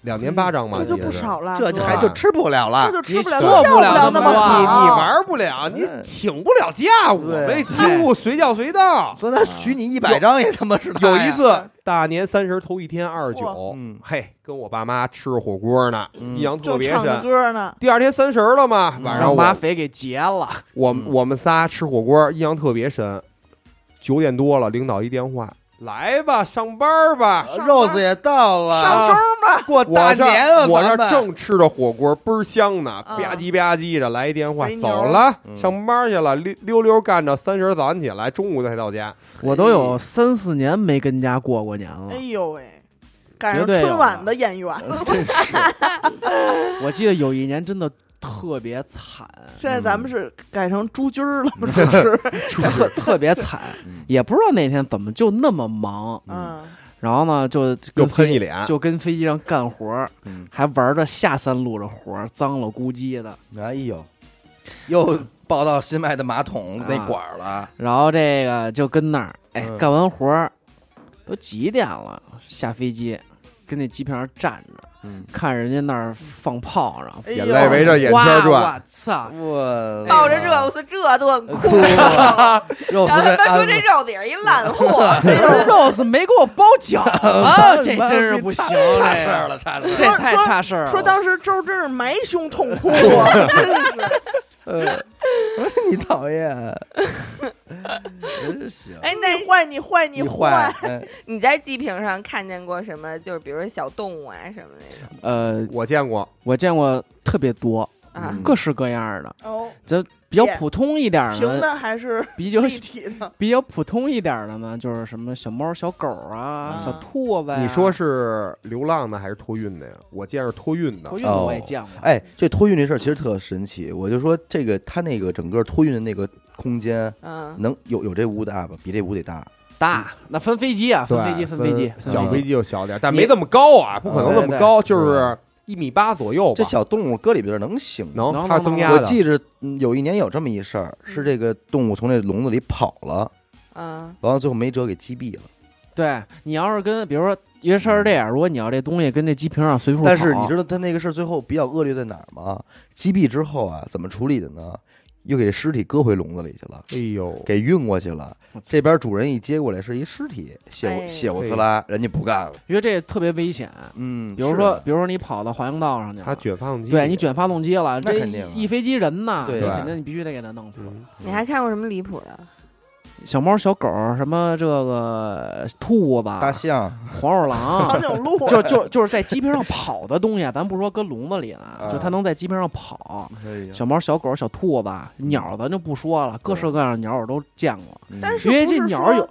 S4: 两年八张嘛，
S1: 这就
S4: 你
S1: 不
S4: 是
S1: 少了，
S5: 这
S1: 哥
S5: 就还就吃不了
S1: 这
S5: 了，
S1: 就吃不了，
S3: 你做
S1: 要
S3: 不了
S1: 了
S3: 那
S1: 那
S3: 么多
S4: 你
S1: 好，
S4: 你玩不了，你请不了假，我们
S5: 对
S4: 几乎随叫随到。
S5: 所以他许你一百张也他妈是他
S4: 有
S5: 哎呀
S4: 一，次嗯大年三十头一天二十
S1: 嚯
S4: 九
S5: 嗯，
S4: 嘿，跟我爸妈吃火锅呢，
S5: 嗯
S4: 印象特
S1: 正
S4: 别
S1: 唱着
S4: 深。
S1: 歌呢，
S4: 第二天三十了嘛，晚上
S3: 让马
S4: 啊我哎
S3: 匪给劫了，
S4: 我们
S5: 嗯
S4: 我们仨吃火锅，印象特别深。九点多了，领导一电话，来吧，上班吧，
S1: 上班
S5: Rose 也到
S1: 上
S5: 了，
S1: 周吧，
S3: [laughs]
S5: 过大
S4: 我这
S5: 年
S3: 啊
S5: 了，
S4: 我
S5: 咱
S4: 这
S5: 们
S4: 正吃着火锅，倍儿香呢，
S1: 啊
S4: 吧唧吧唧的来一电话
S1: 肥，牛
S4: 走了，
S5: 嗯
S4: 上班去了，溜溜溜干到三十早上起来，中午才到家。
S3: 我都有三四年没跟家过过年了
S1: 哎。呦喂，赶上
S3: 嗯绝对有
S1: 春晚的演员了，
S5: 真是
S3: 我记得有一年真的特别惨，
S1: 现在咱们是改成朱军儿了，不是是，
S3: 特特别惨
S5: 嗯，
S3: 也不知道那天怎么就那么忙。
S1: 嗯，
S3: 然后呢，就
S4: 又
S3: 跟
S4: 喷
S3: 飞
S4: 一脸，
S3: 就跟飞机上干活儿，
S5: 嗯
S3: 还玩着下三路的活儿，脏了咕叽的。
S5: 哎呦，又抱到新买的马桶那管儿了，
S3: 然后这个就跟那儿，哎，
S4: 嗯
S3: 干完活儿都几点了，下飞机跟那机票上站着，
S5: 嗯，
S3: 看人家那儿放炮仗，
S1: 哎
S4: 眼
S1: 呦
S4: 泪围着眼圈
S3: 哇
S4: 转。
S3: 我操！
S5: 我
S2: 抱着 Rose 这顿
S5: 哭
S2: 哭，
S5: 了，
S2: [laughs]
S5: 肉
S2: 然后
S5: 丝
S2: 他妈说这 Rose 也是一烂货。 [laughs]
S3: 哎呦，Rose 没给我包饺子， [laughs] 这真是不行，
S5: 差
S3: 这
S5: 事儿了，差事
S3: 这
S5: 儿
S1: 说
S3: 太差事儿了。
S1: 说当时周真是埋胸痛
S3: [laughs]
S1: 哭，啊真是
S5: 了，你讨厌，真行，
S1: [laughs]
S2: 哎，那
S1: 你坏你坏你
S5: 坏
S1: 坏，，
S5: 哎
S2: 你在机屏上看见过什么？就是比如说小动物啊什么那种
S3: 呃，
S4: 我见过，
S3: 我见过特别多，
S2: 啊
S5: 嗯
S3: 各式各样的，
S1: 哦，
S3: 这比较普通一点
S1: 平
S3: 的，
S1: 的还
S3: [laughs]
S1: 是
S3: 比较
S1: 立体的？
S3: 比较普通一点的呢，就是什么小猫、小狗啊，
S1: 嗯
S3: 小兔子呀。
S4: 你说是流浪的还是托运的呀？我见是托运的
S3: 托。运的我也见过，
S5: 哎，这托运这事儿其实特神奇，我就说这个他那个整个托运的那个空间，
S2: 嗯，
S5: 能有有这屋大吧？比这屋得大，
S3: 大那分飞机啊，分
S4: 对
S3: 飞机，分飞机，
S4: 小
S3: 飞
S4: 飞
S3: 机。
S4: 机就小点，但
S3: 你
S4: 没这么高啊，不可能
S3: 对
S4: 那么
S3: 对
S4: 高，就是一米八左右吧
S5: 这。小动物搁里边能行吗？
S4: 能，
S3: 能
S4: 它
S3: 能
S4: 增
S3: 能
S4: 压
S5: 我
S4: 的。
S5: 记着嗯有一年有这么一事儿，是这个动物从这笼子里跑了，
S2: 嗯
S5: 完了最后没辙给击毙了。
S3: 对你要是跟，比如说，因为事儿是这样，如果你要这东西跟这机坪上随处
S5: 但是
S3: 跑
S5: 你知道他那个事儿最后比较恶劣在哪儿吗？击毙之后啊，怎么处理的呢？又给尸体搁回笼子里去了，
S4: 哎呦，
S5: 给运过去了
S3: 我。操
S5: 这边主人一接过来是一尸体，血
S2: 哎
S5: 骨血骨撕拉，人家不干了。
S3: 因为这特别危险。
S5: 嗯，
S3: 比如
S5: 是
S3: 说，
S5: 的
S3: 比如说你跑到华阳道上去
S4: 它
S3: 了，
S4: 卷发动机。
S3: 对你卷发动机了，
S5: 那
S3: 这
S5: 肯定啊
S3: 一一飞机人呐，
S5: 对
S3: 这
S4: 啊
S3: 肯定你必须得给他弄死。
S4: 嗯，
S2: 你还看过什么离谱的？
S3: 小猫、小狗，什么这个兔子、啊
S5: 大象，
S3: 黄鼠
S1: [laughs]
S3: 狼
S1: 长，颈鹿
S3: 嗯 [laughs]
S1: 啊
S3: 就就就是在机坪上跑的东西啊，咱不说搁笼子里呢，
S1: 啊
S3: 就它能在机坪上跑。小猫、小狗、小兔子、鸟，咱就不说了，各式各样的鸟我都见过。
S1: 但是
S3: 因为这
S1: 不是
S3: 鸟有
S1: 说，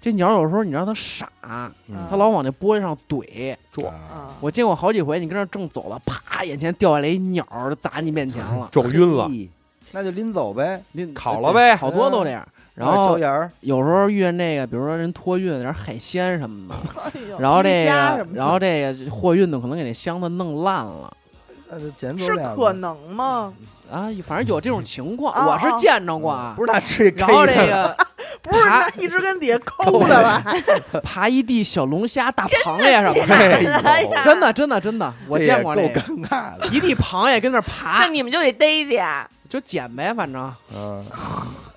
S3: 这鸟有时候你让它傻，它
S1: 嗯
S3: 老往嗯那玻璃上怼。
S5: 嗯
S4: 撞
S1: 啊，
S3: 我见过好几回，你跟那儿正走了，啪，眼前掉下来一鸟
S1: [laughs]
S3: 就砸你面前了，
S4: 撞晕了，
S5: 那就拎走呗。
S3: 拎
S4: 烤了呗
S1: 嗯
S3: 好多都这样。然后
S5: 椒盐儿，
S3: 有时候遇见那个，比如说人托运点海鲜什么的，
S1: 哎呦
S3: [laughs] 然后
S1: 皮
S3: 这
S1: 虾什
S3: 个
S1: 么，的
S3: 然后这个货运的可能给那箱子弄烂了
S5: 那就呃捡走
S1: 是
S5: 两个
S1: 可能吗？
S3: 啊，反正有这种情况，
S1: 啊
S3: 我是
S1: 啊
S3: 见着过啊。
S5: 不是那吃一
S3: 然后这
S5: 这
S3: 个
S1: 不是，那一直跟底下抠的
S3: [laughs]
S1: 吧？
S3: 爬一地小龙虾、大螃蟹什么的，
S5: 哎呦
S2: [laughs] 哎呀
S3: 真的真的真的，我
S5: 这
S3: 见
S5: 也
S3: 过
S5: 够
S3: 这个，
S5: 尴尬的。
S3: 一地螃蟹跟那儿爬
S2: 那，你们就得逮去啊！
S3: 就捡呗，反正
S5: [laughs] 嗯，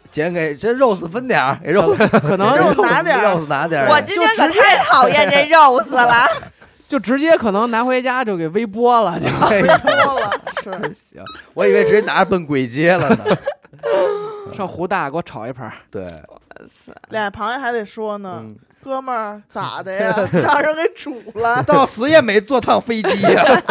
S5: 捡给这肉丝分点儿，给
S3: [laughs]
S5: 肉
S3: 可能
S5: 给
S1: 肉拿点儿
S5: 肉丝拿点儿。
S2: 我今天可太讨厌这肉丝了，
S3: 就直接可能拿回家就给微波了，就
S5: 哎呦
S2: 多了是。
S5: 行，我以为直接拿着奔鬼街了 [laughs] 呢。
S3: 上胡大给我炒一盘儿。
S5: 对，
S1: 俩螃蟹还得说呢，
S5: 嗯，
S1: 哥们
S3: [laughs]
S1: 儿咋的呀？让人给煮了
S5: 到死也没坐趟飞机呀。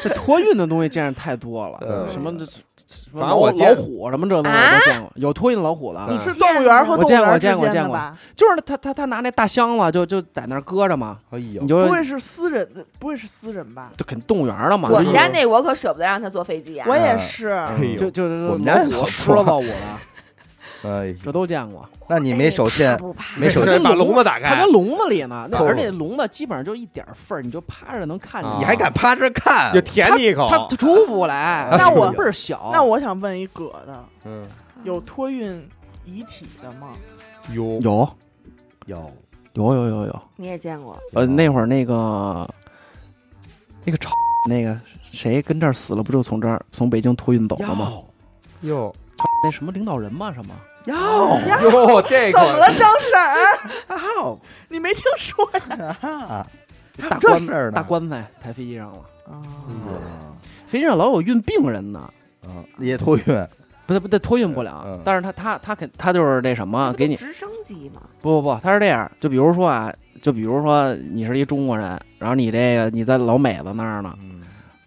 S3: 这托运的东西见着太多了，
S5: 对
S3: 什么这什么
S4: 反正
S3: 老
S4: 我见
S3: 老虎什么这东西我都见过，有托运老虎的
S4: 嗯，
S1: 是动物园和
S3: 我
S1: 动物
S3: 见过
S1: 园
S3: 我
S1: 之
S3: 见过
S1: 间
S3: 见
S1: 的
S3: 过
S1: 吧？
S3: 就是他他他拿那大箱子就就在那儿搁着嘛，
S5: [laughs] 哎呦
S3: 你，就
S1: 不会是私人，不会是私人吧？
S3: 就肯动物园了嘛，
S2: [laughs] 我
S3: 就
S2: 们家那我可舍不得让他坐飞机啊
S1: 我！
S3: 嗯
S1: 也是，
S5: 哎
S3: 就就是
S5: 我们家也
S3: 老
S5: 老
S3: 虎
S5: 说
S3: 狮子老虎的，
S5: 哎呦，
S3: 这都见过。
S5: 那你没手欠，
S2: 不哎怕
S5: 没手
S3: 它跟
S5: 欠
S4: 把笼子打
S3: 它
S4: 开
S3: 跟笼子里呢，那
S5: 扣
S3: 而且笼子基本上就一点缝儿，你就趴着能看见
S4: 啊。
S5: 你还敢趴这看啊
S4: 就？舔你一口，
S3: 它它出啊不来，
S5: 那
S3: 它
S1: 我
S3: 倍儿小。
S1: 那我想问一葛的，
S5: 哦嗯，
S1: 有托运遗体的吗？
S4: 有
S3: 有
S5: 有
S3: 有有有有，
S2: 你也见过，
S3: 呃，那会儿那个那个吵那个谁跟这儿死了，不就从这儿从北京托运走了吗？
S4: 有
S3: 那什么领导人嘛什么？
S5: 要
S4: 有这 [laughs]
S1: 怎么
S4: 个
S1: 了，张婶儿？
S5: 要
S1: 你没听说呀？
S5: 啊！
S3: 大
S5: 这
S3: 棺
S5: 事儿呢
S3: 大棺材抬飞机上了，
S5: 嗯
S3: 飞机上老有运病人呢。
S5: 嗯，也托运，
S3: 不对不对，托运不了，
S5: 嗯嗯
S3: 但是他他他肯他就是那什么，啊给你
S2: 直升机吗？
S3: 不不不，他是这样，就比如说啊，就比如说你是一中国人，然后你这个你在老美子那儿呢，
S5: 嗯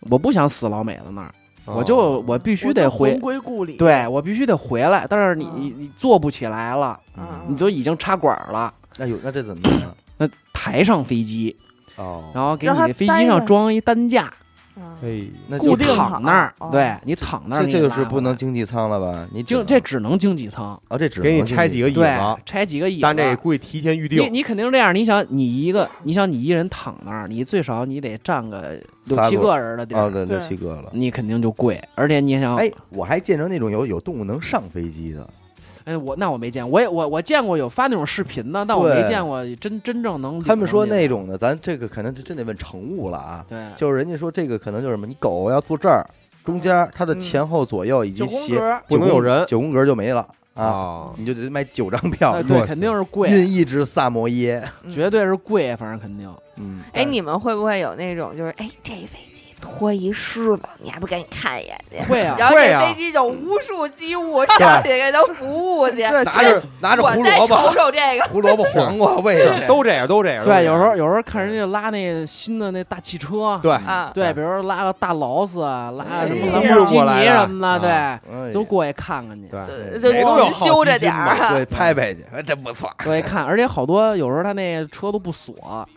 S3: 我不想死老美子那儿，
S4: 哦
S5: 哦
S3: 我就我必须
S1: 我
S3: 得
S1: 就
S3: 回
S1: 魂，归故里。
S3: 对我必须得回来，但是你
S1: 啊
S3: 你你坐不起来了，
S1: 嗯，
S3: 你都已经插管儿了，
S5: 那有那这怎么办啊？
S3: 那抬上飞机，
S5: 哦，
S3: 然后给
S1: 让
S3: 你
S1: 他
S3: 飞
S1: 待
S3: 机上
S1: 着
S3: 装一担架，
S2: 嗯
S4: 哎，
S5: 那就
S1: 固
S3: 你
S1: 定好
S3: 躺那儿，
S1: 哦
S3: 对你躺那儿
S5: 这
S3: 你
S5: 这
S3: 也
S5: 就
S3: 拉
S5: 是
S3: 回
S5: 不能
S3: 来
S5: 经济舱了吧？你只
S3: 经
S5: 能
S3: 这只能经济舱，
S5: 啊，这只
S4: 给你
S5: 能经
S4: 拆
S5: 济
S4: 几个椅
S3: 对
S4: 子，，
S3: 拆几个椅子，
S4: 但这估计提前预
S3: 你
S4: 定，
S3: 你肯定这样，你想你一个，你想你一人躺那儿，你最少你得占个六
S5: 仨
S3: 七
S5: 左右
S3: 个人的地
S5: 啊，
S3: 儿，
S5: 对，
S1: 对
S5: 六七个了。
S3: 你肯定就贵。而且你想，
S5: 哎，我还见着那种有有动物能上飞机的，
S3: 哎，我那我没见，我也我我见过有发那种视频的，但我没
S5: 对
S3: 见过真真正能领
S5: 他们说
S3: 上去的
S5: 那种的，咱这个可能真得问乘务了啊。
S3: 对，
S5: 就是人家说这个可能就是什么，你狗要坐这儿，中间儿它的前后左右以及
S1: 九宫
S5: 斜
S1: 格，
S4: 不能有人
S5: 九宫格就没了啊，
S4: 啊，
S5: 你就得买九张票
S3: 哎。对
S5: 哇
S3: 肯定是
S5: 运
S3: 贵，
S5: 一只萨摩耶，
S3: 绝对是贵，反正肯定。
S5: 嗯，
S2: 哎，你们会不会有那种就是哎，这飞机拖一狮子，你还不赶紧看一眼去？
S3: 会
S2: [laughs]
S3: 啊
S2: 然后
S4: 会
S2: 这
S4: 啊
S2: 飞机就无数机务上去给他服务去。
S1: 对，
S5: 拿着拿着
S2: 我
S5: 胡
S2: 再
S5: 萝
S2: 瞅
S5: 卜、
S2: 瞅这
S4: [laughs]
S2: 个，
S5: 胡萝卜、黄瓜喂去，
S4: 都这样，都这样。都这
S3: 对，有
S4: 样
S3: 时候有时候看人家拉那新的那大汽车，
S4: 对
S2: 啊
S3: 对，比如说拉个大劳斯，啊拉个什么
S1: 哎
S3: 兰
S1: 呀
S3: 博基
S4: 运过来
S3: 尼
S4: 的
S3: 什么的，
S5: 哎
S3: 对，都过去看看去。
S4: 对，
S2: 就
S4: 谁都有好
S2: 勤
S4: 奇
S2: 修着
S4: 心
S2: 点儿
S4: 嘛
S2: 啊。
S5: 对拍拍去，哎真不错。
S3: 过去看，而且好多有时候他那车都不锁，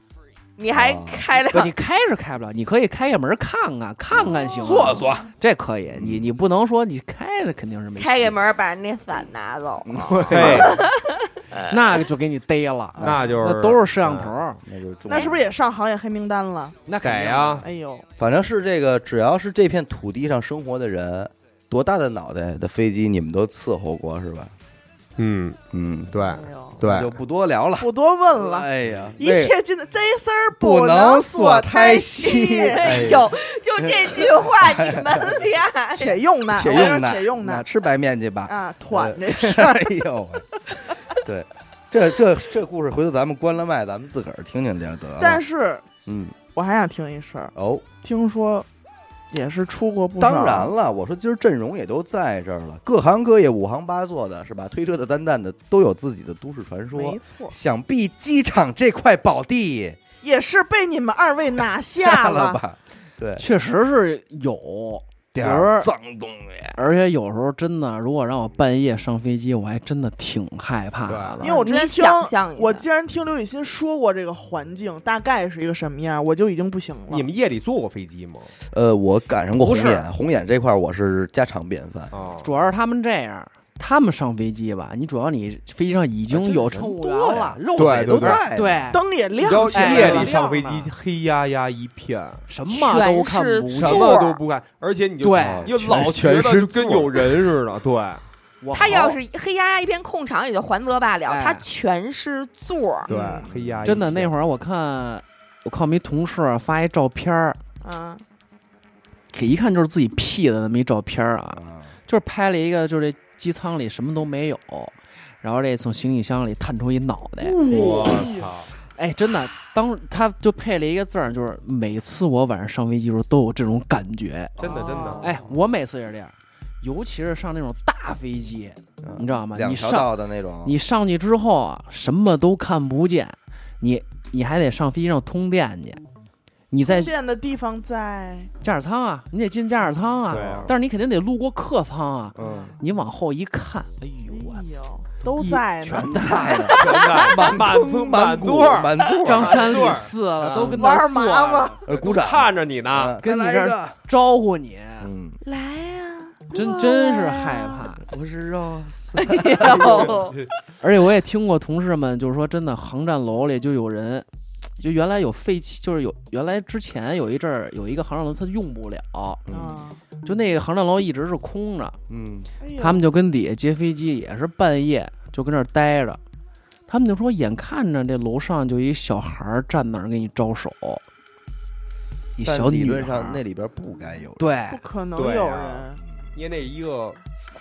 S2: 你还开了
S3: 不，你开是开不了，你可以开开门看
S2: [laughs]
S3: 看看看行吗，
S5: 坐坐，
S3: 这可以，你你不能说你开着肯定是没戏
S2: 开开，门把人那伞拿走，
S4: 对，
S3: 那就给你逮了，
S4: 那就是嗯
S3: 那都是摄像头，
S5: 那就中
S1: 那是不是也上行业黑名单了？
S3: 那肯定
S4: 给啊，，
S1: 哎呦，
S5: 反正是这个，只要是这片土地上生活的人，多大的脑袋的飞机你们都伺候过是吧？
S4: 嗯，
S5: 嗯，
S4: 对
S1: 哎呦，
S5: 就
S4: 对，
S5: 不多聊了。
S1: 不多问嗯了，
S5: 哎呀，
S1: 一切尽这事儿能
S5: 不能
S1: 所
S5: 所
S1: 胎
S5: 胎
S1: 息
S5: 息，
S2: 哎呦，就这句话， [laughs] 你们
S1: [laughs]
S2: 俩
S1: 且用难，
S5: [laughs] 且
S1: 我跟你
S5: 用
S1: 说
S5: 的，
S1: 且用
S5: 那
S1: 难
S5: 吃白面去吧。
S1: 啊，团这事儿。
S5: [laughs] 哎呦，对，这这这故事，回头咱们关了麦，咱们自个儿听听就得了。
S1: 但是
S5: 嗯，
S1: 我还想听一事儿，
S5: 哦，
S1: 听说也是出过不少，
S5: 当然了，我说今儿阵容也都在这儿了，各行各业五行八作的是吧？推车的、担担的都有自己的都市传
S1: 没
S5: 说。
S1: 错，
S5: 想必机场这块宝地
S1: 也是被你们二位拿
S5: [laughs]
S1: 下
S5: 了
S1: 了。
S5: 吧？对，
S3: 确实是有，
S5: 点
S3: 儿
S5: 儿脏东西。
S3: 而且有时候真的，如果让我半夜上飞机，我还真的挺害怕的
S1: 因为我之前
S2: 你
S1: 听
S2: 想象一，下
S1: 我竟然听刘雨欣说过这个环境大概是一个什么样，我就已经不行了
S4: 你。们夜里坐过飞机吗？
S5: 呃，我赶上过
S3: 不
S5: 红
S3: 是
S5: 眼，红眼这块儿我是家常便饭。
S4: 啊，
S3: 主要是他们这样，他们上飞机吧，你主要你飞机上已经有乘务员
S1: 多呀
S3: 了，
S5: 肉
S4: 对
S5: 水都
S4: 对对
S5: 在，
S3: 对，
S1: 灯也
S4: 你知道
S1: 亮起来了，
S4: 夜里上飞机 [laughs]
S1: 亮呢
S4: 黑压压一片，
S3: 什么都看
S2: 全
S3: 不
S4: 什
S2: 是
S3: 见。
S4: 么都不干，而且你就啊
S3: 对嗯
S4: 你老觉
S5: 全
S4: 得
S5: 全
S4: 就
S5: 是
S4: 跟
S5: 座
S4: 有人似的，对，
S3: 我
S2: 他要
S3: 好
S2: 是黑压压一片空场也就还则罢了，
S3: 哎
S2: 他全是座儿，
S4: 对
S1: 嗯，
S4: 黑压
S3: 真的那
S4: 儿
S3: 会儿，我看我看我们一同事发一照片儿，
S2: 嗯，
S3: 给一看就是自己 P 的那么一照片儿啊，
S5: 啊
S3: 就是拍了一个，就是这机舱里什么都没有，然后这从行李箱里探出一脑袋，
S4: 我
S1: 哎呦
S4: 操，
S3: 哎，真的，当他就配了一个字儿，就是每次我晚上上飞机的时候都有这种感觉，
S4: 真的真的
S2: 哦，
S3: 哎，我每次也是这样，尤其是上那种大飞机，
S5: 嗯
S3: 你知道吗？
S5: 两
S3: 你
S5: 条
S3: 上
S5: 道的那种，
S3: 你上去之后啊，什么都看不见，你你还得上飞机上通电去，你在
S1: 见的地方在
S3: 驾驶舱啊，你得进驾驶舱啊
S4: 对，啊
S3: 但是你肯定得路过客舱啊，
S4: 嗯，
S3: 你往后一看，哎呦我
S1: 哎
S3: 操，
S1: 呦，都在
S5: [laughs]
S1: 呢，
S5: 全在呢，
S4: 真的满
S5: 满
S4: 满
S5: 座
S4: 座儿
S5: 满座儿，
S3: 张三
S4: 满座
S3: 李
S4: 儿
S3: 四的都跟
S1: 玩
S3: 那
S1: 儿
S3: 坐
S1: 麻
S3: 着
S1: 吧，
S5: 呃鼓掌，
S4: 看着你呢，
S5: 嗯
S3: 跟你
S5: 再
S3: 这
S5: 来
S3: 儿
S5: 一个，
S3: 招呼你，
S5: 嗯，
S2: 来啊 [laughs] 呀、
S3: 真
S1: 过
S3: 真是
S1: 来啊
S3: 害怕。
S5: 不是肉丝，
S2: 哎
S3: 而且我也听过同事们就是说，真的航站楼里就有人，就原来有废弃，就是有原来之前有一阵儿有一个航站楼它用不了，
S5: 嗯
S1: 啊，
S3: 就那个航站楼一直是空着，
S5: 嗯，
S1: 哎呦
S3: 他们就跟底下接飞机也是半夜就跟那儿待着，他们就说眼看着这楼上就一小孩儿站那儿给你招手，一
S5: 但
S3: 小
S5: 理
S3: 女
S5: 论
S3: 孩儿
S5: 上那里边不该有人，
S3: 对
S1: 不，可能
S4: 对
S1: 有
S4: 啊
S1: 人，
S4: 捏那一个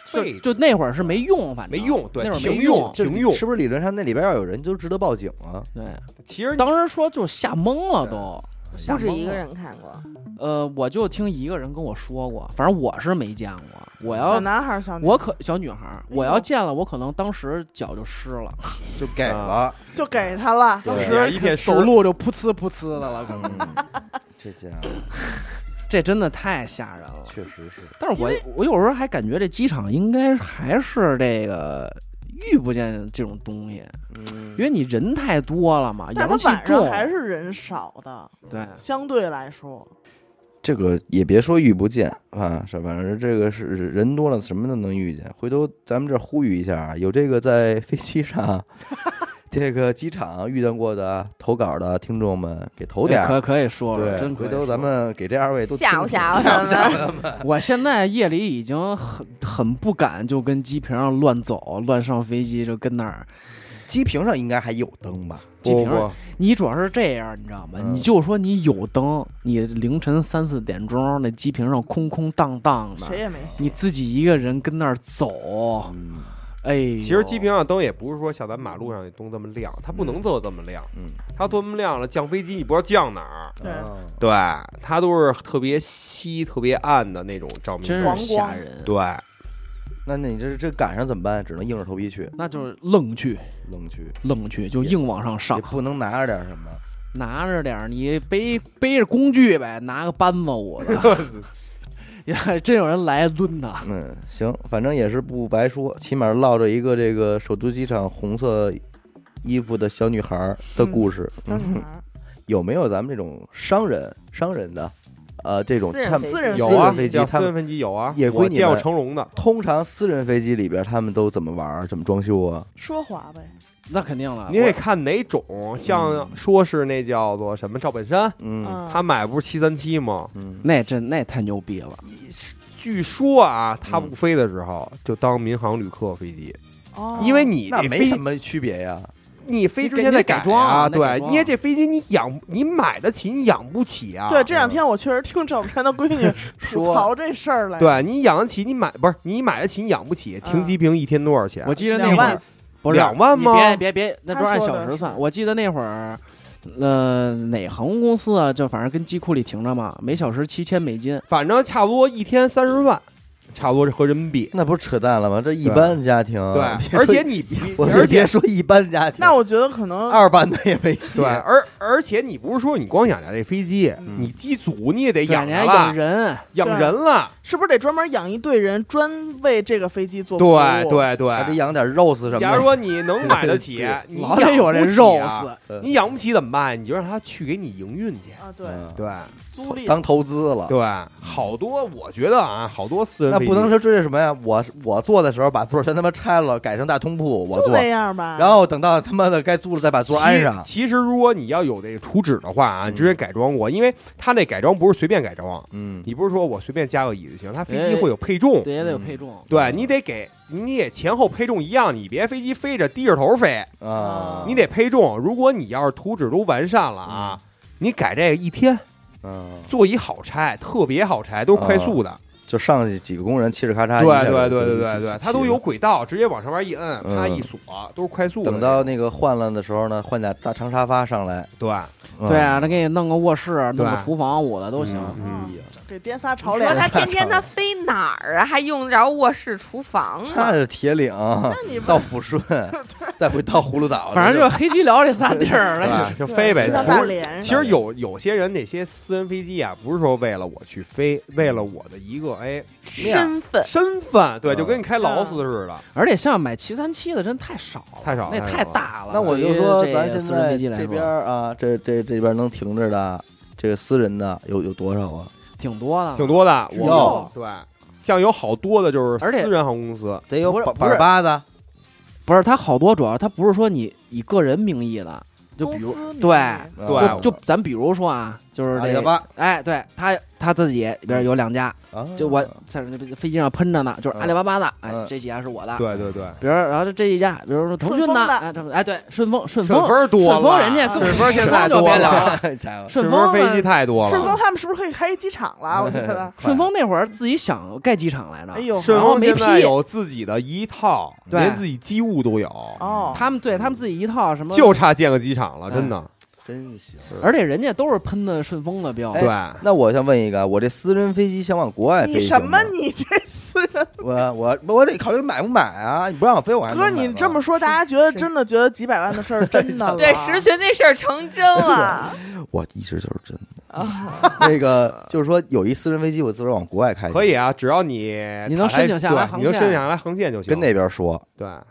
S3: 就
S4: 废
S3: 就那会儿是没用，反正
S4: 没用，对，
S3: 那会儿
S4: 停
S3: 没
S4: 用
S3: 用。
S5: 这
S4: 停用。
S5: 是不是理论上那里边要有人就值得报警啊？
S3: 对，
S4: 其实
S3: 当时说就吓懵了都，吓
S2: 不止
S3: 懵
S2: 一
S3: 了
S2: 个人看过，
S3: 呃，我就听一个人跟我说过，反正我是没见过。我
S1: 小
S3: 要
S1: 男孩儿小女孩
S3: 我
S1: 儿
S3: 可小女孩儿，我要见了，我可能当时脚就湿了，
S5: 就给
S3: 啊
S5: 了，
S1: 就给他了，
S5: 对
S1: 当时
S4: 脸一片湿
S3: 走路就噗呲噗呲的了。可能
S5: 嗯，这家伙
S3: [laughs] 这真的太吓人了。
S5: 确实是，
S3: 但是我我有时候还感觉这机场应该还是这个遇不见这种东西，
S5: 嗯
S3: 因为你人太多了嘛，
S1: 但
S3: 阳
S1: 他
S3: 气
S1: 晚上
S3: 重，
S1: 还是人少的，
S3: 对
S1: 相对来说，
S5: 这个也别说遇不见啊，是吧反正这个是人多了，什么都能遇见。回头咱们这儿呼吁一下啊，有这个在飞机
S3: [laughs]
S5: 上、这个机场遇到过的投稿的听众们，给投点
S3: 哎可
S5: 儿。
S3: 可以说了，
S5: 对，
S3: 真可
S5: 回
S3: 以
S5: 头
S3: 说
S5: 咱们给这二位都
S2: 吓唬
S5: 听听
S2: 吓唬他们。
S3: 我现在夜里已经很很不敢就跟机坪上乱走、乱上飞机，就跟那儿。
S5: 机坪上应该还有灯吧？
S3: 机坪
S5: 哎
S4: 不
S3: 你主要是这样，你知道吗？
S5: 嗯
S3: 你就说你有灯，你凌晨三四点钟那机坪上空空荡荡
S1: 谁
S3: 的，
S1: 也没信
S3: 你。自己一个人跟那儿走，
S5: 嗯
S3: 哎呦，
S4: 其实机坪上灯也不是说像咱马路上那灯这么亮，它不能做这么亮，
S5: 嗯，
S4: 它做这么亮了，降飞机你不知道降哪儿。
S1: 对
S5: 啊
S4: 对，它都是特别稀、特别暗的那种照明
S3: 真
S4: 灯。
S3: 是吓人。
S4: 对，
S5: 那那你这这赶上怎么办？只能硬着头皮去，
S3: 那就是愣去，
S5: 愣去，
S3: 愣去，就硬往上上
S5: 也，不能拿着点什么。
S3: 拿着点儿，你背背着工具呗，拿个扳子捂
S4: [laughs]
S3: 着。 [laughs] 呀，真有人来抡他，
S5: 嗯，行，反正也是不白说，起码落着一个这个首都机场红色衣服的小女孩儿的故事。
S1: 当
S5: 嗯
S1: 女孩儿
S5: 有没有咱们这种商人商人的，呃，这种
S2: 私人
S5: 他
S2: 飞
S1: 私
S2: 机
S5: 们
S1: 人
S5: 有
S1: 飞
S5: 啊
S4: 啊，
S5: 飞机
S4: 像
S5: 他
S4: 私
S5: 们
S4: 人飞机有啊，
S5: 也归
S4: 我
S5: 你
S4: 见过
S5: 们啊
S4: 成龙的，
S5: 通常私人飞机里边他们都怎么玩儿，怎么装修啊？
S1: 奢华呗，
S3: 那肯定了。
S4: 你得看哪种，像
S5: 嗯
S4: 说是那叫做什么赵本山，
S5: 嗯
S4: 他买不是七三七吗？
S5: 嗯，
S3: 那真那太牛逼了，
S4: 据说啊，他
S5: 嗯
S4: 不飞的时候就当民航旅客飞机，
S1: 哦，
S4: 因为你
S5: 那
S4: 这
S5: 没
S4: 飞
S5: 什么区别呀。
S4: 你飞之
S3: 你
S4: 前得
S3: 得
S4: 改
S3: 改装
S4: 啊，
S3: 啊得
S4: 对
S3: 改，装
S4: 因为这飞机你养你买得起，你养不起啊。
S1: 对这两天我确实听赵本山的闺女吐
S5: 说
S1: 槽这事儿
S5: 嗯
S1: 来，，
S4: 对你养得起，你买不是你买得起，你养不起。停机坪一天多少钱？
S3: 我记得那
S1: 两
S3: 会
S1: 万
S3: 儿不是
S4: 两万吗
S3: 你别别别，那都是按
S1: 他说
S3: 小
S1: 的
S3: 时
S1: 是
S3: 算。我记得那会儿，呃，哪航空公司啊，就反正跟机库里停着嘛，每小时七千美金。
S4: 反正差不多一天三十万，差不多是合人民币。
S5: 那不是扯淡了吗？这一般家庭，啊
S4: 对，
S5: [laughs] 别
S4: 而且
S5: 说
S4: 你
S5: 我
S4: 而且
S5: 别说一般家庭，
S1: 那我觉得可能
S5: 二班的也没戏
S4: 对，。而而且你不是说你光养家这飞机，
S5: 嗯
S4: 你机组你也得养
S3: 两
S4: 着
S3: 年养，
S4: 了
S3: 人，
S4: 养
S1: 对
S4: 人了。
S1: 是不是得专门养一队人，专为这个飞机做服务？
S4: 对，对
S5: 哦还得
S4: 对。
S5: 养点肉丝什么的。
S4: 假如说你能买得起
S5: 对，
S4: 你
S3: 老得有这
S4: 养不起
S3: 肉
S4: 啊
S3: 丝。
S5: 嗯
S4: 你养不起怎么办？你就让他去给你营运去。
S1: 啊，对，
S5: 嗯
S4: 对
S1: 租赁
S5: 当投资了，
S4: 对，好多我觉得啊，好多私人
S5: 那
S4: 飞机
S5: 不能说这是什么呀？我我坐的时候把座全他妈拆了，改成大通铺，我
S1: 就
S5: 坐，
S1: 那样吧。
S5: 然后等到他妈的该租了再把座安上。
S4: 其其实如果你要有这个图纸的话啊，
S5: 嗯
S4: 你直接改装过，因为它那改装不是随便改装，
S5: 嗯，
S4: 你不是说我随便加个椅子行，它飞
S3: 哎
S4: 机会有配重，
S3: 对，也得有配重。
S4: 嗯对你得给，你也前后配重一样，你别飞机飞着低着头飞，
S5: 啊，
S4: 你得配重。如果你要是图纸都完善了啊，你改这个一天，
S5: 嗯，
S4: 座椅好拆，特别好拆，都是快速的。
S5: 就上去几个工人嘁哩咔嚓，
S4: 对
S5: 啊一下
S4: 对对对
S5: 就就
S4: 对
S5: 就
S4: 对，
S5: 就
S4: 它都
S5: 齐
S4: 有
S5: 了。
S4: 轨道，直接往上面一摁，
S5: 嗯
S4: 啪一锁，都是快速的。
S5: 等到那个换了的时候呢，换架大长沙发上来。
S4: 对，
S5: 嗯
S3: 对啊，他给你弄个卧室，弄个
S4: 对
S3: 厨房，我的都行。
S5: 嗯
S4: 嗯，
S1: 给颠仨
S2: 你
S1: 朝
S2: 说
S1: 脸
S2: 他。天天他飞哪儿啊？还用得着卧室、厨房啊吗？ [laughs]
S5: 那是铁岭，
S1: 你不
S5: 到
S3: [laughs]
S5: 抚顺，再回到葫芦岛，
S3: 反正
S5: 那
S3: 就黑吉辽这仨地
S4: [laughs]
S3: 儿，
S5: 对
S3: 那
S5: 吧
S3: 就
S4: 就飞呗
S1: 知。道
S4: 图
S1: 大连，
S4: 其实有有些人那些私人飞机啊，不是说为了我去飞，为了我的一个哎
S2: 身份
S4: 身份，对，
S5: 嗯
S4: 就跟你开劳斯似的。
S3: 而且像买七三七的真太少了，
S4: 太少了
S3: 那太
S4: 太少了
S3: 大了。
S5: 那我
S3: 对
S5: 就
S3: 于
S5: 说，
S3: 这
S5: 咱
S3: 个
S5: 现
S3: 私人
S5: 在
S3: 飞机来
S5: 这
S3: 说
S5: 边儿啊，这这这边能停着的，这个私人的有有多少啊？
S3: 挺多的，
S4: 挺多的，
S3: 巨
S4: 我
S3: 多
S4: 对，像有好多的就是
S3: 而且
S4: 私人航空公司，
S5: 得有
S3: 不是
S5: 百
S3: 不是
S5: 百八的，
S3: 不是，它好多主要它不是说你以个人名义的，就比如
S1: 如
S3: 对
S4: 对
S5: 啊
S3: 就就咱比如说啊，就是
S5: 阿里巴
S3: 这，
S5: 巴，
S3: 哎，对他他自己里边有两家，就我在那飞机上喷着呢，就是阿里巴巴的，哎
S5: 嗯，
S3: 这几家是我的。
S4: 对对对，
S3: 比如，然后这一家，比如说腾讯
S1: 顺丰的
S3: 哎，这么哎，对，顺丰，顺
S4: 顺
S3: 丰，
S4: 丰多了，
S3: 顺丰人家更
S4: 顺丰现
S3: 什
S4: 在
S3: 么
S4: 多
S3: 都别聊
S4: 了，
S3: 了，
S5: 家伙，，
S3: 顺
S4: 顺
S3: 丰
S4: 丰飞
S3: 呢
S4: 机太多了，
S1: 顺丰，他们是不是可以开一机场了？我觉得
S5: [laughs]
S3: 顺丰那会儿自己想盖机场来着
S1: 哎，呦，
S4: 顺
S3: 然后
S4: 丰
S3: 没
S4: 现在
S3: 批
S4: 有自己的一套，
S3: 对
S4: 连自己机务都有，
S1: 哦，
S3: 他们对他们自己一套什么，
S4: 就差建个机场了，真
S5: 嗯
S4: 的。
S5: 真行。
S3: 而且人家都是喷的顺丰的标，
S5: 哎
S4: 对，
S5: 那我想问一个，我这私人飞机想往国外飞
S1: 你
S5: 行吗，
S1: 什么？你这私人
S5: 我我我得考虑买不买啊？你不让我飞，我还能
S1: 哥，
S5: 买
S1: 你
S5: 吗
S1: 这么说，大家觉得真的觉得几百万的事儿真的了
S2: 对石群那事儿成真 [laughs] 了，
S5: 我一直就是真的。 [laughs] 那
S1: 啊
S5: 个就是说，有一私人飞机，我自个儿往国外开去，
S4: 可以啊，只要你
S3: 你能申请下来
S4: 对
S3: 航
S4: 你能
S3: 线
S4: 申请下来航线就行。
S5: 跟那边说
S4: 对
S5: 啊。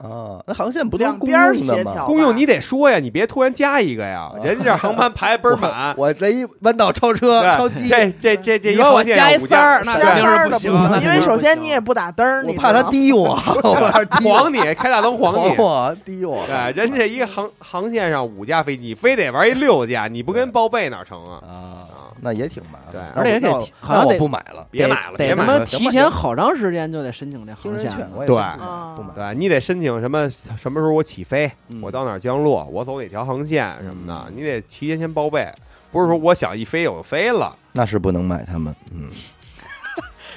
S5: 那航线不都是
S1: 两
S5: 公
S1: 边儿
S5: 用
S1: 协
S5: 的吗？。
S1: 调，
S4: 公用你得说呀，你别突然加一个呀，
S3: 哦
S4: 人家这航班排倍儿满
S5: 我这一弯道超车
S4: 对
S5: 超机，
S4: 这这这这
S3: 你
S4: 一
S3: 说我
S4: 航线
S3: 加一
S4: 有五架
S3: 三儿，那
S4: 对
S1: 加
S3: 肯
S1: 塞
S3: 定是
S1: 儿
S3: 不
S1: 的
S3: 行
S1: 行
S3: 那肯定是不行，
S1: 因为首先你也不打灯儿，
S5: 我
S1: 你
S5: 怕
S1: 知
S5: 他
S1: 道吗
S5: 滴我，我怕他滴我
S4: 晃你，开大灯晃
S5: 晃
S4: 你。
S5: 我滴我。
S4: 对，人家一个航航线上五架飞机，非得玩一六架，你不跟报备哪成啊？
S5: 啊，那也挺麻烦。
S4: 对
S5: 那
S3: 而且
S5: 我
S3: 也得
S5: 那我
S3: 提好
S5: 那
S3: 像
S5: 我
S3: 得
S5: 不买了，
S4: 别
S3: 得
S4: 买了，别
S3: 得他
S4: 买
S3: 妈
S4: 了。
S5: 了行
S3: 提
S5: 吧
S3: 前
S5: 行
S3: 好长时间就得申请这航
S5: 听人
S3: 线
S5: 劝，
S3: 了。
S5: 我也
S4: 对
S5: 是不
S1: 哦
S5: 买
S1: 啊
S5: 不买。
S4: 对你得申请什么什么时候我起飞，
S5: 嗯
S4: 我到哪儿降落，我走哪条航线什么的，你得提前先报备，不是说我想一飞我就飞了。
S5: 那是不能买他们，嗯，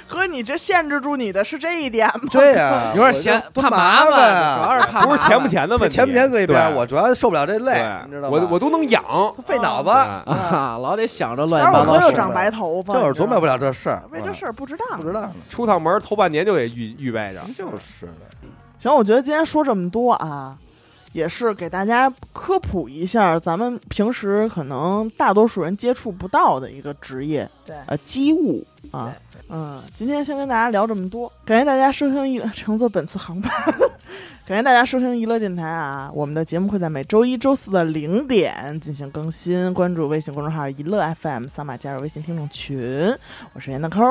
S1: 哥，你这限制住你的是这一点吗？
S5: 对呀，
S3: [laughs] 有点嫌
S5: 我就多
S3: 怕
S5: 麻
S3: 麻烦，主
S5: 烦，啊
S3: 要是怕
S4: 不是钱不钱的问题，
S5: 钱不钱可以
S4: 对
S5: 呗，我主要受不了这累，你知
S4: 对，
S5: 道吗？
S4: 我我都哦能养。
S5: 费脑子，
S4: 对
S3: 啊， [laughs] 老得想着乱
S1: 然
S3: 七
S1: 后
S3: 八
S1: 我
S3: 糟
S1: 哥
S3: 事
S1: 又
S3: 儿。
S1: 长白头发，
S5: 这会儿琢磨不
S1: 了，
S5: 了这事儿，嗯
S1: 为这事儿嗯不值当。
S5: 不知道呢，
S4: 出趟门头半年就得预预备着。
S5: 就是的，
S1: 行，我觉得今天说这么多啊，也是给大家科普一下，咱们平时可能大多数人接触不到的一个职业，
S2: 对
S1: 呃，机务啊。嗯，今天先跟大家聊这么多，感谢大家收听娱乐，乘坐本次航班， [laughs] 感谢大家收听娱乐电台啊！我们的节目会在每周一周四的零点进行更新，关注微信公众号“娱乐 FM”，扫码加入微信听众群。我是闫大抠，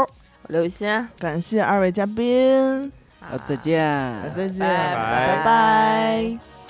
S2: 刘雨欣，
S1: 感谢二位嘉宾，
S3: 呃再见。
S1: 再见，
S2: 拜
S1: 拜
S4: 拜
S1: 拜